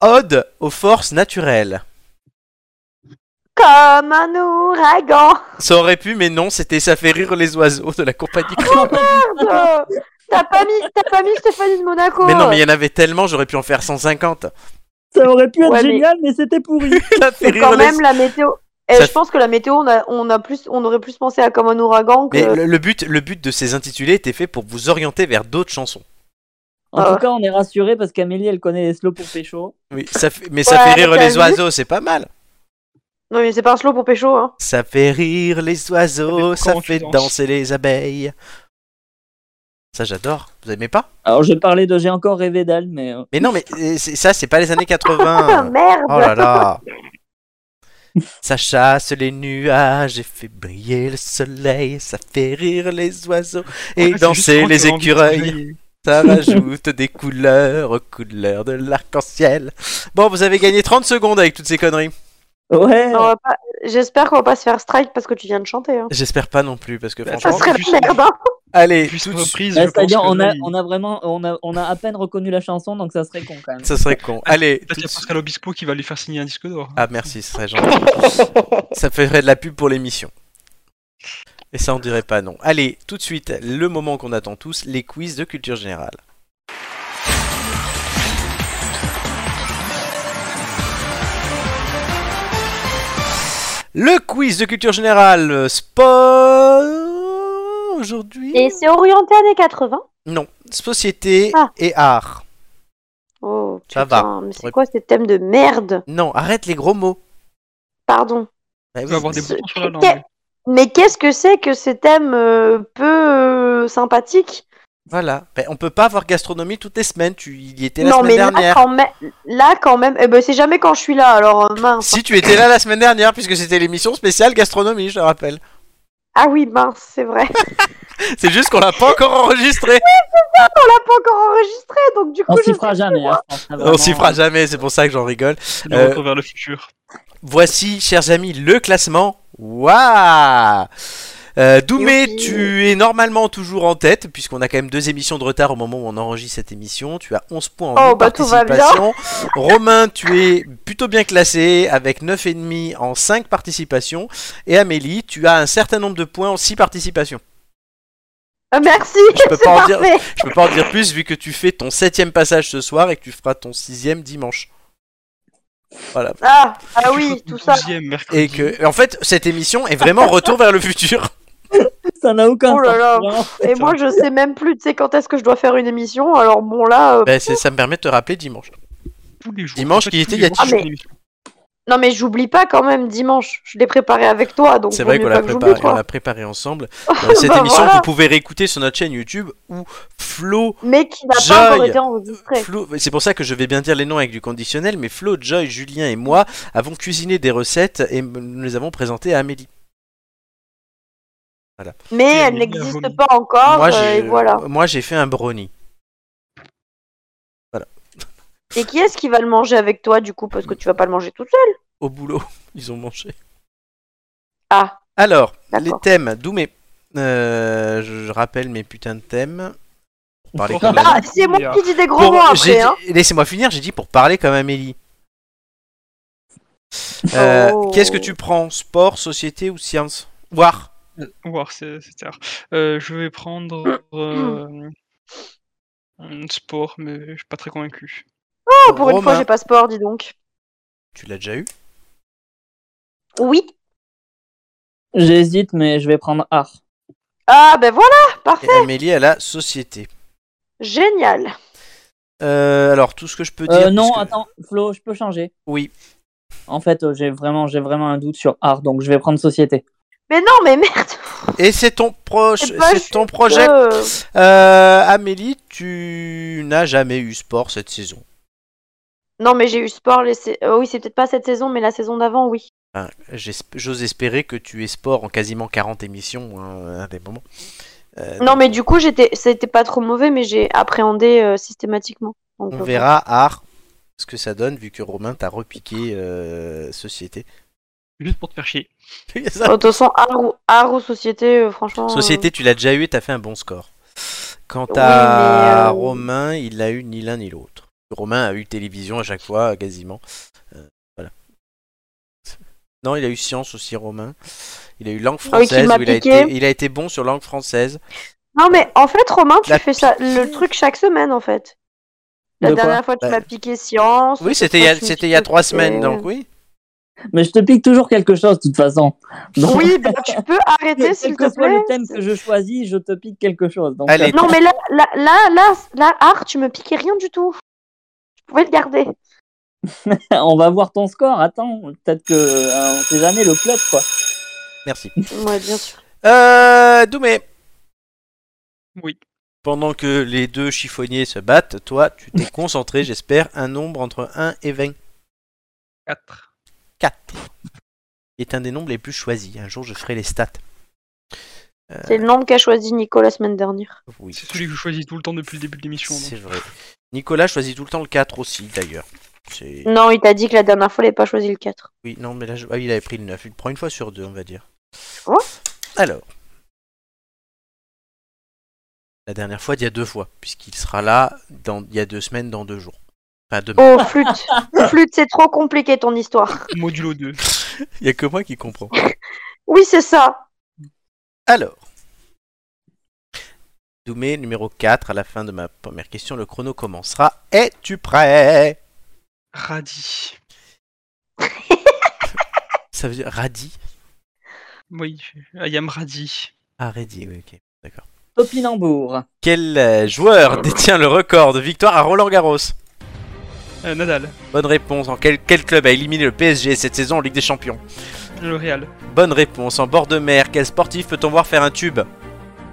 S1: Ode aux forces naturelles.
S4: Comme un ouragan.
S1: Ça aurait pu, mais non, c'était Ça fait rire les oiseaux de la compagnie.
S4: Oh.
S1: Créole.
S4: Merde. T'as pas mis, t'as pas mis Stéphanie de Monaco.
S1: mais non, mais il y en avait tellement, j'aurais pu en faire 150.
S2: Ça aurait pu être
S4: Ouais, mais-
S2: génial, mais, c'était pourri.
S1: Ça fait
S4: euh, quand
S1: rire les-
S4: même la météo. Et
S1: Ça-
S4: je pense que la météo, on a, on a plus, on aurait plus pensé à comme un ouragan que.
S1: Mais le, le but, le but de ces intitulés était fait pour vous orienter vers d'autres chansons.
S2: En
S4: Ah.
S2: tout cas, on est rassuré parce qu'Amélie, elle connaît les slow pour pécho.
S1: Oui, ça fait- mais ça
S4: Ouais,
S1: fait rire
S4: t'as
S1: les
S4: vu
S1: oiseaux, c'est pas mal.
S4: Non, mais c'est pas un slow pour pécho. Hein.
S1: Ça fait rire les oiseaux,
S3: Ça dépend
S1: ça
S3: comment tu
S1: fait
S3: danses.
S1: danser les abeilles. Ça j'adore. Vous aimez pas
S2: Alors, je parlais de J'ai encore rêvé d'elle, mais. euh,
S1: Mais non, mais euh, c'est- ça c'est pas les années
S4: Ah,
S1: 80.
S4: merde.
S1: Oh là là. Ça chasse les nuages et fait briller le soleil. Ça fait rire les oiseaux et
S3: Après, c'est juste
S1: danser
S3: quand
S1: les
S3: t'auras envie de
S1: écureuils.
S3: travailler.
S1: Ça rajoute des couleurs aux couleurs de l'arc-en-ciel. Bon, vous avez gagné 30 secondes avec toutes ces conneries.
S2: Ouais.
S4: On va pas- J'espère qu'on va pas se faire strike parce que tu viens de chanter. Hein.
S1: J'espère pas non plus parce que
S3: Bah,
S4: Ça
S1: franchement.
S3: attends.
S4: serait
S3: Juste-
S4: la merde. hein.
S1: Allez,
S3: Juste
S1: tout de suite.
S3: reprise,
S2: Ouais,
S3: je pense
S2: Bah, C'est-à-dire,
S3: que
S2: on
S3: là,
S2: a,
S3: il-
S2: on a vraiment, on a, on a à peine reconnu la chanson, donc ça serait con quand même.
S1: Ça serait con. Allez,
S3: Là,
S1: tout
S3: il y
S1: de
S3: a
S1: suite.
S3: Pascal Obispo qui va lui faire signer un disque d'or.
S1: Ah merci, ce serait gentil. ça ferait de la pub pour l'émission. Et ça, on dirait pas non. Allez, tout de suite, le moment qu'on attend tous, les quiz de culture générale. Le quiz de culture générale euh, sport aujourd'hui
S4: Et c'est orienté années 80.
S1: non société
S4: Ah.
S1: et art
S4: Oh,
S1: Ça
S4: putain,
S1: va.
S4: mais c'est
S1: T'aurais-
S4: quoi ces thèmes de merde
S1: non arrête les gros mots
S4: Pardon.
S1: Bah
S3: Il
S1: oui,
S3: va avoir des
S1: c'est-
S3: boutons sur la
S4: Qu'est-
S3: langue.
S4: Mais qu'est-ce que c'est que ces thèmes euh, peu euh, sympathiques
S1: voilà Bah, on peut pas avoir gastronomie toutes les semaines tu y étais la
S4: Non,
S1: semaine
S4: mais là
S1: dernière
S4: quand, même, là, quand même. Eh ben, c'est jamais quand je suis là, alors euh, mince.
S1: Si tu étais là la semaine dernière, puisque c'était l'émission spéciale gastronomie, je te rappelle.
S4: Ah oui, mince, c'est vrai.
S1: C'est juste qu'on l'a pas encore enregistré.
S4: On l'a pas encore enregistré, donc du
S2: On
S4: coup, je
S2: s'y
S4: sais
S2: fera
S4: plus,
S2: jamais.
S4: moi.
S2: hein, je pense, là,
S1: On s'y
S2: vraiment.
S1: fera jamais, c'est pour ça que j'en rigole.
S3: Le
S1: Euh,
S3: retour vers le futur.
S1: Voici, chers amis, le classement. Waouh Euh, Doumé,
S4: Youpi.
S1: tu es normalement toujours en tête, puisqu'on a quand même deux émissions de retard au moment où on enregistre cette émission. Tu as 11 points en
S4: Oh,
S1: huit
S4: bah, tout va bien.
S1: participations. Romain, tu es plutôt bien classé, avec 9,5 en 5 participations. Et Amélie, tu as un certain nombre de points en 6 participations.
S4: Ah, merci,
S1: Je peux
S4: c'est
S1: pas en dire-
S4: parfait.
S1: Je peux pas en dire plus, vu que tu fais ton septième passage ce soir et que tu feras ton sixième dimanche. Voilà.
S4: Ah, ah
S3: Tu
S4: oui,
S3: fais ton
S4: tout ça.
S3: 12e mercredi.
S1: Et que, en fait, cette émission est vraiment retour vers le futur.
S2: Ça n'a aucun
S4: Oh là
S2: sens,
S4: là.
S2: vraiment.
S4: Et moi, je sais même plus, tu sais, quand est-ce que je dois faire une émission. Alors bon, là. euh,
S1: Ben, c'est- ça me permet de te rappeler dimanche.
S3: tous les jours.
S1: Dimanche
S3: En fait,
S1: qui
S3: tous
S1: était il
S3: les
S1: y a
S3: jours,
S1: dix
S3: je
S4: jours.
S3: fais une émission.
S4: Non, mais j'oublie pas quand même dimanche. Je l'ai préparé avec toi, donc.
S1: C'est
S4: vaut
S1: vrai
S4: mieux
S1: qu'on
S4: pas
S1: l'a
S4: que j'oublie,
S1: préparé, on
S4: quoi.
S1: l'a préparé ensemble. Euh, cette
S4: Bah,
S1: émission,
S4: voilà.
S1: vous pouvez réécouter sur notre chaîne YouTube où Flo,
S4: Mais qui n'a
S1: Joy.
S4: pas encore été enregistré.
S1: Flo c'est pour ça que je vais bien dire les noms avec du conditionnel, mais Flo, Joy, Julien et moi avons cuisiné des recettes et nous les avons présentées à Amélie.
S4: Mais elle
S3: Amélie a
S4: n'existe
S3: vomi.
S4: pas encore.
S1: moi,
S4: euh,
S1: j'ai-
S4: et voilà.
S1: moi, j'ai fait un brownie.
S4: Et qui est-ce qui va le manger avec toi, du coup Parce que tu vas pas le manger toute seule.
S1: Au boulot, ils ont mangé.
S4: Ah,
S1: Alors, les
S4: d'accord.
S1: thèmes, Doumé. Euh, je je rappelle mes putains de thèmes. Pour
S2: Bah,
S1: parler comme-
S4: Ah, c'est moi qui dis des gros
S1: Bah, Pour-
S4: mots
S1: j'ai
S4: après,
S1: dit-
S4: hein.
S1: Laissez-moi finir, j'ai dit pour parler comme Amélie. Euh,
S4: Oh.
S1: Qu'est-ce que tu prends Sport, société ou science Voir.
S3: On va voir, c'est c'est tard. Euh, je vais prendre euh, un sport, mais je suis pas très convaincu.
S4: Oh, pour une fois, j'ai pas sport, dis donc.
S1: Tu l'as déjà eu
S4: Oui.
S2: J'hésite, mais je vais prendre art.
S4: Ah, ben voilà,
S1: Et
S4: parfait.
S1: Amélie, elle a société.
S4: Génial.
S1: Euh, alors, tout ce que je peux dire.
S2: Euh, non,
S1: puisque-
S2: attends, Flo, je peux changer.
S1: Oui.
S2: En fait, euh, j'ai vraiment, j'ai vraiment un doute sur art, donc je vais prendre société.
S4: Mais non, mais merde.
S1: Et c'est ton, proche,
S4: Eh ben,
S1: c'est ton projet.
S4: euh,
S1: Euh, Amélie, tu n'as jamais eu sport cette saison.
S4: Non, mais j'ai eu sport. Les... sais- euh, oui, c'est peut-être pas cette saison, mais la saison d'avant, Oh, oui.
S1: Enfin, j'esp- J'ose espérer que tu es sport en quasiment 40 émissions hein, à des moments. Euh,
S4: Non, mais du coup, j'étais, c'était pas trop mauvais, mais j'ai appréhendé euh, systématiquement. Donc,
S1: On
S4: euh,
S1: verra art ce que ça donne vu que Romain t'a repiqué euh, société.
S3: Juste pour te faire chier.
S4: bon. De toute façon, art ou, art ou société, euh, franchement. euh,
S1: société, tu l'as déjà eu et t'as fait un bon score. Quant
S4: Oui,
S1: à
S4: mais, euh,
S1: Romain, il l'a eu ni l'un ni l'autre. Romain a eu télévision à chaque fois quasiment. Euh, voilà. Non, il a eu science aussi Romain. Il a eu langue
S4: Ah oui, qui
S1: française.
S4: m'a
S1: où il, a
S4: piqué.
S1: été, il a été bon sur langue française.
S4: Non, mais en fait, Romain, tu
S1: La
S4: fais ça, le
S1: piqûre.
S4: truc chaque semaine, en fait. La
S2: De quoi
S4: dernière fois, tu
S1: Bah,
S4: m'as piqué science.
S1: Oui,
S4: cette
S1: c'était il y a-
S4: fois, tu me
S1: c'était il y a
S4: piques-
S1: trois semaines donc oui.
S2: Mais je te pique toujours quelque chose, de toute façon. Donc,
S4: Oui, bah, tu peux arrêter,
S2: quel
S4: s'il
S2: que
S4: te
S2: soit
S4: plaît.
S2: le thème que je choisis, je te pique quelque chose. Donc,
S1: Allez.
S2: euh,
S4: Non, mais là, là, là, là, là, art, tu me piquais rien du tout. Je pouvais le garder.
S2: euh, on va voir ton score. Attends, peut-être que euh, on sait jamais le club quoi.
S1: Merci.
S4: Ouais, bien sûr.
S1: Euh, Doumé.
S3: Oui.
S1: Pendant que les deux chiffonniers se battent, toi, tu t'es concentré, j'espère, un nombre entre 1 et 20.
S3: 4.
S1: 4 est un des nombres les plus choisis. Un jour, je ferai les stats. Euh,
S4: C'est le nombre qu'a choisi Nico la semaine dernière.
S1: oui,
S3: C'est celui que je choisis tout le temps depuis le début de l'émission. donc.
S1: c'est vrai. Nicolas choisit tout le temps le 4 aussi, d'ailleurs. C'est...
S3: Mm.
S4: Non, il t'a dit que la dernière fois, il n'avait pas choisi le 4.
S1: Oui, non, mais là, je- ah, il avait pris le 9. Il le prend une fois sur deux, on va dire.
S4: Oh.
S1: Alors. La dernière fois, il y a deux fois, puisqu'il sera là dans... il y a deux semaines, dans deux jours. Enfin, demain.
S4: Oh, flûte. flûte, c'est trop compliqué ton histoire.
S3: Modulo 2. Oh.
S1: Il n'y a que moi qui comprends.
S4: Oui, c'est ça.
S1: Alors. Doumé, numéro 4, à la fin de ma première question, le chrono commencera. Es-tu prêt
S3: Radis.
S1: Ça veut dire radis
S3: Oui, Ayam Radis.
S1: Ah, radis, oui, ok. D'accord.
S2: Topinambour.
S1: Quel euh, joueur détient le record de victoire à Roland Garros
S3: Euh, Nadal.
S1: Bonne réponse. En quel, quel club a éliminé le PSG cette saison en Ligue des Champions
S3: Le Real.
S1: Bonne réponse. En bord de mer, quel sportif peut-on voir faire un tube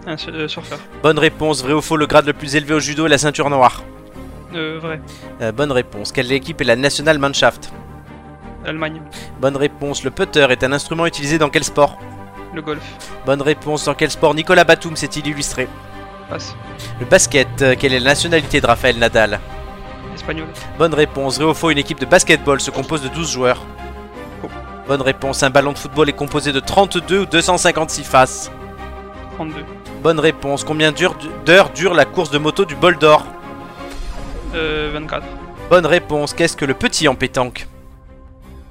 S3: Un su- euh, surfeur.
S1: Bonne réponse. Vrai ou faux, le grade le plus élevé au judo est la ceinture noire
S3: Euh, vrai.
S1: Euh, Bonne réponse. Quelle équipe est la nationale Mannschaft
S3: Allemagne.
S1: Bonne réponse. Le putter est un instrument utilisé dans quel sport
S3: Le golf.
S1: Bonne réponse. Dans quel sport Nicolas Batum s'est-il illustré
S3: Passe.
S1: Le basket. Euh, Quelle est la nationalité de Raphaël Nadal
S3: Espagnol.
S1: Bonne réponse. Vrai ou faux, une équipe de basketball se compose de 12 joueurs.
S3: Faux.
S1: Bonne réponse. Un ballon de football est composé de 32 ou 256 faces.
S3: 32.
S1: Bonne réponse. Combien dure- d'heures dure la course de moto du bol d'or
S3: Euh, 24.
S1: Bonne réponse. Qu'est-ce que le petit en pétanque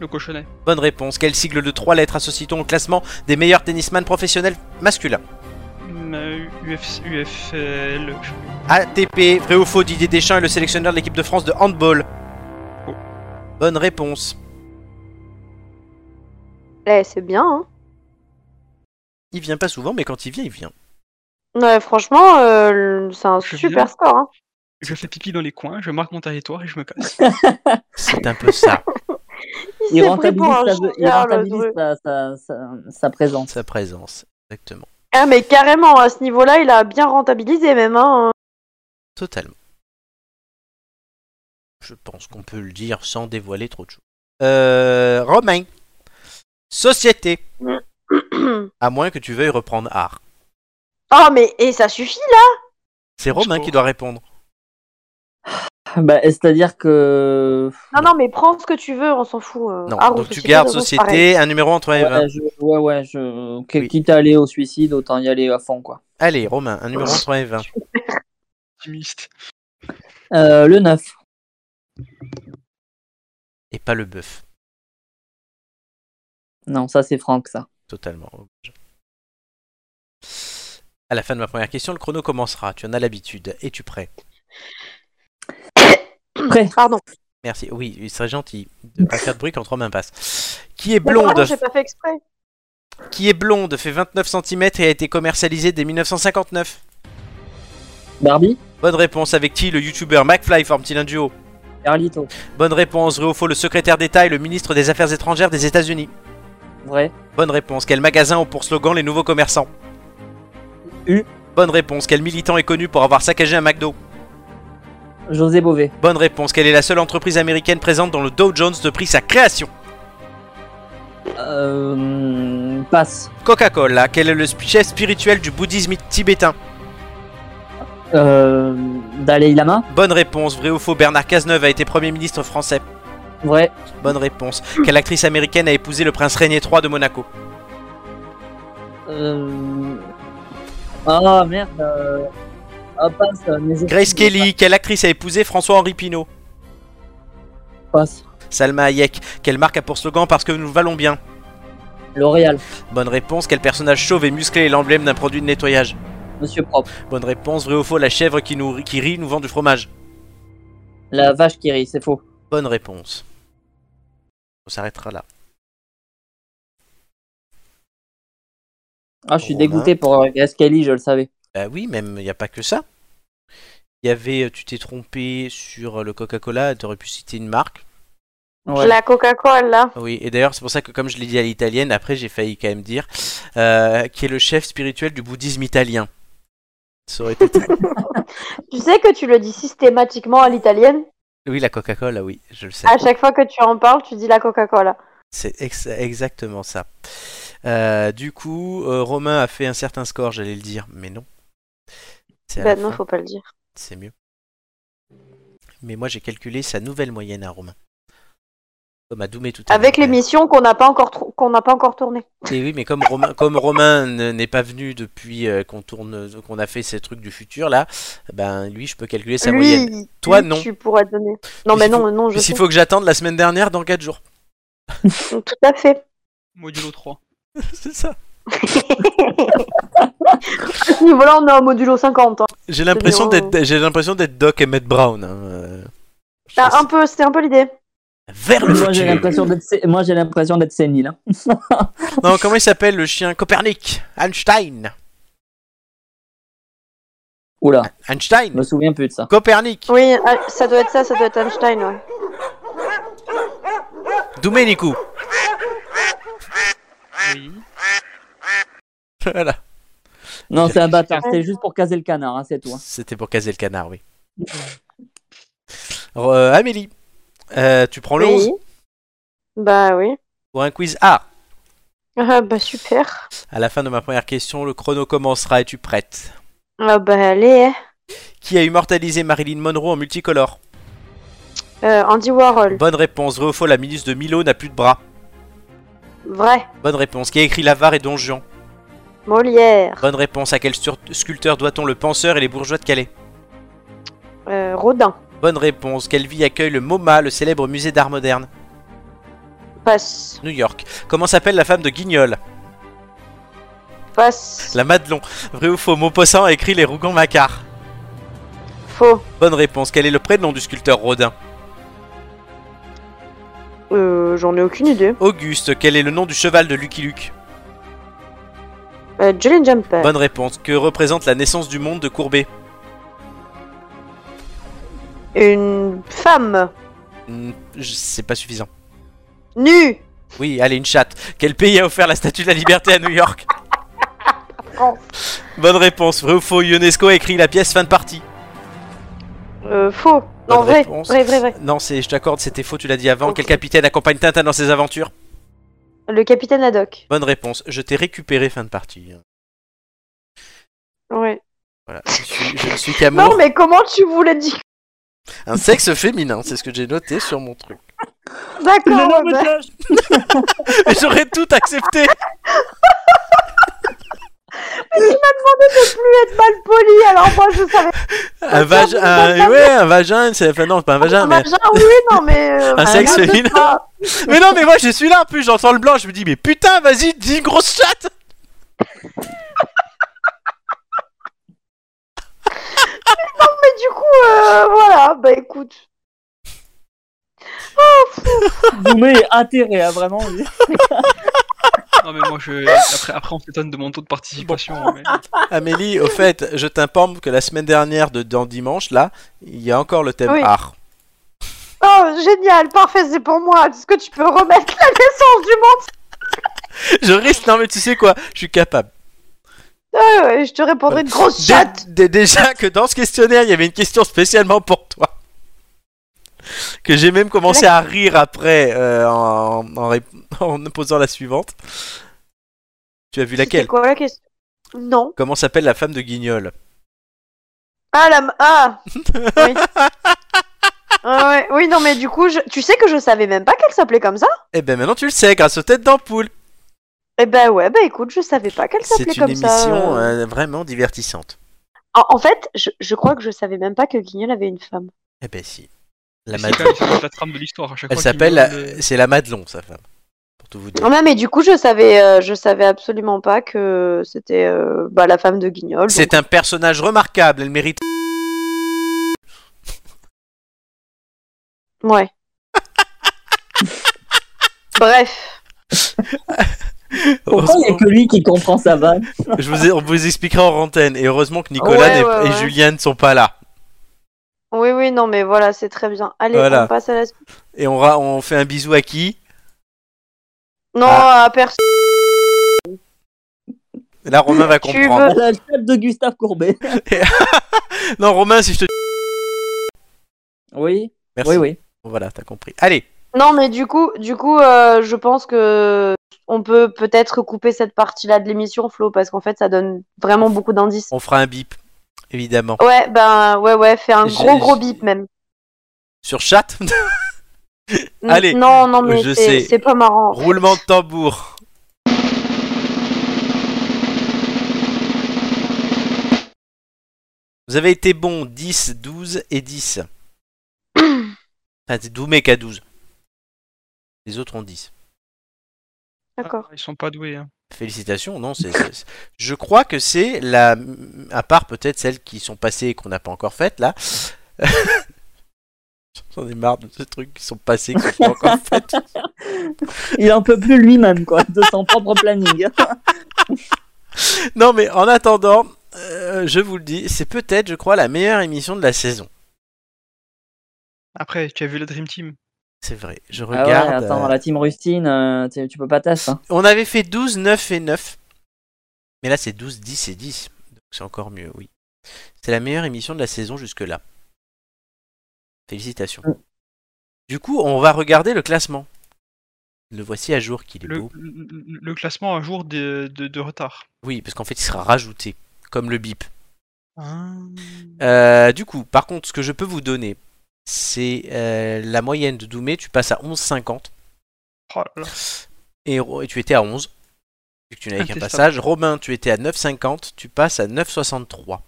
S3: Le cochonnet.
S1: Bonne réponse. Quel sigle de 3 lettres associe-t-on au classement des meilleurs tennisman professionnels masculins
S3: Hum, euh, Uf, UFL. je sais plus.
S1: ATP, vrai ou faux, Didier Deschamps est le sélectionneur de l'équipe de France de handball.
S3: Faux.
S1: Bonne réponse.
S4: Eh, c'est bien, hein.
S1: Il vient pas souvent, mais quand il vient, il vient.
S4: Ouais, franchement, euh, le- c'est un
S3: Je
S4: super
S3: viens.
S4: score. Hein.
S3: Je fais pipi dans les coins, je marque mon territoire et je me casse.
S1: C'est un peu ça,
S4: Il, s'est pris pour un
S2: sa, il
S4: chien, le
S2: rentabilise
S4: truc.
S2: sa, sa- sa- sa présence.
S1: sa présence. Exactement.
S4: Ah, mais carrément, à ce niveau-là, il a bien rentabilisé, même. Hein.
S1: Totalement. Je pense qu'on peut le dire sans dévoiler trop de choses. Euh, Romain. Société. À moins que tu veuilles reprendre art.
S4: oh, mais et ça suffit, là
S1: C'est Romain
S3: Sport.
S1: qui doit répondre.
S2: Bah, C'est-à-dire que.
S4: Non, non, mais prends ce que tu veux, on s'en fout. euh.
S1: Non,
S4: Ah, ou
S1: donc tu
S4: société,
S1: gardes
S4: de toute façon, c'est pareil.
S1: société, un numéro entre un et
S2: Ouais,
S1: 20.
S2: je- ouais, ouais, je... que-
S1: Oui.
S2: quitte à aller au suicide, autant y aller à fond, quoi.
S1: Allez, Romain, un numéro entre un et 20.
S3: Optimiste.
S2: Euh, le 9.
S1: Et pas le bœuf,
S2: Non, ça, c'est Franck, ça.
S1: totalement. À la fin de ma première question, le chrono commencera. Tu en as l'habitude. Es-tu prêt
S2: Prêt.
S4: Pardon.
S1: Merci. Oui, il serait gentil de pas faire de bruit quand Romain passe. Qui est
S4: Mais pardon,
S1: blonde
S4: j'ai pas fait exprès.
S1: Qui est blonde, fait 29 cm et a été commercialisée dès 1959.
S2: Barbie
S1: Bonne réponse. Avec qui le youtubeur McFly forme-t-il un duo
S2: Carlito.
S1: Bonne réponse. Vrai ou faux, le secrétaire d'État et le ministre des Affaires étrangères des États-Unis.
S2: Vrai.
S1: Bonne réponse. Quel magasin ont pour slogan les nouveaux commerçants
S2: U.
S1: Bonne réponse. Quel militant est connu pour avoir saccagé un McDo
S2: José Bové.
S1: Bonne réponse. Quelle est la seule entreprise américaine présente dans le Dow Jones depuis sa création
S2: Euh, passe.
S1: Coca-Cola. Quel est le chef spirituel du bouddhisme tibétain
S2: Euh, Dalai Lama
S1: Bonne réponse. Vrai ou faux, Bernard Cazeneuve a été Premier ministre français.
S2: Vrai.
S1: Bonne réponse. Quelle actrice américaine a épousé le prince Régnier III de Monaco
S2: Euh... Ah merde. euh, Ah, passe. mais je-
S1: Grace Kelly. Quelle actrice a épousé François-Henri Pinault
S2: Passe.
S1: Salma Hayek. Quelle marque a pour slogan parce que nous valons bien
S2: L'Oréal.
S1: Bonne réponse. Quel personnage chauve et musclé est l'emblème d'un produit de nettoyage
S2: Monsieur Propre.
S1: Bonne réponse. Vrai ou faux, la chèvre qui, nous, qui rit nous vend du fromage
S2: La vache qui rit, c'est faux.
S1: Bonne réponse. On s'arrêtera là.
S2: Ah, je suis
S1: Romain.
S2: dégoûté pour euh, Grace Kelly, je le savais.
S1: Bah oui, même, il n'y a pas que ça. Il y avait, euh, tu t'es trompé sur euh, le Coca-Cola, tu aurais pu citer une marque.
S2: Ouais.
S4: La Coca-Cola.
S1: Oui, et d'ailleurs, c'est pour ça que, comme je l'ai dit à l'italienne, après j'ai failli quand même dire, euh, qui est le chef spirituel du bouddhisme italien. Ça aurait été.
S4: Tu sais que tu le dis systématiquement à l'italienne
S1: oui, la Coca-Cola, oui, je le sais.
S4: À chaque fois que tu en parles, tu dis la Coca-Cola.
S1: Ah. C'est ex- exactement ça. Euh, du coup, euh, Romain a fait un certain score, j'allais le dire, mais non. C'est à la
S4: Ben non,
S1: fin,
S4: faut pas le dire.
S1: c'est mieux. Mais moi, j'ai calculé sa nouvelle moyenne à Romain. Comme à Doumé tout à l'heure.
S4: Avec l'émission qu'on n'a pas encore trou- qu'on n'a pas encore tournée.
S1: Et oui, mais comme Romain, comme Romain ne- n'est pas venu depuis euh, qu'on tourne, qu'on a fait ces trucs du futur là, ben lui, je peux calculer sa moyenne.
S4: Lui,
S1: Toi,
S4: lui,
S1: non.
S4: Tu pourrais donner. Non,
S1: Puis
S4: mais
S1: s'il
S4: non, non, je
S1: Parce
S4: sais.
S1: qu'il faut que j'attende la semaine dernière dans 4 jours.
S4: Tout à fait.
S3: Modulo 3.
S1: C'est ça.
S4: À ce niveau-là, on est en modulo 50. hein.
S1: J'ai l'impression
S4: bien.
S1: d'être, j'ai l'impression d'être Doc Emmett Brown. hein, euh. Je
S4: T'as
S1: sais-
S4: Ah, un peu, c'est un peu l'idée.
S1: Vers le
S2: Moi j'ai
S1: futur.
S2: l'impression d'être sé- moi j'ai l'impression d'être sénile. hein.
S1: Non, comment il s'appelle le chien Copernic Einstein
S2: Oula, je
S1: Einstein
S2: me souviens plus de ça.
S1: Copernic
S4: Oui, ah, ça doit être ça, ça doit être Einstein, ouais.
S1: Domenico
S3: Oui.
S1: Voilà.
S2: Non, c'est un bâtard, c'est juste pour caser le canard, hein, c'est tout. hein.
S1: C'était pour caser le canard, oui. Euh, Amélie, euh, tu prends le 11
S4: Oui. Bah oui.
S1: pour un quiz A.
S4: Ah bah super.
S1: À la fin de ma première question, le chrono commencera. Es-tu prête
S4: Ah bah allez.
S1: Qui a immortalisé Marilyn Monroe en multicolore
S4: hein. Euh, Andy Warhol.
S1: Bonne réponse. Vrai ou faux, la ministre de Milo n'a plus de bras
S4: Vrai.
S1: Bonne réponse. Qui a écrit L'avare et Don Juan
S4: Molière.
S1: Bonne réponse. À quel sur- sculpteur doit-on le penseur et les bourgeois de Calais
S4: Euh, Rodin.
S1: Bonne réponse. Quelle ville accueille le MoMA, le célèbre musée d'art moderne
S4: Passe.
S1: New York. Comment s'appelle la femme de Guignol
S4: Passe.
S1: La Madelon. Vrai ou faux Maupassant a écrit Les Rougon-Macquart.
S4: Faux.
S1: Bonne réponse. Quel est le prénom du sculpteur Rodin
S4: Euh, J'en ai aucune idée.
S1: Auguste. Quel est le nom du cheval de Lucky Luke
S4: Euh, Jolene Jumper.
S1: Bonne réponse. Que représente la naissance du monde de Courbet
S4: Une femme.
S1: Hmm, je- C'est pas suffisant.
S4: Nue.
S1: Oui, allez, une chatte. Quel pays a offert la Statue de la Liberté à New York
S4: France.
S1: Bonne réponse. Vrai ou faux UNESCO a écrit la pièce fin de partie
S4: Euh, faux.
S1: Bonne
S4: Non, vrai.
S1: réponse.
S4: Vrai, vrai, vrai.
S1: Non, c'est, je t'accorde, c'était faux, tu l'as dit avant.
S4: Ok.
S1: Quel capitaine accompagne Tintin dans ses aventures
S4: Le capitaine Haddock.
S1: Bonne réponse. Je t'ai récupéré fin de partie.
S4: Ouais.
S1: Voilà. Je suis, je ne suis
S4: Non,
S1: qu'amour.
S4: mais comment tu voulais dire
S1: Un sexe féminin, c'est ce que j'ai noté sur mon truc.
S4: D'accord. ouais, bah.
S1: Mais j'aurais tout accepté.
S4: être mal poli, alors moi je savais
S1: Un vagin, un- ouais, un vagin, c'est, enfin non, c'est pas un vagin, mais Ah,
S4: Vagin, oui, non, mais. euh,
S1: un sexe
S4: vagin,
S1: féminin.
S4: pas.
S1: Mais non, mais moi je suis là en plus, j'entends le blanc, je me dis, mais putain, vas-y, dis une grosse chatte
S4: Mais du coup, euh, voilà, bah écoute.
S2: Doumé est atterré, ah, vraiment. lui.
S3: Non, mais moi, je... après, après, on s'étonne de mon taux de participation. mais-
S1: Amélie, au fait, je t'informe que la semaine dernière, de, dans Dimanche, là, il y a encore le thème
S4: Oui.
S1: art.
S4: Oh, génial, parfait, c'est pour moi. Est-ce que tu peux remettre la naissance du monde
S1: Je risque, non mais tu sais quoi, je suis capable.
S4: Euh, et Je te répondrai une grosse
S1: Dé-
S4: chatte.
S1: dé- déjà que dans ce questionnaire, il y avait une question spécialement pour toi. Que j'ai même commencé à rire après euh, en, en, rép- en posant la suivante. Tu as vu
S4: C'était
S1: laquelle
S4: quoi la question Non.
S1: Comment s'appelle la femme de Guignol
S4: Ah, la. m- Ah Oui. Ah ouais. Oui, non, mais du coup, je- tu sais que je savais même pas qu'elle s'appelait comme ça
S1: Eh ben maintenant tu le sais grâce aux têtes d'ampoule.
S4: Eh ben ouais, bah écoute, je savais pas qu'elle s'appelait
S1: C'est une
S4: comme
S1: émission
S4: ça. euh.
S1: euh, vraiment divertissante.
S4: En, en fait, je, je crois que je savais même pas que Guignol avait une femme.
S1: Eh ben si. La
S3: C'est
S1: Madelon.
S3: quand même- ça doit être la trame de l'histoire à chaque
S1: Elle
S3: fois qu'il
S1: s'appelle,
S3: me donne,
S1: la- c'est la Madelon sa femme. Pour tout vous dire.
S4: Ah bah, mais du coup, je savais, euh, je savais absolument pas que c'était euh, bah, la femme de Guignol. donc-
S1: C'est un personnage remarquable. Elle mérite.
S4: Ouais. Bref.
S2: Pourquoi
S1: Heureusement-
S2: il n'y a que lui qui comprend sa vanne
S1: Je vous, ai- on vous expliquera en antenne. Et heureusement que Nicolas
S4: Ouais,
S1: n'est-
S4: ouais,
S1: et
S4: ouais.
S1: Julien ne sont pas là.
S4: Oui, oui, non, mais voilà, c'est très bien. Allez,
S1: Voilà.
S4: on passe à la suite.
S1: Et on, ra- on fait un bisou à qui
S4: Non,
S1: Ah.
S4: à personne.
S1: Là, Romain va
S4: Tu
S1: comprendre.
S2: La chatte de Gustave Courbet.
S1: Non, Romain, si je te.
S2: Oui,
S1: Merci.
S2: oui, oui.
S1: Voilà, t'as compris. Allez,
S4: Non, mais du coup, du coup, euh, je pense que on peut peut-être couper cette partie-là de l'émission, Flo, parce qu'en fait, ça donne vraiment beaucoup d'indices.
S1: on fera un bip, évidemment.
S4: Ouais, ben, ouais, ouais, fais un
S1: J'ai-
S4: gros, gros
S1: j'ai-
S4: bip même.
S1: Sur chat,
S4: N-
S1: Allez,
S4: Non, non, mais
S1: je sais.
S4: c'est c'est pas marrant.
S1: roulement de tambour. Vous avez été bon 10, 12 et 10. Ah, c'est Doumé qui a 12. Les autres ont 10.
S4: D'accord.
S3: Ah, Ils sont pas doués. hein.
S1: Félicitations, non, c'est, c'est- c'est- je crois que c'est la, à part peut-être celles qui sont passées et qu'on n'a pas encore faites là. J'en ai marre de ces trucs qui sont passés, qui sont pas encore faites.
S2: Il en peut plus lui-même, quoi, de son propre planning.
S1: Non, mais en attendant, euh, je vous le dis, c'est peut-être, je crois, la meilleure émission de la saison.
S3: Après, tu as vu le Dream Team
S1: C'est vrai, je
S2: Ah
S1: regarde.
S2: ouais, attends,
S1: euh,
S2: la team Rustine, euh, tu, tu peux pas tâcher. hein.
S1: On avait fait 12, 9 et 9. Mais là, c'est 12, 10 et 10. Donc c'est encore mieux, oui. C'est la meilleure émission de la saison jusque-là. Félicitations.
S2: Mm.
S1: Du coup, on va regarder le classement. Le voici à jour qu'il est
S3: le,
S1: beau.
S3: le- le classement à jour de, de- de retard.
S1: Oui, parce qu'en fait, il sera rajouté, comme le bip.
S3: Ah.
S1: Euh, du coup, par contre, ce que je peux vous donner, c'est euh, la moyenne de Doumé. Tu passes à 11,50.
S3: Oh là là.
S1: et, Ro- et tu étais à 11, vu que tu n'avais qu'un
S3: Intestable.
S1: passage. Romain, tu étais à 9,50, tu passes à 9,63.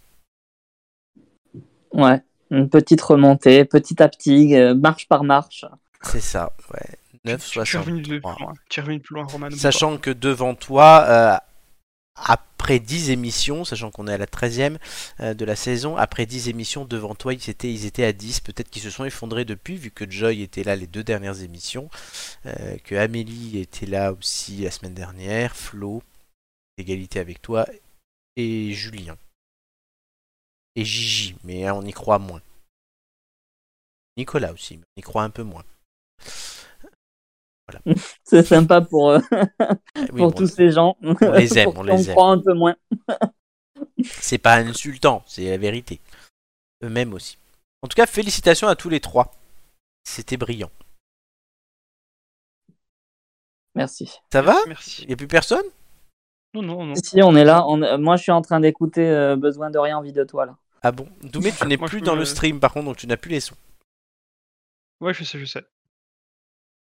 S2: Ouais, une petite remontée, petit à petit, euh, marche par marche.
S1: C'est ça, ouais.
S3: Tu- tu es revenu de plus
S1: 9,63.
S3: loin. Tu es revenu de plus loin, Roman. Ah, n'oublie
S1: Sachant que devant toi, euh, après 10 émissions, sachant qu'on est à la 13e euh, de la saison, après 10 émissions, devant toi, ils étaient, ils étaient à 10. Peut-être qu'ils se sont effondrés depuis, vu que Joy était là les deux dernières émissions, euh, que Amélie était là aussi la semaine dernière, Flo, égalité avec toi, et Julien. Et Gigi, mais hein, on y croit moins. Nicolas aussi, mais on y croit un peu moins.
S2: C'est sympa pour, euh,
S1: Oui,
S2: pour
S1: bon,
S2: tous ces gens.
S1: on les aime,
S2: Pour
S1: on
S2: qu'on
S1: les aime.
S2: croit un peu moins.
S1: C'est pas insultant, c'est la vérité. Eux-mêmes aussi. En tout cas, félicitations à tous les trois. C'était brillant.
S2: Merci.
S1: Ça va
S3: pas. Merci.
S1: Y a plus personne
S3: Non, non,
S1: Mm.
S3: non.
S2: Si on est là, on- euh, moi je suis en train d'écouter euh, Besoin de rien, envie de toi là.
S1: Ah bon Doumé, tu n'es
S3: Moi, je
S1: plus
S3: peux
S1: dans
S3: me-
S1: le stream par contre, donc tu n'as plus les sons.
S3: Ouais, je sais, je sais.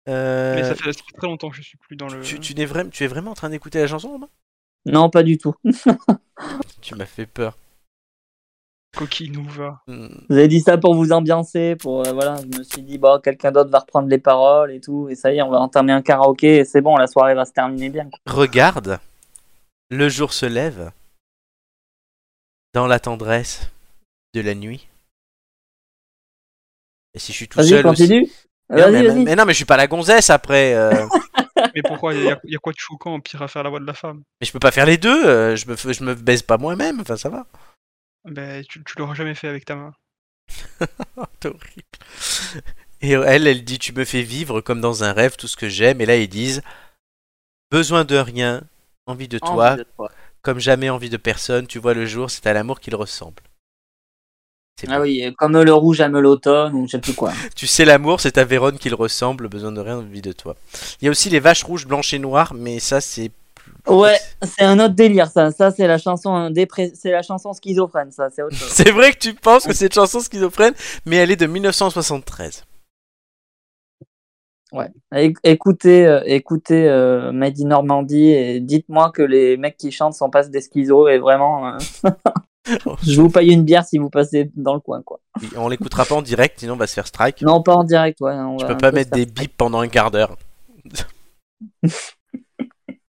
S1: Euh,
S3: Mais ça fait, ça fait très longtemps que je suis plus dans le.
S1: tu, tu n'es vraim- tu es vraiment en train d'écouter la chanson, Romain
S2: Non, pas du tout.
S1: Tu m'as fait peur.
S3: Coquille nous va.
S1: Hmm.
S2: Vous avez dit ça pour vous ambiancer, pour euh, voilà. Je me suis dit bah quelqu'un d'autre va reprendre les paroles et tout, et ça y est, on va entamer un karaoké et c'est bon, la soirée va se terminer bien. quoi.
S1: Regarde, le jour se lève dans la tendresse de la nuit. Et si je suis tout
S2: Vas-y,
S1: seul aussi.
S2: continue.
S1: Mais non,
S2: Vas-y,
S1: mais,
S2: vas-y.
S1: mais non, mais je suis pas la gonzesse après. euh.
S3: Mais pourquoi Il y, a- y a quoi de choquant pire à faire la voix de la femme
S1: Mais je peux pas faire les deux, euh, je me, f- je me baise pas moi-même, enfin ça va.
S3: Ben, tu, tu l'auras jamais fait avec ta main.
S1: Oh, t'es horrible. Et elle, elle dit Tu me fais vivre comme dans un rêve tout ce que j'aime. Et là, ils disent Besoin de rien, envie de toi,
S2: Envie de toi.
S1: comme jamais envie de personne. Tu vois le jour, c'est à l'amour qu'il ressemble. C'est
S2: Ah
S1: bon.
S2: oui, comme le rouge aime l'automne ou je sais plus quoi.
S1: Tu sais l'amour, c'est à Vérone qu'il ressemble. Besoin de rien, envie de toi. Il y a aussi les vaches rouges, blanches et noires, mais ça, c'est.
S2: Ouais, c'est un autre délire ça. Ça c'est la chanson euh, dépre- c'est la chanson schizophrène ça, c'est autre chose.
S1: C'est vrai que tu penses que c'est une chanson schizophrène, mais elle est de 1973.
S2: É- Écoutez, euh, écoutez euh, Made in Normandie et dites-moi que les mecs qui chantent sont pas des schizos et vraiment, euh,
S1: Oh,
S2: je vous paye une bière si vous passez dans le coin quoi.
S1: Oui, On l'écoutera pas en direct, sinon on va se faire strike.
S2: Non, pas en direct, ouais. hein, on
S1: Je
S2: va
S1: peux
S2: un
S1: pas
S2: peu
S1: mettre
S2: se faire-
S1: des bips pendant un quart d'heure.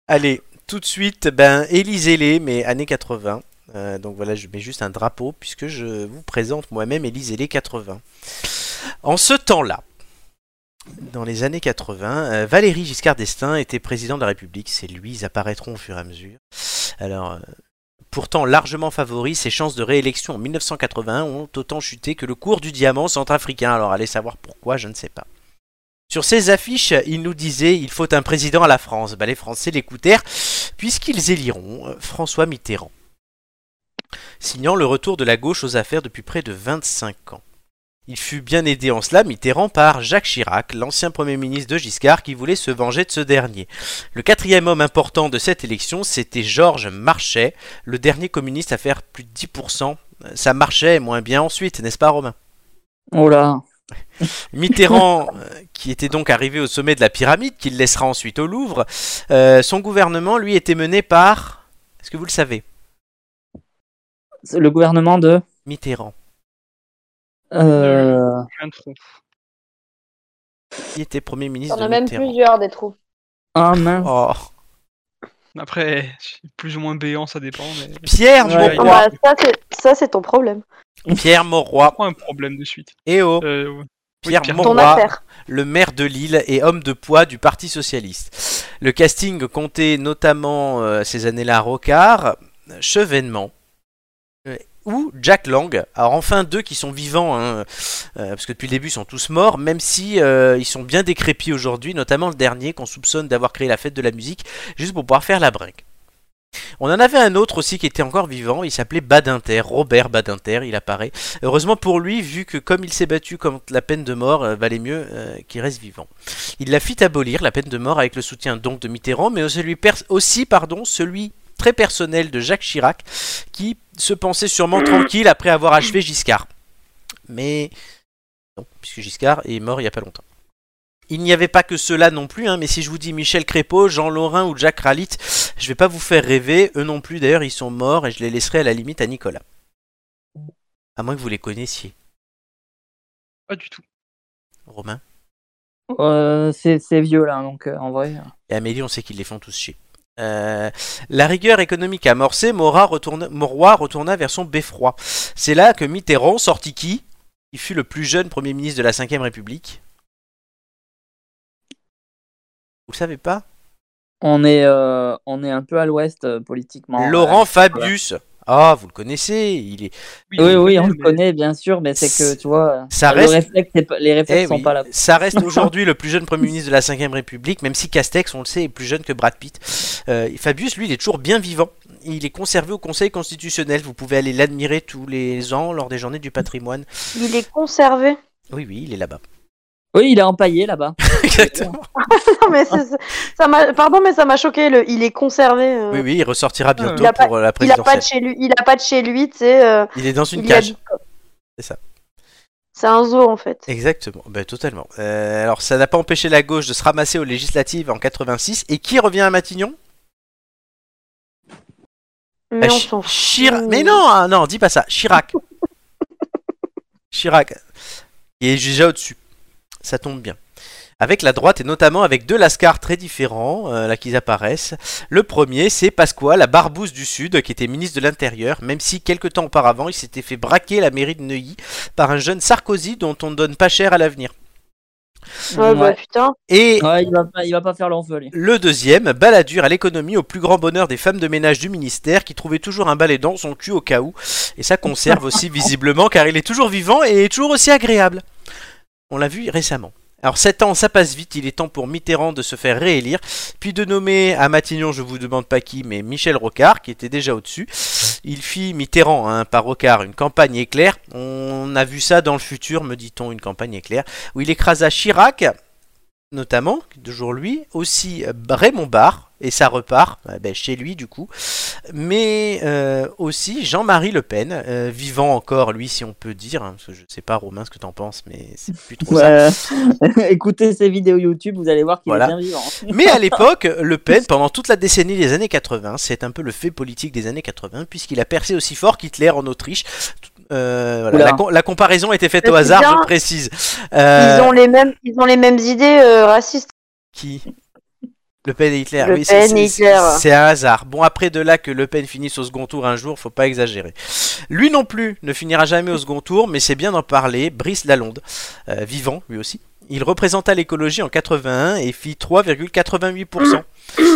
S1: Allez, tout de suite, ben, Élisez-les, mais années 80. Euh, donc voilà, je mets juste un drapeau puisque je vous présente moi-même Élisez-les 80. En ce temps-là, dans les années 80, euh, Valéry Giscard d'Estaing était président de la République. C'est lui, ils apparaîtront au fur et à mesure. Alors, euh, pourtant largement favori, ses chances de réélection en 1981 ont autant chuté que le cours du diamant centrafricain. Alors allez savoir pourquoi, je ne sais pas. Sur ces affiches, il nous disait il faut un président à la France. Bah, les Français l'écoutèrent puisqu'ils éliront euh, François Mitterrand, signant le retour de la gauche aux affaires depuis près de 25 ans. Il fut bien aidé en cela, Mitterrand, par Jacques Chirac, l'ancien Premier ministre de Giscard, qui voulait se venger de ce dernier. Le quatrième homme important de cette élection, c'était Georges Marchais, le dernier communiste à faire plus de 10%. Euh, Ça marchait moins bien ensuite, n'est-ce pas Romain
S2: Oh là,
S1: Mitterrand, euh, qui était donc arrivé au sommet de la pyramide, qu'il laissera ensuite au Louvre, euh, son gouvernement, lui, était mené par... Est-ce que vous le savez
S2: c'est le gouvernement de.
S1: Mitterrand.
S2: euh,
S3: J'ai un trou.
S1: Qui était Premier
S4: Il y
S1: ministre
S4: en a
S1: de
S4: même
S1: Mitterrand
S4: plusieurs des trous.
S2: Ah mince.
S1: Oh.
S3: Après, plus ou moins béant, ça dépend. Mais...
S1: Pierre
S2: Ouais.
S4: Ah
S1: Mauroy.
S4: bah, ça, c'est- ça, c'est ton problème.
S1: Pierre Mauroy.
S3: Pourquoi un problème de suite
S1: Eh oh,
S3: Euh, ouais.
S1: Pierre
S3: Pierre.
S4: Ton
S1: Mauroy.
S4: affaire.
S1: le maire de Lille et homme de poids du Parti Socialiste. Le casting comptait notamment euh, ces années-là Rocard, Chevènement euh, ou Jack Lang. Alors enfin deux qui sont vivants, hein, euh, parce que depuis le début ils sont tous morts, même si euh, ils sont bien décrépis aujourd'hui, notamment le dernier qu'on soupçonne d'avoir créé la fête de la musique juste pour pouvoir faire la brinque. On en avait un autre aussi qui était encore vivant, il s'appelait Badinter, Robert Badinter, il apparaît. Heureusement pour lui, vu que comme il s'est battu contre la peine de mort, euh, valait mieux euh, qu'il reste vivant. Il la fit abolir, la peine de mort, avec le soutien donc de Mitterrand, mais celui pers- aussi pardon, celui très personnel de Jacques Chirac, qui se pensait sûrement tranquille après avoir achevé Giscard. Mais non, puisque Giscard est mort il n'y a pas longtemps. Il n'y avait pas que cela non plus, hein, mais si je vous dis Michel Crépeau, Jean Lorrain ou Jacques Ralit, je vais pas vous faire rêver. Eux non plus, d'ailleurs, ils sont morts et je les laisserai à la limite à Nicolas. À moins que vous les connaissiez.
S3: Pas du tout.
S1: Romain Oh.
S2: Euh, c'est c'est vieux là, donc euh, en vrai.
S1: et Amélie, on sait qu'ils les font tous chier. Euh, la rigueur économique amorcée, Mora retourna, Mauroy retourna vers son beffroi. C'est là que Mitterrand sortit qui Qui fut le plus jeune Premier ministre de la Ve République. Vous le savez pas
S2: On est, euh, on est un peu à l'ouest euh, politiquement.
S1: Laurent Fabius. Ah, vous le connaissez. Il est...
S2: Oui, oui, on le
S3: mais-
S2: connaît, bien sûr, mais c'est que, tu vois,
S1: Ça
S2: le
S1: reste-
S2: réflexe est pas- les réflexes
S1: Eh
S2: sont
S1: oui.
S2: pas là.
S1: Ça reste aujourd'hui le plus jeune Premier ministre de la Ve République, même si Castex, on le sait, est plus jeune que Brad Pitt. Euh, Fabius, lui, il est toujours bien vivant. Il est conservé au Conseil constitutionnel. Vous pouvez aller l'admirer tous les ans lors des journées du patrimoine.
S4: Il est conservé.
S1: Oui, oui, il est là-bas.
S2: Oui, il est empaillé là-bas.
S1: Exactement.
S4: Non, mais c'est- ça m'a- Pardon, mais ça m'a choqué. Le... Il est conservé. euh.
S1: Oui, oui, il ressortira bientôt
S4: Il a pas-
S1: pour euh, la
S4: Il a pas
S1: présidentielle.
S4: de chez lui. Il a pas de chez lui. Tu sais. euh,
S1: Il est dans une
S4: il y
S1: cage.
S4: habite, quoi.
S1: C'est ça.
S4: C'est un zoo en fait.
S1: Exactement, Ben, totalement. Euh, alors, ça n'a pas empêché la gauche de se ramasser aux législatives en 86. Et qui revient à Matignon
S4: Mais
S1: Ah,
S4: on
S1: Chi-
S4: s'en fout.
S1: Chira- Mais non, ah, non, dis pas ça. Chirac. Chirac. Il est déjà au-dessus. Ça tombe bien. Avec la droite et notamment avec deux lascars très différents, euh, là qu'ils apparaissent. Le premier, c'est Pasquale, la Barbouze du Sud, qui était ministre de l'Intérieur, même si quelques temps auparavant, il s'était fait braquer la mairie de Neuilly par un jeune Sarkozy dont on ne donne pas cher à l'avenir.
S4: Ouais, bah
S2: Ouais.
S4: putain.
S1: Et
S2: Ouais, il va pas, il va pas faire l'enfeu, lui.
S1: le deuxième, baladure à l'économie au plus grand bonheur des femmes de ménage du ministère qui trouvaient toujours un balai dans son cul au cas où. Et ça conserve aussi visiblement car il est toujours vivant et est toujours aussi agréable. On l'a vu récemment. Alors 7 ans, ça passe vite, il est temps pour Mitterrand de se faire réélire, puis de nommer à Matignon, je vous demande pas qui, mais Michel Rocard, qui était déjà au-dessus. Il fit Mitterrand, hein, par Rocard, une campagne éclair. On a vu ça dans le futur, me dit-on, une campagne éclair, où il écrasa Chirac, notamment, toujours lui, aussi euh, Raymond Barre, et ça repart euh, ben, chez lui du coup, mais euh, aussi Jean-Marie Le Pen, euh, vivant encore lui si on peut dire, hein, parce que je sais pas Romain ce que t'en penses, mais c'est plus trop ça.
S2: Ouais. Écoutez ses vidéos YouTube, vous allez voir qu'il
S1: Voilà.
S2: est bien vivant. hein.
S1: Mais à l'époque, Le Pen, pendant toute la décennie des années 80, c'est un peu le fait politique des années 80, puisqu'il a percé aussi fort qu'Hitler en Autriche. Tout- euh, voilà,
S2: Oula.
S1: la, com- la comparaison était faite
S4: Mais
S1: au
S4: c'est
S1: hasard,
S4: bien.
S1: je précise. Euh,
S4: Ils ont les mêmes. Ils ont les mêmes idées euh, racistes.
S1: Qui Le Pen et Hitler.
S4: Le
S1: oui, c'est-
S4: Pen
S1: c'est-
S4: et
S1: c'est-
S4: Hitler.
S1: C'est un hasard. Bon, après, de là que Le Pen finisse au second tour un jour, faut pas exagérer. Lui non plus ne finira jamais au second tour, mais c'est bien d'en parler. Brice Lalonde, euh, vivant lui aussi. Il représenta l'écologie en 81 et fit 3,88%.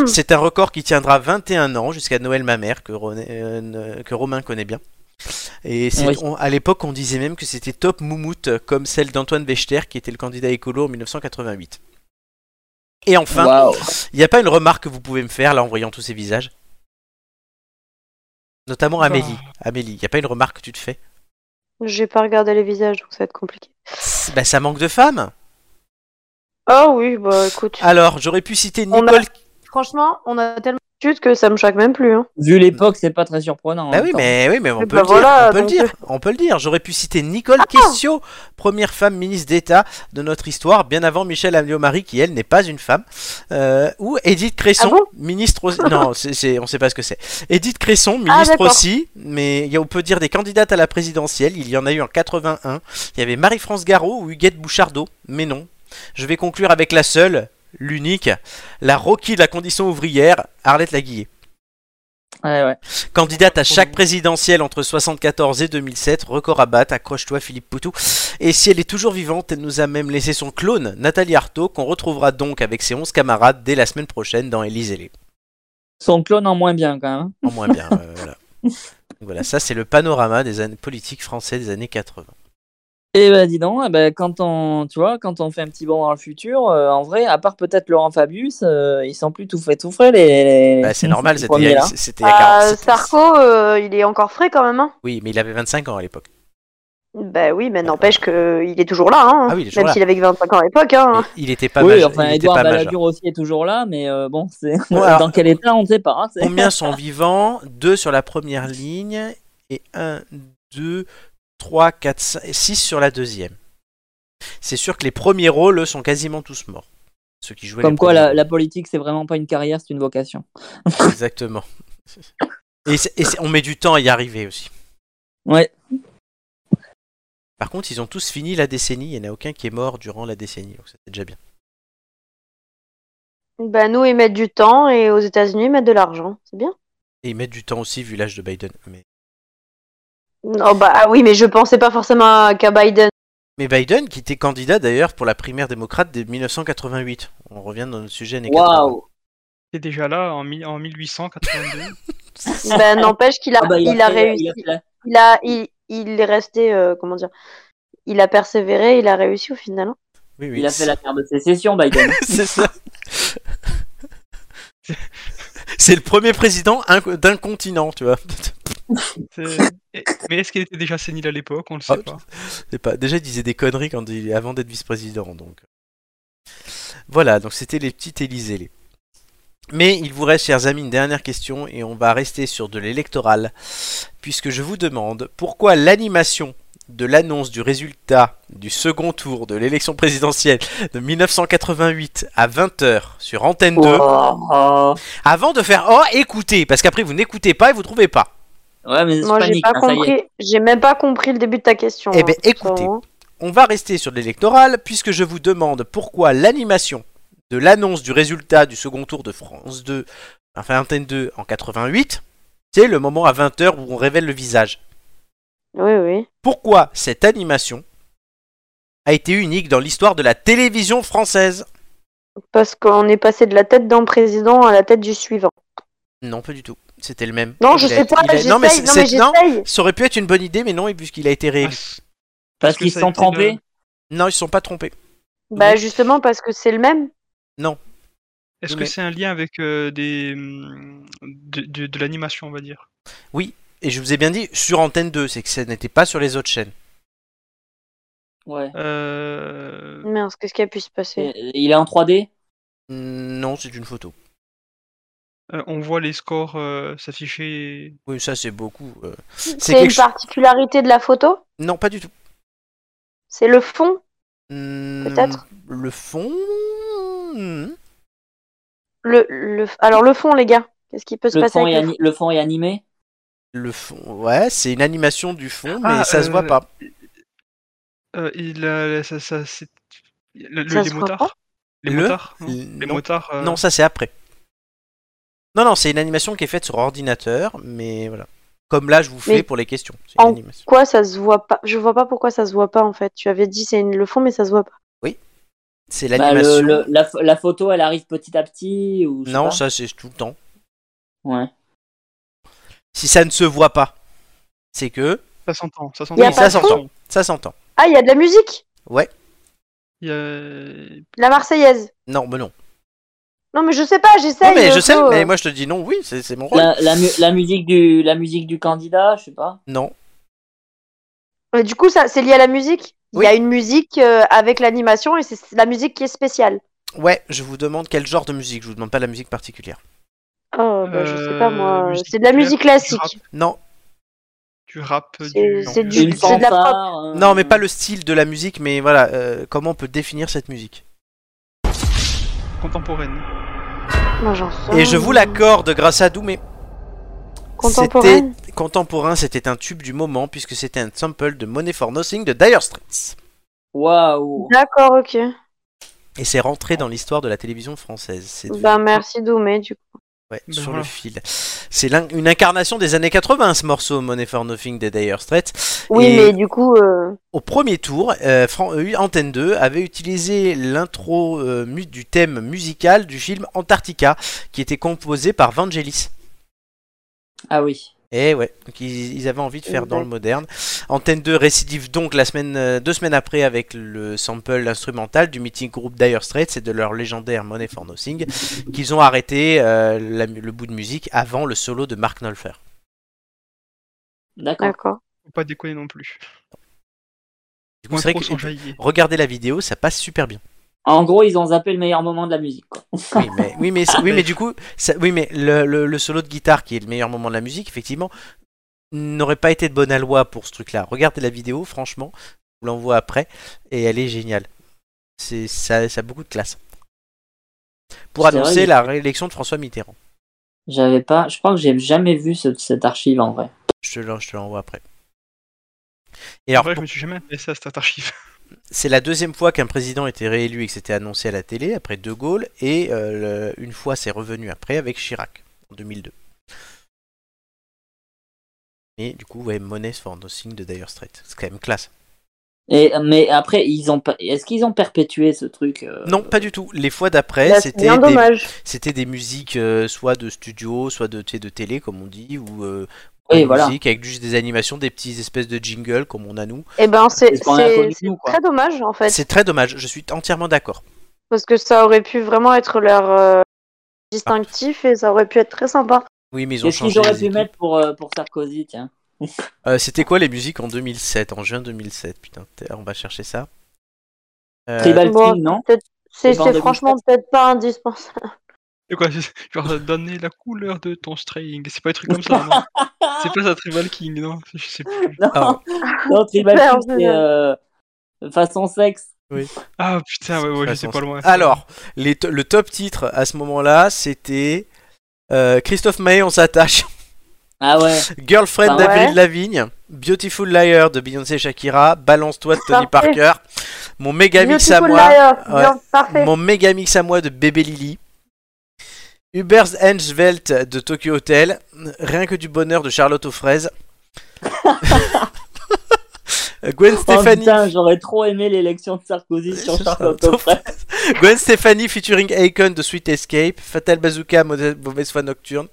S1: C'est un record qui tiendra 21 ans jusqu'à Noël Mamère, que, René- euh, ne- que Romain connaît bien. Et c'est-
S2: Oui.
S1: on- à l'époque, on disait même que c'était top moumoute, comme celle d'Antoine Bechter, qui était le candidat écolo en 1988. Et enfin,
S2: Waouh.
S1: il n'y a pas une remarque que vous pouvez me faire là en voyant tous ces visages Notamment Amélie.
S4: Bah.
S1: Amélie, il n'y a pas une remarque que tu te fais
S4: J'ai pas regardé les visages, donc ça va être compliqué.
S1: Bah ça manque de femmes
S4: Ah oui, bah écoute.
S1: Alors, j'aurais pu citer
S4: On a-
S1: Nicole...
S4: Franchement, on a tellement d'études que ça me choque même plus. hein.
S2: Vu l'époque, c'est pas très surprenant. hein, en
S1: Bah
S2: même
S1: oui,
S2: temps.
S1: mais, oui, mais on
S4: Eh
S1: peut
S4: bah
S1: le dire,
S4: voilà,
S1: on peut le
S4: donc- Ah,
S1: dire, on peut le dire. J'aurais pu citer Nicole Quessio, première femme ministre d'État de notre histoire, bien avant Michel Amélie-Marie, qui elle n'est pas une femme, Euh, ou Edith Cresson,
S4: Ah bon
S1: ministre aussi... non, c'est, c'est- on sait pas ce que c'est. Edith Cresson,
S4: Ah,
S1: ministre
S4: d'accord.
S1: aussi, mais il y a- on peut dire des candidates à la présidentielle, il y en a eu en 81, il y avait Marie-France Garot ou Huguette Bouchardot, mais non. Je vais conclure avec la seule, l'unique, la Rocky de la condition ouvrière, Arlette Laguiller.
S2: Ouais, ouais.
S1: Candidate à chaque présidentielle entre 74 et 2007, record à battre, accroche-toi Philippe Poutou. Et si elle est toujours vivante, elle nous a même laissé son clone, Nathalie Arthaud, qu'on retrouvera donc avec ses 11 camarades dès la semaine prochaine dans Élise et les.
S2: Son clone en moins bien, quand même. hein.
S1: En moins bien, euh, voilà. Donc Voilà, ça c'est le panorama des années politiques français des années 80.
S2: Et ben dis donc, eh ben, quand on, tu vois, quand on fait un petit bond dans le futur, euh, en vrai, à part peut-être Laurent Fabius, euh, ils sont plus tout fait tout frais les. les-
S1: Bah, c'est normal,
S2: les
S1: c'était il y
S2: premiers,
S1: a,
S2: là.
S1: c'était il y a 40
S4: Ah,
S1: c'était-
S4: Sarko, euh, il est encore frais quand même. Hein.
S1: Oui, mais il avait 25 ans à l'époque.
S4: Bah oui, mais n'empêche qu'il est toujours là. Hein.
S1: Ah oui, il est toujours
S4: même
S1: là.
S4: s'il avait que 25 ans à l'époque.
S1: Mais
S4: Hein.
S1: Il était pas
S2: Ah. oui,
S1: maje-
S2: enfin,
S1: il était
S2: Edouard
S1: pas majeur.
S2: Balladur aussi est toujours là, mais euh, bon, c'est
S1: Bon, alors-
S2: dans quel état, on ne sait pas. hein, c'est-
S1: Combien sont vivants 2 sur la première ligne et 1, 2, 3, 4, 5, 6 sur la deuxième. c'est sûr que les premiers rôles eux, sont quasiment tous morts. Ceux qui jouaient les
S2: Comme quoi,
S1: premiers
S2: la, la politique, c'est vraiment pas une carrière, c'est une vocation.
S1: rôles. Exactement. Et, c'est- et c'est- on met du temps à y arriver aussi.
S2: Ouais.
S1: Par contre, ils ont tous fini la décennie, il n'y en a aucun qui est mort durant la décennie, donc ça, c'est déjà bien.
S4: Bah, nous, ils mettent du temps et aux États-Unis, ils mettent de l'argent. C'est bien.
S1: Et ils mettent du temps aussi vu l'âge de Biden. Mais,
S4: Oh, bah, ah oui, mais je pensais pas forcément à- qu'à Biden.
S1: mais Biden, qui était candidat d'ailleurs pour la primaire démocrate de 1988. On revient dans notre sujet années 80.
S2: Waouh
S3: Il est déjà là en, mi- en 1882.
S4: Bah, n'empêche qu'il a,
S2: Ah bah,
S4: il, a
S2: fait-
S4: réussi.
S2: il a fait la-
S4: Il, a, il, il est resté, euh, comment dire, il a persévéré, il a réussi au final. hein.
S1: Oui, oui.
S2: il a fait la guerre de sécession, Biden.
S1: C'est ça. C'est le premier président inc- d'un continent, tu vois.
S3: C'est- Et- Mais est-ce qu'il était déjà sénile à l'époque On le
S1: Ah,
S3: sait pas.
S1: C'est pas... Déjà, il disait des conneries quand il... avant d'être vice-président. Donc voilà, donc c'était les petites Élysées. les- Mais il vous reste, chers amis, une dernière question et on va rester sur de l'électoral, puisque je vous demande pourquoi l'animation de l'annonce du résultat du second tour de l'élection présidentielle de 1988 à 20h sur Antenne 2
S2: Oh.
S1: avant de faire oh écoutez parce qu'après vous n'écoutez pas et vous trouvez pas.
S2: Ouais, mais c'est
S4: Moi, j'ai
S2: panique,
S4: pas
S2: hein, ça y est.
S4: compris, j'ai même pas compris le début de ta question.
S1: Eh ben,
S4: hein,
S1: écoutez.
S4: Florent.
S1: On va rester sur l'électoral puisque je vous demande pourquoi l'animation de l'annonce du résultat du second tour de France 2 enfin Antenne 2 en 88, c'est le moment à 20h où on révèle le visage.
S4: Oui, oui.
S1: Pourquoi cette animation a été unique dans l'histoire de la télévision française
S4: Parce qu'on est passé de la tête d'un président à la tête du suivant.
S1: Non, pas du tout. C'était le même.
S4: Non, je
S1: Il a-
S4: sais pas,
S1: il a-
S4: j'essaye,
S1: Non,
S4: non
S1: mais
S4: mais,
S1: c'est- c'est- non,
S4: j'essaye.
S1: ça aurait pu être une bonne idée, mais non, et puisqu'il a été
S3: Ah,
S1: réélu.
S3: c'est-
S2: Parce
S3: Est-ce que
S2: qu'ils se
S3: ça
S2: sont
S3: a été le-
S2: trompés.
S1: Non, ils se sont pas trompés.
S4: Bah justement parce que c'est le même.
S3: Est-ce
S1: Mais-
S3: que c'est un lien avec euh, des hum, de, de- de l'animation, on va dire
S1: Et je vous ai bien dit, sur Antenne 2, c'est que ça n'était pas sur les autres chaînes.
S2: Ouais.
S3: Euh,
S4: Mince, qu'est-ce qui a pu se passer
S2: Et- Il est en 3D
S1: Mm, Non, c'est une photo.
S3: euh, On voit les scores euh, s'afficher.
S1: Oui, ça c'est beaucoup. euh.
S4: C'est une
S1: quelque cho-
S4: particularité de la photo
S1: Non, pas du tout.
S4: C'est le fond
S1: Mm,
S4: Peut-être.
S1: Le fond. mm.
S4: le, le... Alors le fond, les gars, qu'est-ce qui peut se
S2: le
S4: passer
S2: fond, est
S4: avec le
S2: ani- le fond est animé
S1: Le fond. Ouais, c'est une animation du fond, mais
S3: Ah,
S1: ça se voit
S3: euh,
S1: pas.
S3: Euh, il a- ça, ça- c'est- le- le-
S4: Ça
S3: les
S4: se voit pas
S3: motards Les
S1: Le-
S3: motards non
S1: L-
S3: Les
S1: non,
S3: motards euh,
S1: non, ça c'est après. Non, non, c'est une animation qui est faite sur ordinateur, mais voilà. Comme là, je vous fais
S4: Mais-
S1: pour les questions. C'est une
S4: En-
S1: animation.
S4: Quoi, ça se voit pas Je vois pas pourquoi ça se voit pas en fait. Tu avais dit c'est une... le fond, mais ça se voit pas.
S1: C'est
S2: Bah, le-
S1: l'animation.
S2: le- la, pho- la photo, elle arrive petit à petit ou je sais
S1: Non,
S2: pas.
S1: ça c'est tout le temps.
S2: Ouais.
S1: Si ça ne se voit pas, c'est que
S3: Ça s'entend.
S4: Y
S3: Ça
S4: a
S3: s'entend.
S1: pas de Ça s'entend. ça s'entend.
S4: Ah, il y a de la musique
S3: Y a-
S4: La Marseillaise
S1: Non, mais non.
S4: Non, mais je sais pas, j'essaye.
S1: Non, mais je
S4: euh,
S1: sais,
S4: Flo,
S1: mais
S4: euh.
S1: moi je te dis non, oui, c'est c'est mon rôle.
S2: La, la mu- la musique du, la musique du candidat, je sais pas.
S1: Non,
S4: Mais du coup, ça, c'est lié à la musique Il y a une musique euh, avec l'animation et c'est la musique qui est spéciale.
S1: Ouais, je vous demande quel genre de musique, je vous demande pas la musique particulière.
S4: Oh, bah, je sais pas
S3: Euh,
S4: moi.
S3: musique
S4: C'est de la
S3: claire,
S4: musique classique.
S1: Non,
S3: du rap,
S4: C'est-
S3: du.
S4: c'est
S3: non,
S4: du-
S3: euh,
S2: Une
S4: c'est de la pop.
S2: fanfare. euh,
S1: non, mais pas le style de la musique, mais voilà, euh, comment on peut définir cette musique
S3: contemporaine.
S4: Moi, j'en sais
S1: Et je vous
S4: rien.
S1: l'accorde grâce à Doumé.
S4: Contemporaine
S1: C'était- Contemporain, c'était un tube du moment puisque c'était un sample de Money for Nothing de Dire Straits.
S2: Waouh.
S4: D'accord, ok.
S1: Et c'est rentré dans l'histoire de la télévision française. C'est devenu-
S4: Bah merci Doumé du coup.
S1: ouais,
S3: Ben
S1: sur
S3: voilà.
S1: le fil. C'est l'in- une incarnation des années 80, ce morceau Money for Nothing de Dire Straits.
S4: Oui
S1: Et-
S4: mais du coup euh,
S1: Au premier tour, euh, Fran- euh, Antenne 2 avait utilisé l'intro euh, mu- du thème musical du film Antarctica, qui était composé par Vangelis.
S2: Ah oui.
S1: Et ouais, donc ils, ils avaient envie de faire dans le
S4: Exact.
S1: moderne. Antenne 2 récidive donc la semaine, euh, deux semaines après avec le sample instrumental du meeting groupe Dire Straits et de leur légendaire Money for Nothing, qu'ils ont arrêté euh, la mu- le bout de musique avant le solo de Mark Knopfler.
S2: D'accord.
S4: d'accord.
S3: Faut pas déconner non plus.
S1: Du coup,
S3: Moins
S1: c'est vrai
S3: trop sans
S1: que
S3: jaillir.
S1: regardez la vidéo, ça passe super bien.
S2: En gros, ils ont zappé le meilleur moment de la musique. Quoi.
S1: Oui, mais, oui, mais, oui, mais du coup, ça- oui, mais le, le- le solo de guitare, qui est le meilleur moment de la musique, effectivement, n'aurait pas été de bonne loi pour ce truc-là. Regardez la vidéo, franchement, vous l'envoie après, et elle est géniale. C'est, ça, ça a beaucoup de classe. Pour
S2: C'est vrai,
S1: annoncer
S2: il-
S1: la réélection de François Mitterrand.
S2: J'avais pas. Je crois que j'ai jamais vu ce- cette archive en vrai.
S1: Je te, l'en- je te l'envoie après. Et alors,
S3: Après, je me suis jamais intéressé à cette archive.
S1: C'est la deuxième fois qu'un président était réélu et que c'était annoncé à la télé, après De Gaulle, et euh, le- une fois c'est revenu après avec Chirac, en 2002. Et du coup, ouais, Money for Nothing de Dire Straits. C'est quand même classe.
S2: Et mais après, ils ont. pas- Est-ce qu'ils ont perpétué ce truc euh,
S1: Non, pas du tout. Les fois d'après,
S4: Bah, c'est
S1: c'était
S4: bien
S1: des,
S4: dommage.
S1: c'était des musiques euh, soit de studio, soit de, tu sais, de télé, comme on dit, ou euh,
S2: Oui,
S1: des
S2: voilà.
S1: musiques avec juste des animations, des petites espèces de jingles comme on a nous.
S4: Et ben c'est
S2: Est-ce qu'on a
S4: c'est-
S2: connu
S4: c'est
S2: nous, quoi
S4: très dommage en fait,
S1: C'est très dommage, je suis entièrement d'accord.
S4: parce que ça aurait pu vraiment être leur euh, distinctif et ça aurait pu être très sympa.
S1: Oui, mais ils ont
S2: Qu'est-ce
S1: changé.
S2: qu'ils auraient
S1: les
S2: pu
S1: équipes.
S2: mettre pour, euh, pour Sarkozy Tiens.
S1: Euh, C'était quoi les musiques en 2007, en juin 2007 Putain, t'es- on va chercher ça. Euh,
S2: Tribal
S4: bon.
S2: King, non
S4: C'est
S2: Les bandes
S4: c'est
S2: de
S4: franchement peut-être pas indispensable.
S3: Et quoi, c'est- genre donner la couleur de ton string. C'est pas un truc comme ça, non C'est pas ça Tribal King, non Je sais plus.
S2: Non,
S1: Ah.
S2: non Tribal
S4: Super,
S2: King, c'est
S4: génial.
S2: euh, façon sexe.
S3: Ah putain, ouais, ouais,
S1: façon,
S3: j'étais pas loin.
S1: Alors, les to- le top titre à ce moment-là, c'était euh, Christophe Maé, on s'attache.
S2: Ah ouais.
S1: Girlfriend
S2: Ah
S4: ouais.
S1: d'Avril Lavigne. Beautiful Liar de Beyoncé et Shakira. Balance-toi de Tony
S4: Parfait.
S1: Parker. Mon méga mix à
S4: Beautiful
S1: moi.
S4: Liar,
S1: ouais.
S4: bien, parfait.
S1: Mon méga mix à moi de Bébé Lily. Hubers Welt de Tokyo Hotel. Rien que du bonheur de Charlotte aux fraises. Gwen
S2: Oh,
S1: Stefani
S2: putain, j'aurais trop aimé l'élection de Sarkozy sur
S1: Ce
S2: Charles
S1: sera-
S2: Coffret.
S1: Gwen Stefani featuring Akon de Sweet Escape, Fatal Bazooka, Mauvaise Mauvaise Foi Nocturne,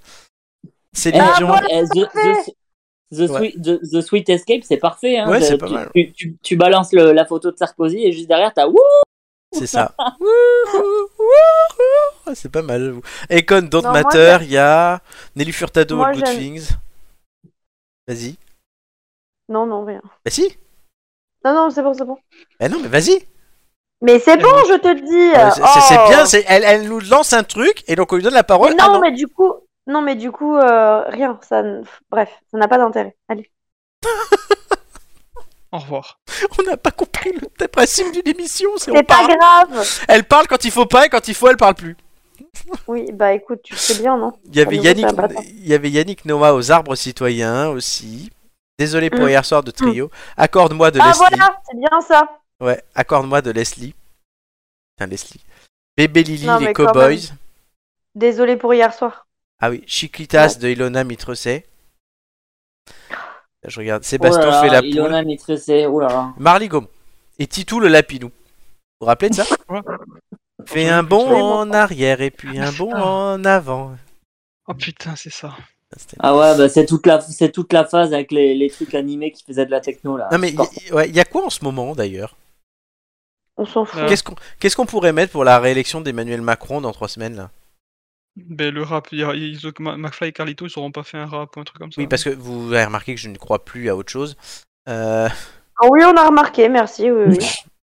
S1: Céline
S2: Ah,
S1: Dion.
S4: voilà.
S2: Eh, the, the- the
S1: Ouais.
S2: sweet, the, the Sweet Escape, c'est parfait. Hein,
S1: Ouais,
S2: De-
S1: c'est pas
S2: tu,
S1: mal.
S2: Tu, tu- tu balances le- la photo de Sarkozy et juste derrière, t'as wouh
S1: c'est ça. Wouhou, wouhou. c'est pas mal, j'avoue. Akon, Don't
S4: Non, moi,
S1: Matter, il y a Nelly Furtado,
S4: Moi,
S1: All Good
S4: j'aime-
S1: Things. Vas-y.
S4: Non, non, rien.
S1: Bah si
S4: Non, non, c'est bon, c'est bon.
S1: Bah non, mais vas-y
S4: Mais c'est
S3: Et
S4: bon,
S3: oui.
S4: je te le dis.
S1: Euh, c'est- C'est c'est
S4: oh.
S1: bien, c'est- elle, elle nous lance un truc et donc on lui donne la parole.
S4: Mais
S1: Ah
S4: non, mais du coup, non, mais du coup, euh, rien. Ça, n- bref, ça n'a pas d'intérêt. Allez.
S3: Au revoir.
S1: on n'a pas compris le principe d'une émission. c'est on
S4: C'est pas
S1: parle.
S4: grave.
S1: Elle parle quand il faut pas et quand il faut, elle parle plus.
S4: Oui, bah écoute, tu sais bien, non
S1: Il y avait
S4: Allez,
S1: Yannick,
S4: on fait un bâtard.
S1: il y avait Yannick Noah aux arbres citoyens aussi. Désolé pour
S4: Mm.
S1: hier soir de trio. Accorde-moi de
S4: Ah
S1: Leslie.
S4: voilà, c'est bien ça.
S1: Ouais, accorde-moi de Leslie. Putain, Leslie. Bébé Lily,
S4: Non,
S1: les
S4: mais quand
S1: Cowboys.
S4: Désolée pour hier soir.
S1: Ah oui, Chiquitas de Ilona Mitrosé. Je regarde. Sébastien
S2: Oulala,
S1: fait la poule.
S2: Ilona Mitressé, oulala.
S1: Marley Gaumont. Et Titou le Lapinou. Vous vous rappelez de ça
S3: Ouais.
S1: Fais un bond en arrière et puis un bond en avant.
S3: Oh putain, c'est ça.
S1: C'était-
S2: Ah ouais, bah c'est toute la c'est toute la phase avec les, les trucs animés qui faisaient de la techno là.
S1: Non mais
S2: Encore.
S1: il ouais, il y a quoi en ce moment d'ailleurs
S4: On s'en fout.
S3: Ouais.
S1: Euh, Qu'est-ce qu'on qu'est-ce qu'on pourrait mettre pour la réélection d'Emmanuel Macron dans trois semaines là
S3: Ben, le rap, y a- ils ont- Ma- McFly et Carlito, ils auront pas fait un rap ou un truc comme ça.
S1: Oui, parce que vous avez remarqué que je ne crois plus à autre chose. Euh,
S4: Ah oui, on a remarqué. Merci. Oui, oui.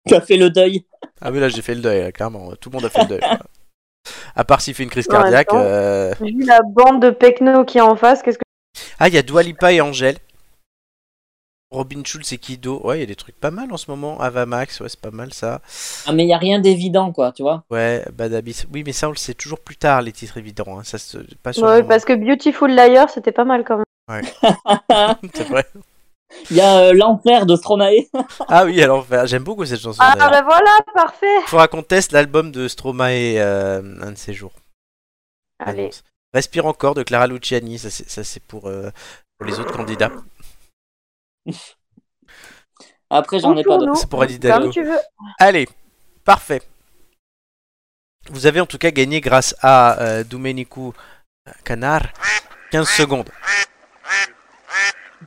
S2: Tu as fait le deuil.
S1: Ah mais là j'ai fait le deuil, là, clairement. Tout le monde a fait le deuil. quoi. À part s'il fait une crise
S4: En même
S1: cardiaque.
S4: temps.
S1: euh,
S4: Vu la bande de Pecno qui est en face, qu'est-ce que
S1: Ah, il y a Dwalipa et Angèle. Robin Schulz et Kido. Ouais, il y a des trucs pas mal en ce moment. Avamax, ouais, c'est pas mal ça.
S2: Ah mais il y a rien d'évident quoi, tu vois.
S1: Ouais, Badabis. Oui, mais ça on le sait toujours plus tard, les titres évidents. hein. Ça se pas sur le
S4: Ouais,
S1: moment.
S4: parce que Beautiful Liar, c'était pas mal quand même.
S1: C'est vrai.
S2: Il y a euh, l'enfer de Stromae.
S1: Ah oui, alors enfin, j'aime beaucoup cette chanson.
S4: Ah
S1: d'ailleurs.
S4: bah voilà, parfait.
S1: faudra qu'on teste l'album de Stromae euh, un de ces jours.
S4: Allez.
S1: Annonce. Respire encore de Clara Luciani, ça c'est ça, c'est pour, euh, pour les autres candidats.
S4: Ah,
S2: Après j'en ai pas d'autres.
S4: Contourne-nous,
S1: C'est pour Annie Hidalgo.
S4: Comme tu veux.
S1: Allez, parfait. Vous avez en tout cas gagné grâce à euh, Domenico Canard 15 secondes.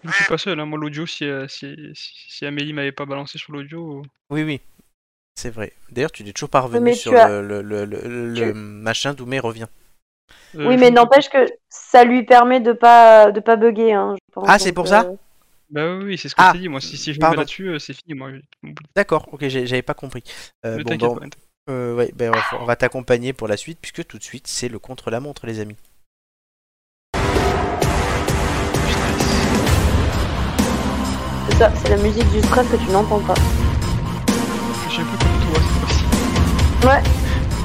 S3: Je suis pas seul, hein. moi l'audio, si, euh, si, si, si Amélie m'avait pas balancé sur l'audio. euh,
S1: Oui, oui, c'est vrai. D'ailleurs, tu n'es toujours pas revenu
S4: mais
S1: sur
S4: tu as-
S1: le, le- le- le- le machin. Doumé revient.
S3: euh,
S4: Oui,
S3: je
S4: mais
S3: ne-
S4: n'empêche que ça lui permet de pas de pas bugger. Hein, je pense.
S1: Ah, c'est
S4: Donc,
S1: pour ça
S4: euh,
S3: Bah oui, oui, c'est ce que je
S1: Ah,
S3: t'ai dit, moi. Si, si je me mets
S1: pardon.
S3: là-dessus, euh, c'est fini, moi. Ne
S1: D'accord, ok, j'ai- j'avais pas compris. Euh, bon,
S3: t'inquiète
S1: bon,
S3: pas.
S1: euh, ouais, ben, on va- on va t'accompagner pour la suite, puisque tout de suite, c'est le contre-la-montre, les amis.
S4: c'est ça, c'est la musique du stress que tu n'entends pas.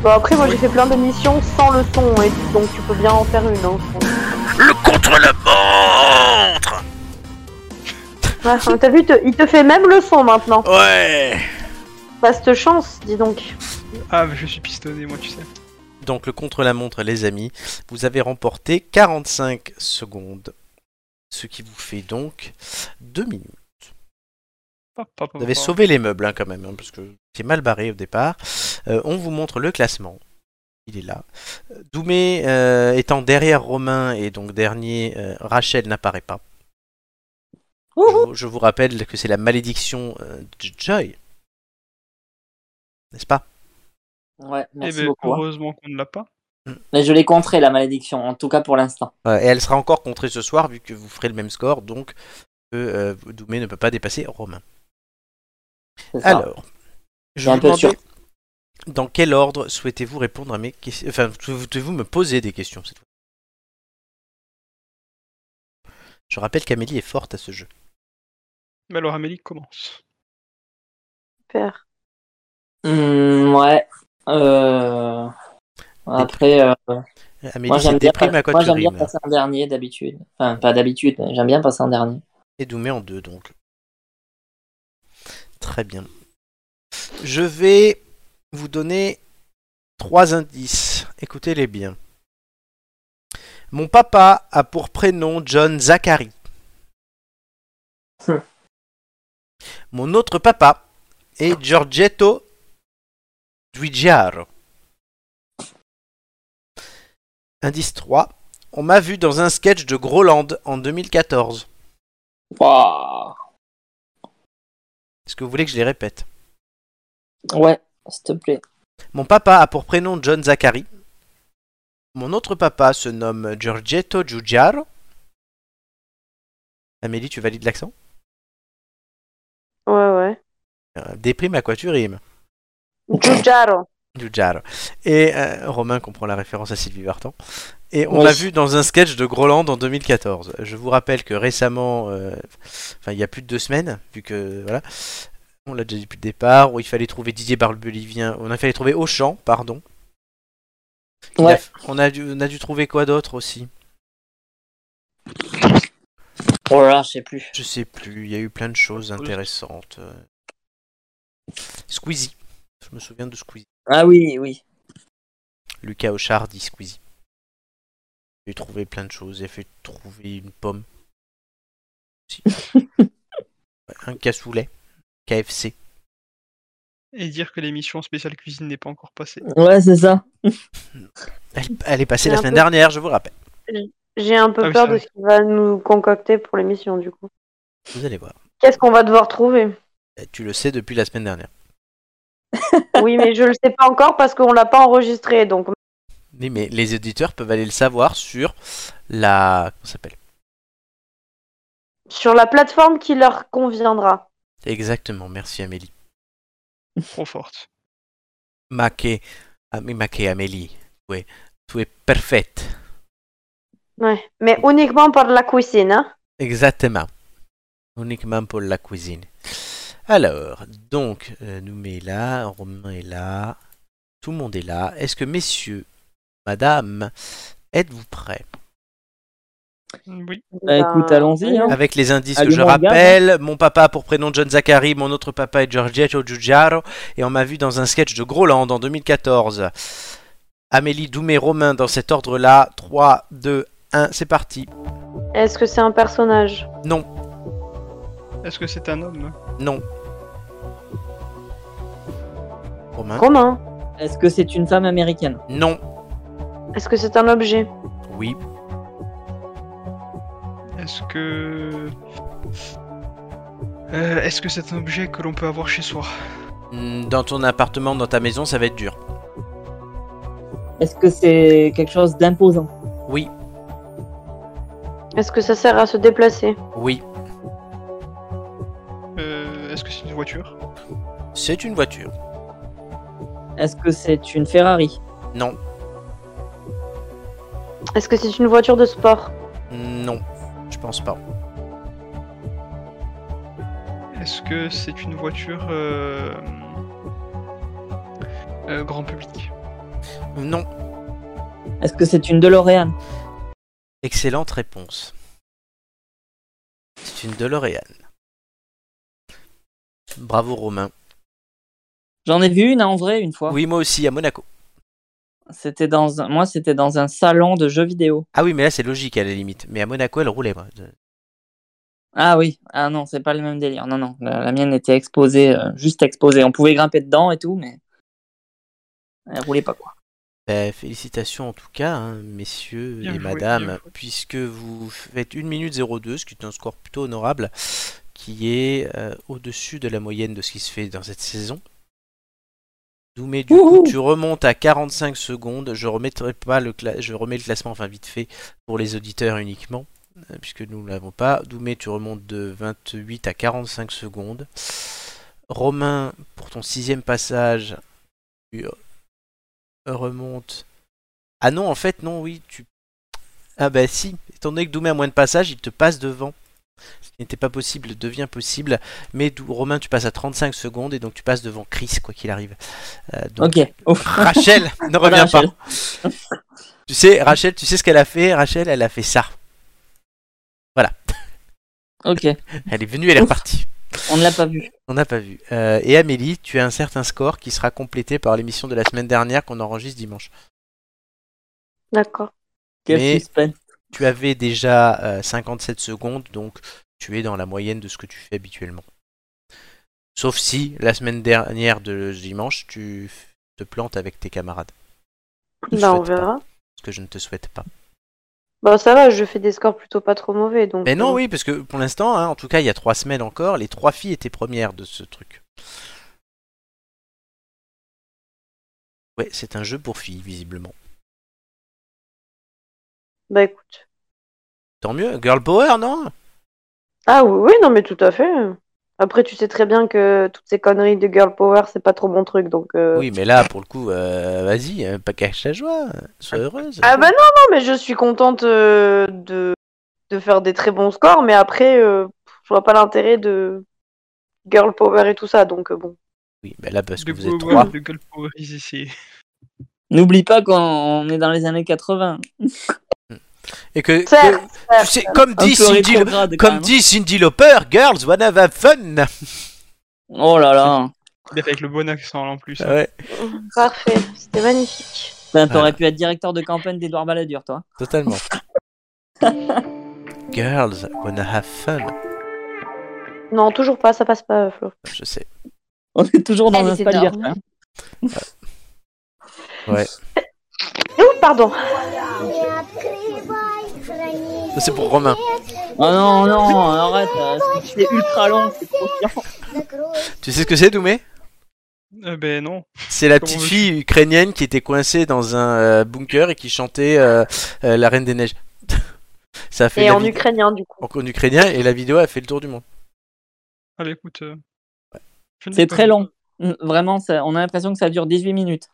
S4: Bon, après, moi j'ai fait plein de missions sans le son, et donc tu peux bien en faire une. Hein, je pense.
S1: Le contre la montre
S4: Ouais, hein, T'as vu, te- il te fait même le son maintenant.
S1: Oh. Ouais
S4: Pas cette chance, dis donc.
S3: Ah, mais je suis pistonné, moi, tu sais.
S1: Donc le contre-la-montre, les amis, vous avez remporté 45 secondes. Ce qui vous fait donc 2 minutes.
S3: Pa, pa, pa,
S1: Vous avez
S3: pa.
S1: sauvé les meubles hein, quand même, hein, parce que c'est mal barré au départ. Euh, on vous montre le classement. Il est là. Euh, Doumé euh, étant derrière Romain et donc dernier, euh, Rachel n'apparaît pas. Je
S2: Wouhou.
S1: vous, je vous rappelle que c'est la malédiction euh, de Joy. N'est-ce pas
S2: Ouais,
S3: Eh
S2: merci
S3: ben,
S2: beaucoup. hein.
S3: heureusement qu'on ne l'a pas.
S2: Mais je l'ai contré la malédiction, en tout cas pour l'instant.
S1: Euh, Et elle sera encore contrée ce soir vu que vous ferez le même score, donc que, euh, Doumé ne peut pas dépasser Romain.
S2: c'est ça.
S1: Alors, je
S2: Ah. C'est un
S1: vous
S2: peu
S1: demandais
S2: sûr.
S1: dans quel ordre souhaitez-vous répondre à mes questions Enfin, souhaitez-vous me poser des questions cette fois Je rappelle qu'Amélie est forte à ce jeu.
S3: Mais alors, Amélie commence.
S4: Super.
S2: Hmm, ouais. Euh, Après, euh, moi
S1: Amélie,
S2: j'aime
S1: c'est
S2: bien,
S1: déprime à quoi
S2: moi,
S1: tu
S2: j'aime bien
S1: rimes.
S2: passer en dernier d'habitude. Enfin, pas d'habitude, mais j'aime bien passer en dernier.
S1: Et Doumé en deux, donc. Très bien. Je vais vous donner trois indices. Écoutez-les bien. Mon papa a pour prénom John Zachary.
S2: Hmm.
S1: Mon autre papa est Giorgetto Giugiaro. Indice 3. On m'a vu dans un sketch de Groland en 2014.
S2: Wouah.
S1: Est-ce que vous voulez que je les répète
S2: Ouais, s'il te plaît.
S1: Mon papa a pour prénom John Zachary. Mon autre papa se nomme Giorgetto Giugiaro. Amélie, tu valides l'accent
S4: Ouais, ouais.
S1: Euh, Déprime à quoi tu rimes
S4: Giugiaro.
S1: Giugiaro. Et euh, Romain comprend la référence à Sylvie Vartan. Et on
S2: Ouais.
S1: l'a vu dans un sketch de Groland en 2014. Je vous rappelle que récemment, euh, enfin il y a plus de deux semaines, vu que voilà, on l'a déjà dit depuis le départ, où il fallait trouver Didier Barbelivien, on a fallu trouver Auchan, pardon. Il
S2: Ouais.
S1: a- on, a dû, on a dû trouver quoi d'autre aussi
S2: Oh là, je sais plus.
S1: Je sais plus, il y a eu plein de choses intéressantes. euh. Squeezie. Je me souviens de Squeezie.
S2: Ah oui, oui.
S1: Lucas Auchard dit Squeezie. Il a trouvé plein de choses, il a fait trouver une pomme. Si. Un cassoulet. KFC.
S3: Et dire que l'émission spéciale cuisine n'est pas encore passée.
S2: Ouais, c'est ça.
S1: Elle, elle est passée
S4: C'est
S1: la
S4: un
S1: semaine
S4: peu-
S1: dernière, je vous rappelle.
S4: J'ai un peu
S3: Ah oui,
S4: peur
S3: c'est
S4: de ce qu'il va nous concocter pour l'émission, du coup.
S1: Vous allez voir.
S4: Qu'est-ce qu'on va devoir trouver
S1: Et Tu le sais depuis la semaine dernière.
S4: Oui, mais je le sais pas encore parce qu'on l'a pas enregistré, donc
S1: Mais, mais les auditeurs peuvent aller le savoir sur la. Comment ça s'appelle
S4: sur la plateforme qui leur conviendra.
S1: Exactement, merci Amélie.
S3: Trop forte.
S1: Maquet. ah Maquet Amélie. Tu es, tu es parfaite.
S4: Ouais. Mais uniquement par la cuisine, hein.
S1: Exactement. Uniquement pour la cuisine. Alors, donc, euh, Noumé est là, Romain est là, tout le monde est là. Est-ce que messieurs, madame, êtes-vous prêts
S3: Oui.
S1: Ah,
S4: Ben,
S2: Bah, écoute, allons-y, hein.
S1: Avec les indices que
S2: Allez,
S1: je
S2: mon gars,
S1: rappelle, mon papa pour prénom John Zachary, mon autre papa est Giorgetto Giugiaro, et on m'a vu dans un sketch de Groland en 2014. Amélie, Doumé, Romain dans cet ordre-là. 3, 2, 1, c'est parti. ah.
S4: Est-ce que c'est un personnage
S3: Est-ce que c'est un homme
S1: Non. Romain
S4: Romain
S2: Est-ce que c'est une femme américaine
S1: Non.
S4: Est-ce que c'est un objet
S1: Oui.
S3: Est-ce que. Euh, Est-ce que c'est un objet que l'on peut avoir chez soi
S1: Mm, Dans ton appartement, dans ta maison, ça va être dur.
S2: Est-ce que c'est quelque chose d'imposant
S1: Oui,
S4: Est-ce que ça sert à se déplacer
S1: oui,
S3: Euh, Est-ce que c'est une voiture
S1: c'est une voiture.
S2: Est-ce que c'est une Ferrari
S1: Non,
S4: Est-ce que c'est une voiture de sport
S1: non, je pense pas.
S3: Est-ce que c'est une voiture. euh, euh, grand public
S1: Non.
S2: Est-ce que c'est une DeLorean
S1: Excellente réponse. C'est une DeLorean. Bravo Romain.
S2: J'en ai vu une hein, en vrai une fois.
S1: Oui, moi aussi, à Monaco.
S2: C'était dans un... moi c'était dans un salon de jeux vidéo.
S1: Ah oui, mais là c'est logique à la limite. Mais à Monaco, elle roulait. moi.
S2: Ah oui, ah non, c'est pas le même délire. Non non, la, la mienne était exposée, euh, juste exposée. On pouvait grimper dedans et tout, mais elle roulait pas quoi.
S1: Ben, félicitations en tout cas, hein, messieurs
S3: Bien
S1: et
S3: joué, bien
S1: madame,
S3: joué.
S1: puisque vous faites 1 minute 02, ce qui est un score plutôt honorable, qui est euh, au-dessus de la moyenne de ce qui se fait dans cette saison. Doumé, du
S2: Wouhou
S1: coup, tu remontes à 45 secondes. Je remettrai pas le cla- je remets le classement, enfin vite fait, pour les auditeurs uniquement, euh, puisque nous ne l'avons pas. Doumé, tu remontes de 28 à 45 secondes. Romain, pour ton sixième passage, tu euh, remontes. Ah non, en fait, non, oui, tu. Ah bah si, étant donné que Doumé a moins de passages, il te passe devant. Ce qui n'était pas possible devient possible. Mais Dou- Romain, tu passes à 35 secondes et donc tu passes devant Chris, quoi qu'il arrive. Euh, donc,
S2: Ok. Ouf.
S1: Rachel, ne
S2: Voilà,
S1: reviens pas.
S2: Rachel.
S1: Tu sais, Rachel, tu sais ce qu'elle a fait Rachel, elle a fait ça.
S2: Ok.
S1: Elle est venue, elle est
S2: Ouf.
S1: repartie.
S2: On ne l'a pas vu.
S1: On n'a pas vu. Euh, et Amélie, tu as un certain score qui sera complété par l'émission de la semaine dernière qu'on enregistre dimanche.
S4: D'accord.
S2: Quel
S1: Mais-
S2: suspense.
S1: Tu avais déjà euh, 57 secondes, donc tu es dans la moyenne de ce que tu fais habituellement. Sauf si, la semaine dernière de dimanche, tu f- te plantes avec tes camarades. Je
S4: Bah, on
S1: souhaite pas.
S4: verra.
S1: Ce que je ne te souhaite pas.
S4: Bon, ça va, je fais des scores plutôt pas trop mauvais. Donc,
S1: Mais non,
S4: euh,
S1: oui, parce que pour l'instant, hein, en tout cas, il y a trois semaines encore, les trois filles étaient premières de ce truc. Ouais, c'est un jeu pour filles, visiblement.
S4: Bah écoute.
S1: Tant mieux, Girl Power, non
S4: Ah oui, oui, non, mais tout à fait. Après, tu sais très bien que toutes ces conneries de girl power, c'est pas trop mon truc. Donc, euh,
S1: Oui, mais là, pour le coup, euh, vas-y, euh, pas cache ta joie, euh, sois heureuse.
S4: Ah bah non, non, mais je suis contente euh, de, de faire des très bons scores, mais après, euh, je vois pas l'intérêt de girl power et tout ça, donc euh, bon.
S1: Oui, mais là, parce que
S3: De
S1: vous êtes
S3: Power,
S1: trois.
S3: de Girl Power is ici.
S2: N'oublie pas qu'on est dans les années 80.
S1: Et que, que-
S4: Certes,
S1: tu sais, comme
S2: Un
S1: dit
S2: peu
S1: Cindy,
S2: rétrograde, quand
S1: comme
S2: même. hein.
S1: dit Cindy Lauper, girls wanna have fun.
S2: Oh là là.
S3: Il est Avec le bon accent là, en plus.
S1: Ah Ouais,
S4: parfait, c'était magnifique.
S2: Putain, Ben, T'aurais pu être directeur de campagne d'Edouard Balladur, toi.
S1: totalement. girls wanna have fun.
S4: Non, toujours pas, ça passe pas, Flo.
S1: Je sais.
S2: On est toujours dans
S4: Elle
S2: un
S4: était
S2: spalier.
S4: énorme.
S2: hein.
S4: Ouh, pardon.
S1: Ça, C'est pour Romain.
S2: Oh non, non, arrête. euh, C'est ultra long, c'est trop chiant.
S1: Tu sais ce que c'est, Doumé
S3: Euh, ben non.
S1: C'est la
S3: Comment
S1: petite
S3: veux-tu
S1: fille ukrainienne qui était coincée dans un euh, bunker et qui chantait euh, euh, La Reine des Neiges. Ça a fait
S4: Et
S1: la
S4: en
S1: vid-
S4: ukrainien, du coup.
S1: en- en ukrainien et la vidéo a fait le tour du monde.
S3: Allez, écoute. euh, je ne
S2: C'est
S3: dis pas.
S2: très long. Mm, Vraiment, ça- on a l'impression que ça dure 18 minutes.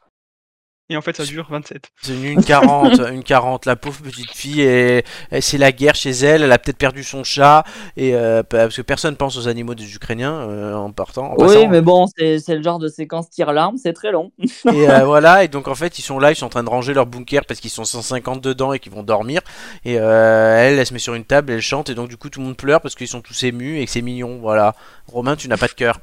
S3: Et en fait, ça dure 27.
S1: C'est une, une 40, une 40, la pauvre petite fille, et, et c'est la guerre chez elle, elle a peut-être perdu son chat, et euh, pa- parce que personne pense aux animaux des Ukrainiens euh, en partant. En
S2: oui,
S1: passant.
S2: mais bon, c'est c'est le genre de séquence tire-larme, c'est très long.
S1: Et euh, voilà, et donc en fait, ils sont là, ils sont en train de ranger leur bunker parce qu'ils sont 150 dedans et qu'ils vont dormir. Et euh, elle, elle se met sur une table, elle chante, et donc du coup, tout le monde pleure parce qu'ils sont tous émus et que c'est mignon. Voilà. Romain, tu n'as pas de cœur.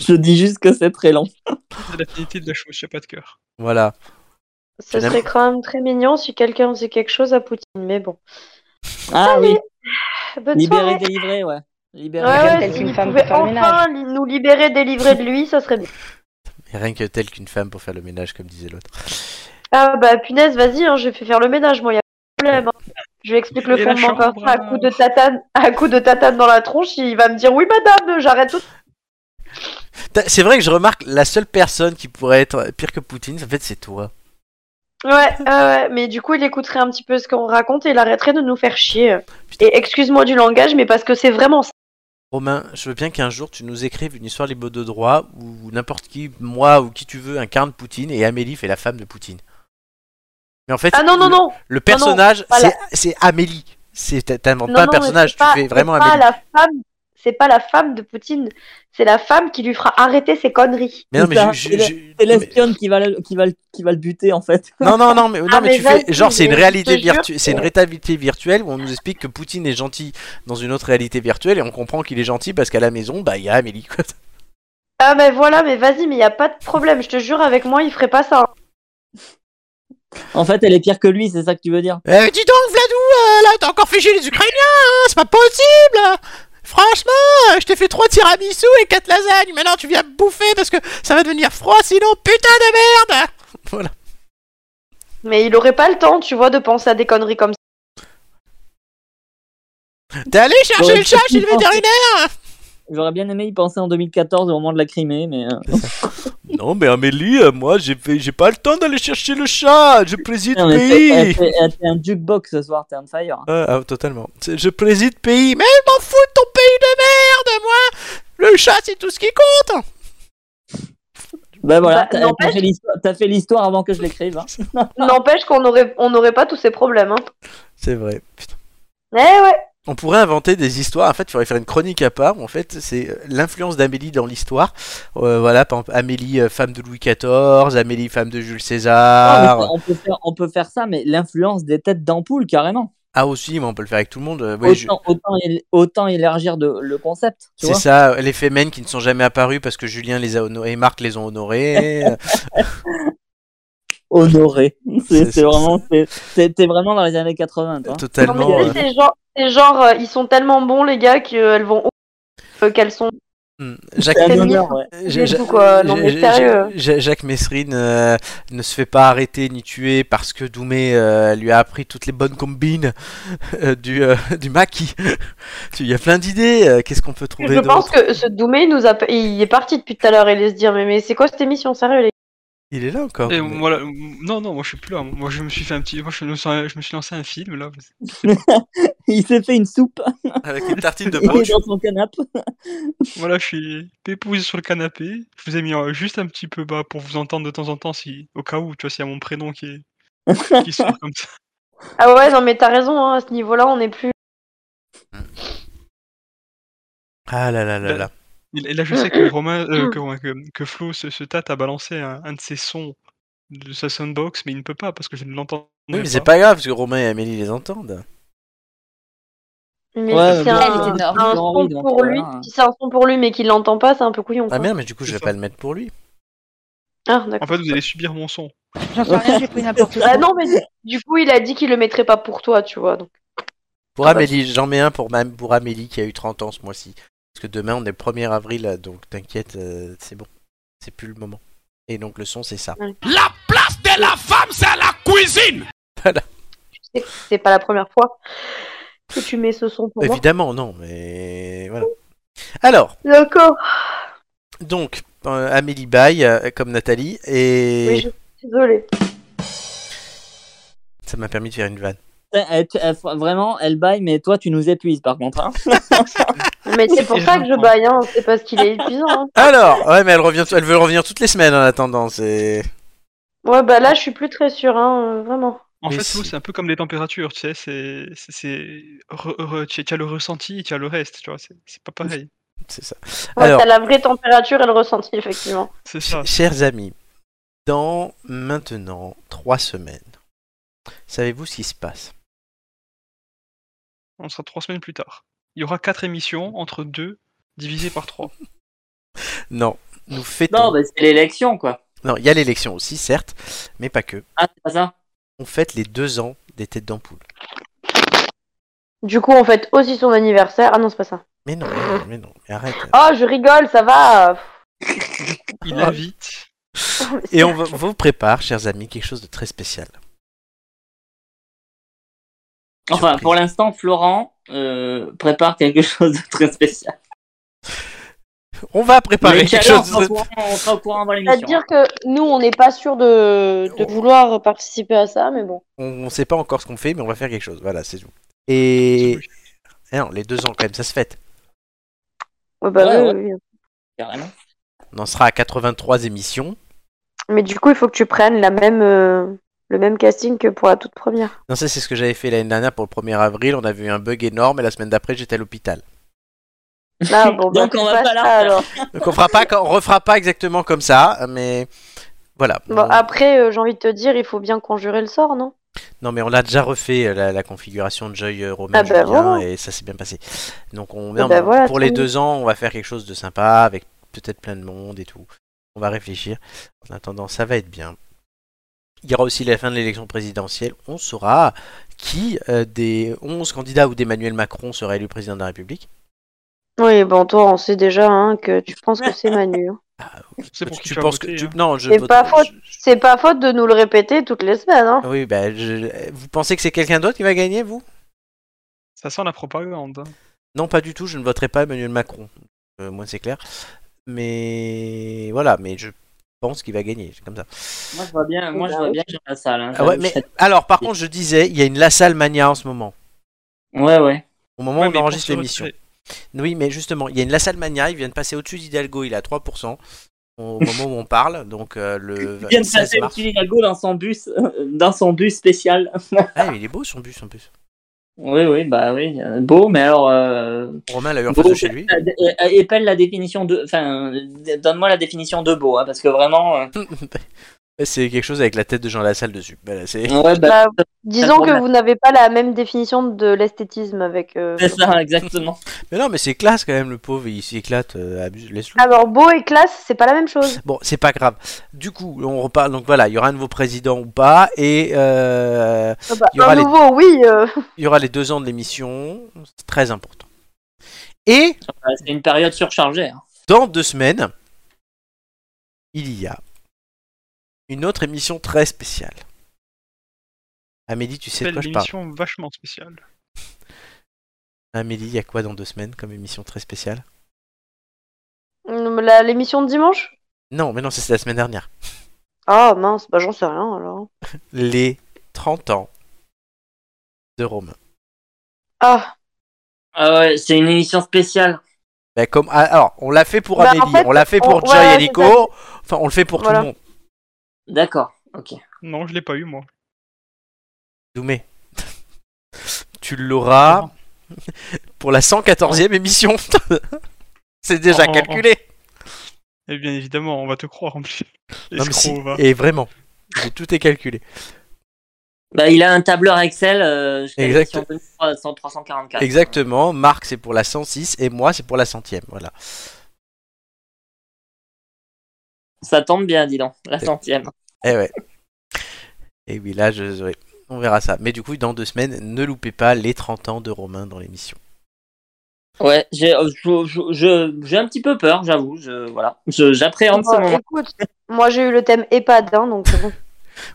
S2: Je dis juste que c'est très long.
S3: C'est l'affinité de la chose, j'ai pas de cœur.
S1: Voilà.
S4: Ce
S1: Madame-
S4: serait quand même très mignon si quelqu'un faisait quelque chose à Poutine, mais bon.
S2: Ah oui,
S4: Bonne
S2: libéré,
S4: soirée.
S2: délivré, ouais.
S4: Ouais,
S2: Libéré.
S7: Quelqu'un
S4: ouais,
S7: tel
S4: si
S7: qu'une
S4: vous
S7: femme
S4: pouvez
S7: pour faire le
S4: enfin li- nous libérer, délivrer de lui, ça serait bien.
S1: Et rien que telle qu'une femme pour faire le ménage, comme disait l'autre.
S4: Ah bah punaise, vas-y, hein, je vais faire le ménage, moi, y a pas de problème. hein. Je lui explique le
S3: Et la
S4: fondement comme
S3: chambre,
S4: ça, à
S7: hein.
S3: euh.
S4: coup de tatane, à coup de tatane dans la tronche, il va me dire oui madame, j'arrête tout.
S1: T'as- C'est vrai que je remarque la seule personne qui pourrait être pire que Poutine, en fait, c'est toi.
S4: Ouais, ouais, ouais, mais du coup il écouterait un petit peu ce qu'on raconte et il arrêterait de nous faire chier. Et excuse-moi du langage, mais parce que c'est vraiment ça.
S1: Romain, je veux bien qu'un jour tu nous écrives une histoire libre de droit où n'importe qui, moi ou qui tu veux, incarne Poutine et Amélie fait la femme de Poutine. Mais en fait,
S4: Ah non, non,
S1: le-
S4: non,
S1: Le personnage,
S4: voilà.
S1: c'est c'est Amélie. C'est- T'inventes
S4: Non,
S1: pas un
S4: non, mais
S1: personnage,
S4: c'est
S1: tu
S4: pas-
S1: fais vraiment
S4: c'est pas
S1: Amélie.
S4: la femme, c'est c'est pas la femme de Poutine, c'est la femme qui lui fera arrêter ses conneries.
S1: Mais non,
S2: C'est
S1: mais
S2: ça,
S1: je-
S2: c'est
S1: je-
S2: la-
S1: je-
S2: C'est
S1: non, mais-
S2: l'espionne qui, va le, qui, va le, qui va le buter en fait.
S1: Non, non, non, mais, non,
S4: Ah,
S1: mais
S4: mais
S1: tu fais.
S4: vas-y,
S1: Genre, c'est une
S4: mais
S1: réalité
S4: je te jure.
S1: virtuelle. C'est une réalité virtuelle où on nous explique que Poutine est gentil dans une autre réalité virtuelle et on comprend qu'il est gentil parce qu'à la maison, bah, il y a Amélie. quoi.
S4: Ah ben voilà, mais vas-y, mais y a pas de problème, je te jure, avec moi, il ferait pas ça. hein.
S2: En fait, elle est pire que lui, c'est ça que tu veux dire.
S1: Eh, dis donc, Vladou, euh, là, t'as encore fait chier les Ukrainiens, hein, c'est pas possible Franchement, euh, je t'ai fait trois tiramisu et quatre lasagnes, maintenant tu viens me bouffer parce que ça va devenir froid sinon, putain de merde Voilà.
S4: Mais il aurait pas le temps, tu vois, de penser à des conneries comme ça.
S1: T'es allé chercher
S2: Ouais,
S1: le chat chez le
S2: effectivement,
S1: vétérinaire
S2: J'aurais bien aimé y penser en 2014 au moment de la Crimée, mais euh,
S1: Non, mais Amélie, euh, moi, j'ai fait- j'ai pas le temps d'aller chercher le chat, je préside
S2: non, mais t'es elle fait- elle fait un jukebox ce soir, t'es on fire.
S1: Ah, ah, totalement. C'est- Je préside pays, mais je m'en fous de ton pays de merde, moi Le chat, c'est tout ce qui compte
S2: Bah voilà,
S4: Bah,
S2: t'as-
S4: n'empêche-
S2: t'as fait l'histoire- t'as fait l'histoire avant que je l'écrive. hein.
S4: N'empêche qu'on aurait, on n'aurait pas tous ces problèmes. Hein.
S1: C'est vrai, putain.
S4: Eh ouais,
S1: On pourrait inventer des histoires. En fait, il faudrait faire une chronique à part. En fait, c'est euh, l'influence d'Amélie dans l'histoire. Euh, voilà, par exemple, Amélie, euh, femme de Louis XIV, Amélie, femme de Jules
S2: Ah,
S1: César.
S2: mais on, peut faire, on peut faire ça, mais l'influence des têtes d'ampoule, carrément.
S1: Ah, aussi, mais on peut le faire avec tout le monde. Euh, oui, je-
S2: autant, autant él- autant élargir de- le concept. Oh, Tu
S1: C'est
S2: vois
S1: ça, euh, les fémènes qui ne sont jamais apparues parce que Julien les a honorées et Marc les ont honorées. Euh,
S2: Honoré.
S1: C'est-
S2: C'est c'est vraiment, c'est- c'est- t'es vraiment dans les années 80. toi.
S4: non, mais
S1: totalement. euh,
S2: euh,
S4: tu sais, ces genres, ces genres, euh, ils sont tellement bons, les gars, qu'elles vont. euh, qu'elles sont.
S1: euh, hmm. Jacques,
S2: C'est un
S4: féministe.
S2: honneur, ouais.
S1: Ja-
S4: du
S1: Ja-
S4: tout, quoi. Non,
S1: Ja-
S4: mais
S1: Ja-
S4: sérieux.
S1: Ja- Jacques Messrine euh, ne se fait pas arrêter ni tuer parce que Doumé euh, lui a appris toutes les bonnes combines euh, du, euh, du maquis. Tu- Il y a plein d'idées. euh, Qu'est-ce qu'on peut trouver
S4: Je pense
S1: d'autre
S4: que ce Doumé, il, nous a... il est parti depuis tout à l'heure, il est se dire, mais, mais c'est quoi cette émission, sérieux, les
S1: Il est là encore.
S3: Et
S1: Doumé.
S3: voilà, euh, non, non, moi je suis plus là. Moi je me suis fait un petit. Moi je me suis, je me suis lancé un film là.
S2: Il s'est fait une soupe.
S1: Avec une tartine de
S2: Il est
S1: broche.
S2: dans son canapé.
S3: Voilà, je suis pépouze sur le canapé. Je vous ai mis euh, juste un petit peu bas pour vous entendre de temps en temps, si au cas où, tu vois, s'il y a mon prénom qui est. qui sort comme ça.
S4: Ah ouais, non, mais t'as raison, hein, à ce niveau-là, on n'est plus.
S1: Ah là là là là.
S3: Et là, et là, je sais que Romain, euh, que, Romain, que, que Flo se, se tâte à balancer un, un de ses sons de sa soundbox, mais il ne peut pas parce que je ne l'entends
S1: Oui, mais c'est pas grave parce que Romain et Amélie les entendent.
S4: Mais
S2: Ouais,
S4: si c'est
S2: mais
S4: un,
S2: bon,
S7: elle est énorme,
S4: un
S2: j'ai
S4: son
S2: envie, donc,
S4: pour lui,
S2: voilà.
S4: si c'est un son pour lui, mais qu'il l'entend pas, c'est un peu couillon.
S1: Ah
S4: quoi.
S1: merde, mais du coup, je vais
S3: C'est
S1: pas le mettre pour lui.
S4: Ah, d'accord.
S3: En fait, vous allez subir mon son.
S7: J'en sais rien, j'ai pris n'importe quoi.
S4: Ah non, mais du coup, il a dit qu'il le mettrait pas pour toi, tu vois. Donc.
S1: Pour
S2: Ah bah.
S1: Amélie, j'en mets un pour, ma- pour Amélie qui a eu 30 ans ce mois-ci. Parce que demain on est le 1er avril, euh, donc t'inquiète, euh, c'est bon. C'est plus le moment. Et donc le son c'est ça.
S8: La place de la femme, c'est la cuisine.
S4: Je sais que c'est pas la première fois que tu mets ce son pour moi.
S1: Évidemment, non, mais voilà. Alors,
S4: D'accord.
S1: donc, euh, Amélie Baye, euh, comme Nathalie, et
S4: Oui, je suis désolée.
S1: ça m'a permis de faire une vanne.
S2: Elle- elle- Vraiment, elle baille, mais toi, tu nous épuises par contre. hein.
S4: Mais c'est pour
S3: Et
S4: ça que je
S3: j'entends.
S4: baille, hein. c'est parce qu'il est épuisant. hein.
S1: Alors, ouais, mais elle, revient, elle veut revenir toutes les semaines hein, en attendant, c'est.
S4: Ouais, bah là, je suis plus très sûre, hein, euh, vraiment.
S3: En
S1: Mais
S3: fait, Flo,
S1: si.
S3: c'est un peu comme les températures, tu sais, c'est. c'est- c'est re- re- Tu tu as le ressenti, tu as le reste, tu vois, c'est c'est pas pareil.
S1: C'est ça.
S4: Ouais,
S1: Alors.
S4: T'as la vraie température et le ressenti, effectivement.
S3: C'est ça.
S1: Chers amis, dans maintenant trois semaines, savez-vous ce qui se passe
S3: On sera trois semaines plus tard. Il y aura quatre émissions entre deux divisé par trois.
S1: Non, nous fêtons.
S2: Non, bah, c'est l'élection quoi.
S1: Non, il y a l'élection aussi, certes, mais pas que.
S2: Ah, c'est pas ça.
S1: On fête les deux ans des têtes d'ampoule.
S4: Du coup, on fête aussi son anniversaire. Ah non, c'est pas ça.
S1: Mais non, mais non, mais non, mais arrête.
S4: Oh, je rigole, ça va.
S3: Il
S1: Ah.
S3: invite.
S1: Et on va- vous prépare, chers amis, quelque chose de très spécial.
S2: Enfin,
S1: Surprise.
S2: pour l'instant, Florent euh, prépare quelque chose de très spécial.
S1: On va préparer
S2: Mais
S1: quelque
S2: Chaleur,
S1: chose.
S2: on sera
S1: de-
S2: au courant- on sera au courant avant l'émission.
S4: C'est-à-dire que nous, on n'est pas sûr de, de vouloir participer à ça, mais bon.
S1: On ne sait pas encore ce qu'on fait, mais on va faire quelque chose. Voilà, c'est tout. Et
S3: C'est
S1: Ah non, les deux ans quand même, ça se fête.
S4: Ouais, bah,
S2: Ouais,
S4: oui,
S2: ouais.
S4: oui, oui.
S2: Carrément.
S1: On en sera à 83 émissions.
S4: Mais du coup, il faut que tu prennes la même, euh, le même casting que pour la toute première.
S1: Non, ça c'est ce que j'avais fait l'année dernière pour le 1er avril. On avait eu un bug énorme et la semaine d'après j'étais à l'hôpital.
S4: Là, bon, bah,
S9: Donc on
S4: c'est
S9: va pas
S4: ça,
S9: la refaire.
S4: alors.
S1: Donc on fera pas, on refera pas exactement comme ça, mais voilà.
S4: Bon, après, euh, j'ai envie de te dire, il faut bien conjurer le sort, non
S1: Non, mais on l'a déjà refait euh, la, la configuration de Joy euh, Romain
S4: Ah
S1: Julien,
S4: bah voilà.
S1: et ça s'est bien passé. Donc on,
S4: Ah
S1: on-
S4: bah voilà,
S1: pour les
S4: tant
S1: deux ans, on va faire quelque chose de sympa avec peut-être plein de monde et tout. On va réfléchir. En attendant, ça va être bien. Il y aura aussi la fin de l'élection présidentielle. On saura qui euh, des 11 candidats ou d'Emmanuel Macron sera élu président de la République.
S4: Oui, bon, toi, on sait déjà hein, que tu penses que c'est Manu. hein.
S3: C'est pour qui
S1: tu
S3: tu as
S1: penses
S3: voté,
S1: que tu...
S3: hein.
S1: non, je
S4: C'est
S1: vote-
S4: pas faute.
S1: je- je-
S4: C'est pas faute de nous le répéter toutes les semaines. Hein.
S1: Oui, bah, je- vous pensez que c'est quelqu'un d'autre qui va gagner, vous
S3: Ça sent la propagande. hein.
S1: Non, pas du tout, je ne voterai pas Emmanuel Macron. Euh, moi, c'est clair. Mais voilà, mais je pense qu'il va gagner, c'est comme ça.
S2: Moi, je vois bien, moi, je vois bien que dans la salle. hein.
S1: Ah ouais, mais alors, par contre, je disais, il y a une La Salle Mania en ce moment.
S2: Ouais, ouais.
S1: Au moment
S3: Ouais,
S1: où
S3: mais
S1: on
S3: pour
S1: enregistre
S3: se
S1: l'émission.
S3: retirer-
S1: Oui, mais justement, il y a une La Salle Mania, il vient de passer au-dessus d'Hidalgo, il est à 3% au moment où on parle, donc euh, le
S2: Il vient de
S1: 16
S2: passer le
S1: mars.
S2: petit Hidalgo dans son bus, euh, dans son bus spécial.
S1: Ah, mais il est beau son bus en plus.
S2: Oui, oui, bah oui, euh, beau, mais alors. euh,
S1: Romain l'a eu en
S2: beau,
S1: face de chez lui.
S2: euh, euh, épelle la définition de. Enfin, euh, donne-moi la définition de beau, hein, parce que vraiment. euh,
S1: c'est quelque chose avec la tête de Jean Lassalle dessus. Voilà, c'est...
S2: Ouais, bah,
S4: Bah, disons
S2: bon,
S4: que
S2: bah.
S4: vous n'avez pas la même définition de l'esthétisme avec. euh,
S2: c'est ça, exactement.
S1: Mais non, mais c'est classe quand même, le pauvre, il s'éclate, euh, abuse, laisse-le.
S4: Alors, beau et classe, c'est pas la même chose.
S1: Bon, c'est pas grave. Du coup, on reparle. Donc voilà, il y aura un nouveau président ou pas. Et euh,
S4: Ah bah,
S1: Il y aura
S4: un
S1: les-
S4: nouveau, oui. euh,
S1: il y aura les deux ans de l'émission. C'est très important. Et
S2: Euh, C'est une période surchargée. hein.
S1: dans deux semaines, il y a une autre émission très spéciale. Amélie, tu sais de
S3: C'est une
S1: quoi je parle.
S3: émission vachement spéciale.
S1: Amélie, il y a quoi dans deux semaines comme émission très spéciale
S4: la- L'émission de dimanche
S1: Non, mais non, ça, c'est la semaine dernière.
S4: Ah mince, bah j'en sais rien alors.
S1: Les 30 ans de Romain.
S4: Ah,
S2: Ah ouais, c'est une émission spéciale.
S1: Ben, comme, ah, alors, on l'a fait pour
S4: Bah, en
S1: Amélie,
S4: fait,
S1: on l'a fait pour
S4: on-
S1: Joy
S4: ouais,
S1: et
S4: c'est
S1: Nico, enfin, on le fait pour tout
S4: Voilà.
S1: le monde.
S2: D'accord, ok.
S3: Non, je l'ai pas eu moi.
S1: Doumé, tu l'auras pour la 114e émission. C'est déjà
S3: Oh, oh, oh.
S1: calculé.
S3: Et Eh bien évidemment, on va te croire en plus.
S1: Non, mais si,
S3: Escroc, va.
S1: et vraiment, j'ai- tout est calculé.
S2: Bah, il a un tableur Excel euh, jusqu'à
S1: Exact.
S2: l'émission 2300, 344.
S1: Exactement, Marc c'est pour la 106 et moi c'est pour la 100e. Voilà.
S2: Ça tombe bien, dis donc, la centième.
S1: Eh ouais. Et oui, là, je, ouais, on verra ça. Mais du coup, dans deux semaines, ne loupez pas les 30 ans de Romain dans l'émission.
S2: Ouais, j'ai euh, je- je- je- j'ai un petit peu peur, j'avoue. Je, voilà, Je- j'appréhende ce
S4: bah,
S2: moment.
S4: écoute, moi j'ai eu le thème EHPAD, hein, donc euh, bon.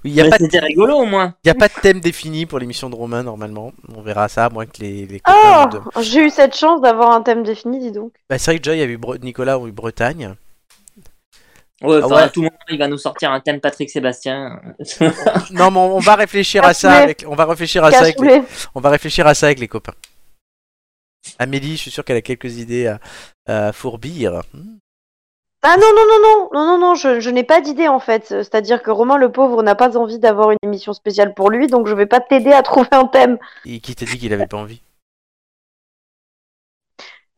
S1: Oui, il n'y a,
S2: Mais
S1: pas de-
S2: c'était rigolo au moins.
S1: il y a pas de thème défini pour l'émission de Romain, normalement. On verra ça, à moins que les, les copains
S4: Ah,
S1: de-
S4: j'ai eu cette chance d'avoir un thème défini, dis donc.
S1: Bah, c'est vrai que Joy a vu Bre- Nicolas ou Bretagne.
S2: Ouais,
S1: Ah
S2: faudra
S1: ouais.
S2: tout le monde, il va nous sortir un thème Patrick Sébastien.
S1: Non, mais on on va réfléchir à ça
S4: Cassoulet.
S1: avec. On va réfléchir à ça avec. Les...
S4: Cassoulet.
S1: On va réfléchir à ça avec les copains. Amélie, je suis sûr qu'elle a quelques idées à, à fourbir. hein,
S4: Ah non, non, non, non, non, non, non, je, je n'ai pas d'idée en fait. C'est-à-dire que Romain le pauvre n'a pas envie d'avoir une émission spéciale pour lui, donc je vais pas t'aider à trouver un thème.
S1: Et qui t'a dit qu'il avait pas envie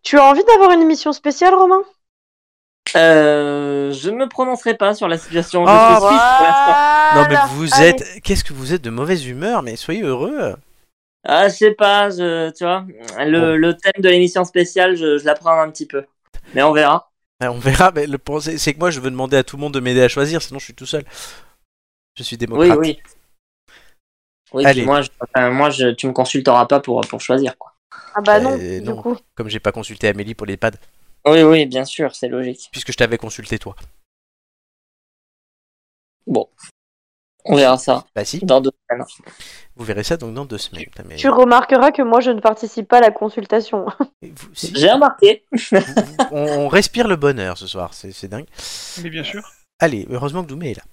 S4: Tu as envie d'avoir une émission spéciale, Romain
S2: Euh, je ne me prononcerai pas sur la situation.
S1: Ah,
S2: je suis pour l'instant.
S1: Non, mais
S4: Voilà.
S1: vous
S4: Allez.
S1: êtes. Qu'est-ce que vous êtes de mauvaise humeur Mais soyez heureux.
S2: Ah, je sais pas, je, tu vois, le, le thème de l'émission spéciale, je, je l'apprends un petit peu. Mais on verra.
S1: Ah, On verra. Mais le point, c'est c'est que moi, je veux demander à tout le monde de m'aider à choisir, sinon je suis tout seul. Je suis
S2: Oui,
S1: démocrate.
S2: oui. Oui,
S1: Allez.
S2: puis moi, je, enfin, moi je, tu me consulteras pas pour, pour choisir. Quoi.
S4: Ah bah non,
S1: Euh,
S4: du
S1: non.
S4: coup.
S1: Comme j'ai pas consulté Amélie pour les pads,
S2: Oui, oui, bien sûr, c'est logique.
S1: puisque je t'avais consulté toi.
S2: On verra ça
S1: Bah si.
S2: dans deux semaines.
S1: Vous verrez ça donc dans deux semaines. Putain, mais-
S4: Tu remarqueras que moi je ne participe pas à la consultation.
S1: Ah, Vous- si.
S2: J'ai remarqué.
S1: on, on respire le bonheur ce soir, c'est c'est dingue.
S3: Mais bien sûr.
S1: Allez, heureusement que Doumé est là.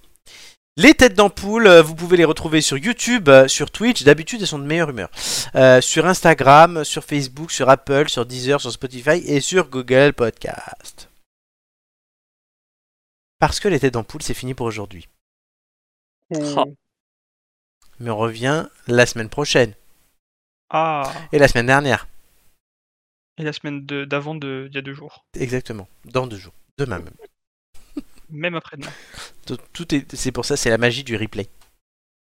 S1: Les têtes d'ampoule, euh, vous pouvez les retrouver sur YouTube, euh, sur Twitch, d'habitude elles sont de meilleure humeur. Euh, sur Instagram, sur Facebook, sur Apple, sur Deezer, sur Spotify et sur Google Podcast. Parce que les têtes d'ampoule, c'est fini pour aujourd'hui.
S2: Oh.
S1: Mais on revient la semaine prochaine
S3: Ah,
S1: et la semaine dernière.
S3: et la semaine de- d'avant, de- il y a deux jours.
S1: Exactement. Dans deux jours. Demain même.
S3: Même après-demain.
S1: Tout, tout est. C'est pour ça, c'est la magie du replay.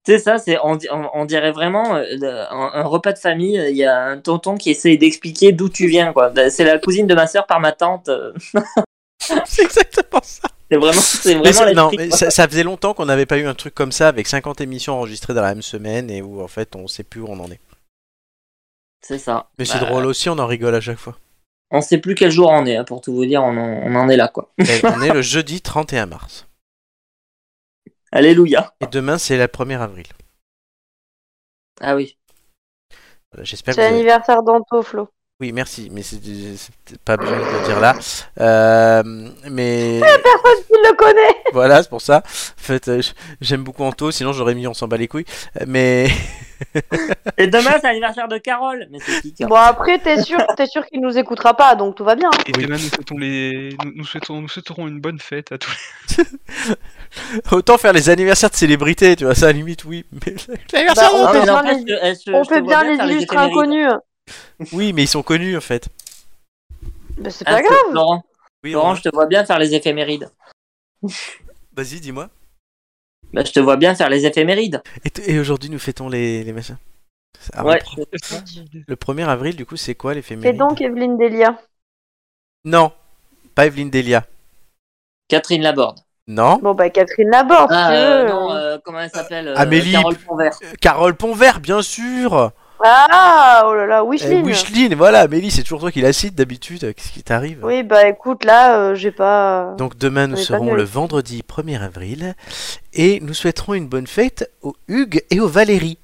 S2: C'est ça, c'est on, di- on- on dirait vraiment euh, le- un, un repas de famille. euh, Il y a un tonton qui essaie d'expliquer d'où tu viens. quoi. Ben, C'est la cousine de ma soeur par ma tante. euh,
S1: c'est exactement ça.
S2: C'est vraiment, c'est
S1: Mais
S2: vraiment
S1: ça, non,
S2: l'esprit,
S1: mais
S2: quoi.
S1: ça, ça faisait longtemps qu'on n'avait pas eu un truc comme ça avec 50 émissions enregistrées dans la même semaine et où en fait on sait plus où on en est.
S2: C'est ça.
S1: Mais c'est
S2: Bah,
S1: drôle aussi, on en rigole à chaque fois.
S2: On sait plus quel jour on est, hein, pour tout vous dire, on en, on en est là, quoi.
S1: Et on est le jeudi 31 mars.
S2: Alléluia.
S1: Et demain c'est la 1er avril.
S2: Ah oui.
S1: Voilà, J'espère que
S4: C'est
S1: vous avez-
S4: l'anniversaire d'Anto, Flo.
S1: Oui, merci, mais c'est c'est peut-être pas besoin de le dire là. Euh, mais
S4: Il le connaît
S1: voilà, c'est pour ça. En fait, euh, j- j'aime beaucoup Anto, sinon j'aurais mis on s'en bat les couilles. Euh, Mais
S2: Et demain, c'est l'anniversaire de Carole. Mais c'est qui, Carole
S4: Bon, après, t'es sûr, t'es sûr qu'il nous écoutera pas, donc tout va bien.
S3: Et
S1: Oui.
S3: demain, nous, souhaitons les... nous, nous souhaitons, nous souhaiterons une bonne fête à tous. les-
S1: autant faire les anniversaires de célébrités, tu vois, ça à la limite, oui. Mais l'anniversaire
S4: Bah, on
S1: d'Anto-
S4: peut
S2: mais
S4: bien
S2: n'empêche
S4: les-
S2: que, elle se-
S4: On
S2: je
S4: peut
S2: te vois
S4: bien les
S2: faire
S4: illustres
S2: éphémérides.
S4: inconnus.
S1: Oui, mais ils sont connus en fait.
S4: Mais Bah, c'est
S2: Ah,
S4: pas
S2: c'est-
S4: grave.
S2: Laurent,
S1: Oui,
S2: Laurent, je te vois bien faire les éphémérides.
S1: vas-y, dis-moi.
S2: Bah, je te vois bien faire les éphémérides.
S1: Et, t- et aujourd'hui, nous fêtons les, les machins. Ah,
S2: Ouais.
S1: on prend- Le 1er avril, du coup, c'est quoi
S4: C'est
S1: l'éphéméride
S4: donc Evelyne Delia.
S1: Non, pas Evelyne Delia.
S2: Catherine Laborde.
S1: Non,
S4: Bon, bah, Catherine Laborde,
S2: Ah,
S4: si
S2: euh,
S4: tu veux.
S2: non, euh, comment elle s'appelle euh,
S1: Amélie.
S2: Carole Ponvert.
S1: Euh, Carole Ponvert, bien sûr.
S4: Ah, oh là là,
S1: Euh,
S2: eh,
S4: Wishline.
S1: Wishline, voilà, Amélie, c'est toujours toi qui la cite d'habitude. Qu'est-ce qui t'arrive
S4: Oui, bah écoute, là, euh, j'ai pas.
S1: Donc demain, nous
S4: On est pas
S1: serons
S4: nuls.
S1: le vendredi 1er avril et nous souhaiterons une bonne fête aux Hugues et aux Valérie.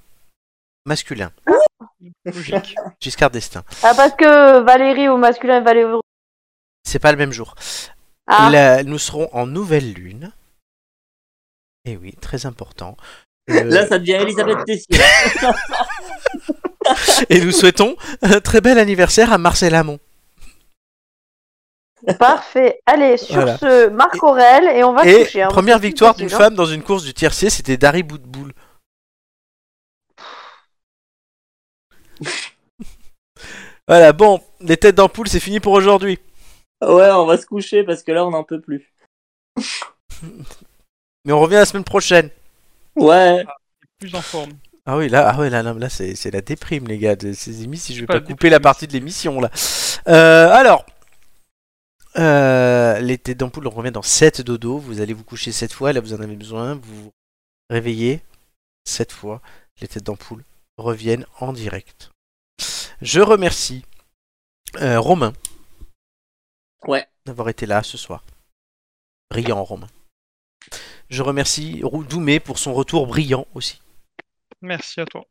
S1: Masculin.
S3: Logique.
S1: Giscard d'Estaing.
S4: Ah, parce que Valérie au masculin et Valérie au.
S1: C'est pas le même jour.
S4: Ah,
S1: La- nous serons en nouvelle lune. Et oui, très important. Euh,
S2: Là, ça devient Elisabeth Tessier.
S1: et nous souhaitons un très bel anniversaire à Marcel Amont.
S4: parfait. Allez, sur
S1: Voilà.
S4: ce, Marc Aurel, et on va se
S1: Et
S4: coucher. hein,
S1: première
S4: parce que c'est
S1: victoire
S4: facile,
S1: d'une
S4: hein.
S1: femme dans une course du tiercé, c'était Dari Boudboul. voilà, bon, les têtes d'ampoule, c'est fini pour aujourd'hui.
S2: ouais, on va se coucher parce que là, on n'en peut plus.
S1: Mais on revient la semaine prochaine.
S2: Ouais.
S3: Plus en forme.
S1: Ah oui, là, ah ouais, là, là, là, c'est c'est la déprime, les gars, de ces émissions. Si je vais
S3: Pas
S1: pas,
S3: la
S1: couper la
S3: déprime.
S1: partie de l'émission, là. Euh, alors, euh, les têtes d'ampoule, on revient dans 7 dodo. Vous allez vous coucher 7 fois, là, vous en avez besoin. Vous vous réveillez 7 fois. Les têtes d'ampoule reviennent en direct. Je remercie euh, Romain
S2: Ouais.
S1: d'avoir été là ce soir. Brillant, Romain. Je remercie Rou- Doumé pour son retour brillant aussi.
S3: Merci à toi.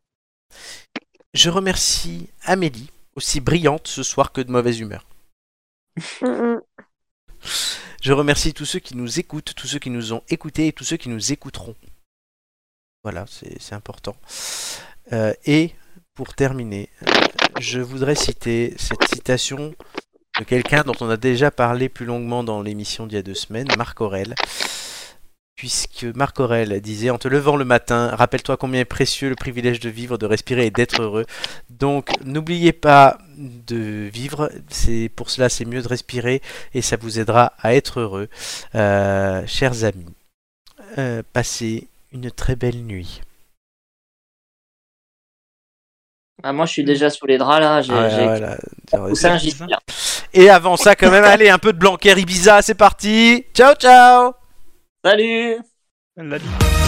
S1: Je remercie Amélie, aussi brillante ce soir que de mauvaise humeur.
S4: Mm, mm.
S1: Je remercie tous ceux qui nous écoutent, tous ceux qui nous ont écoutés et tous ceux qui nous écouteront. Voilà, c'est c'est important. Euh, et pour terminer, euh, je voudrais citer cette citation de quelqu'un dont on a déjà parlé plus longuement dans l'émission d'il y a deux semaines, Marc Aurel. Puisque Marc Aurel disait En te levant le matin, rappelle-toi combien est précieux le privilège de vivre, de respirer et d'être heureux. Donc n'oubliez pas de vivre, c'est pour cela c'est mieux de respirer et ça vous aidera à être heureux. Euh, chers amis, euh, passez une très belle nuit.
S2: Ah, moi, je suis déjà sous les draps là. J'ai
S1: Ah,
S2: j'ai-
S1: voilà.
S2: Poussin, j'y suis.
S1: Et avant ça, quand même, allez, un peu de Blanquer Ibiza, c'est parti. Ciao, ciao.
S2: Salut
S3: La vie.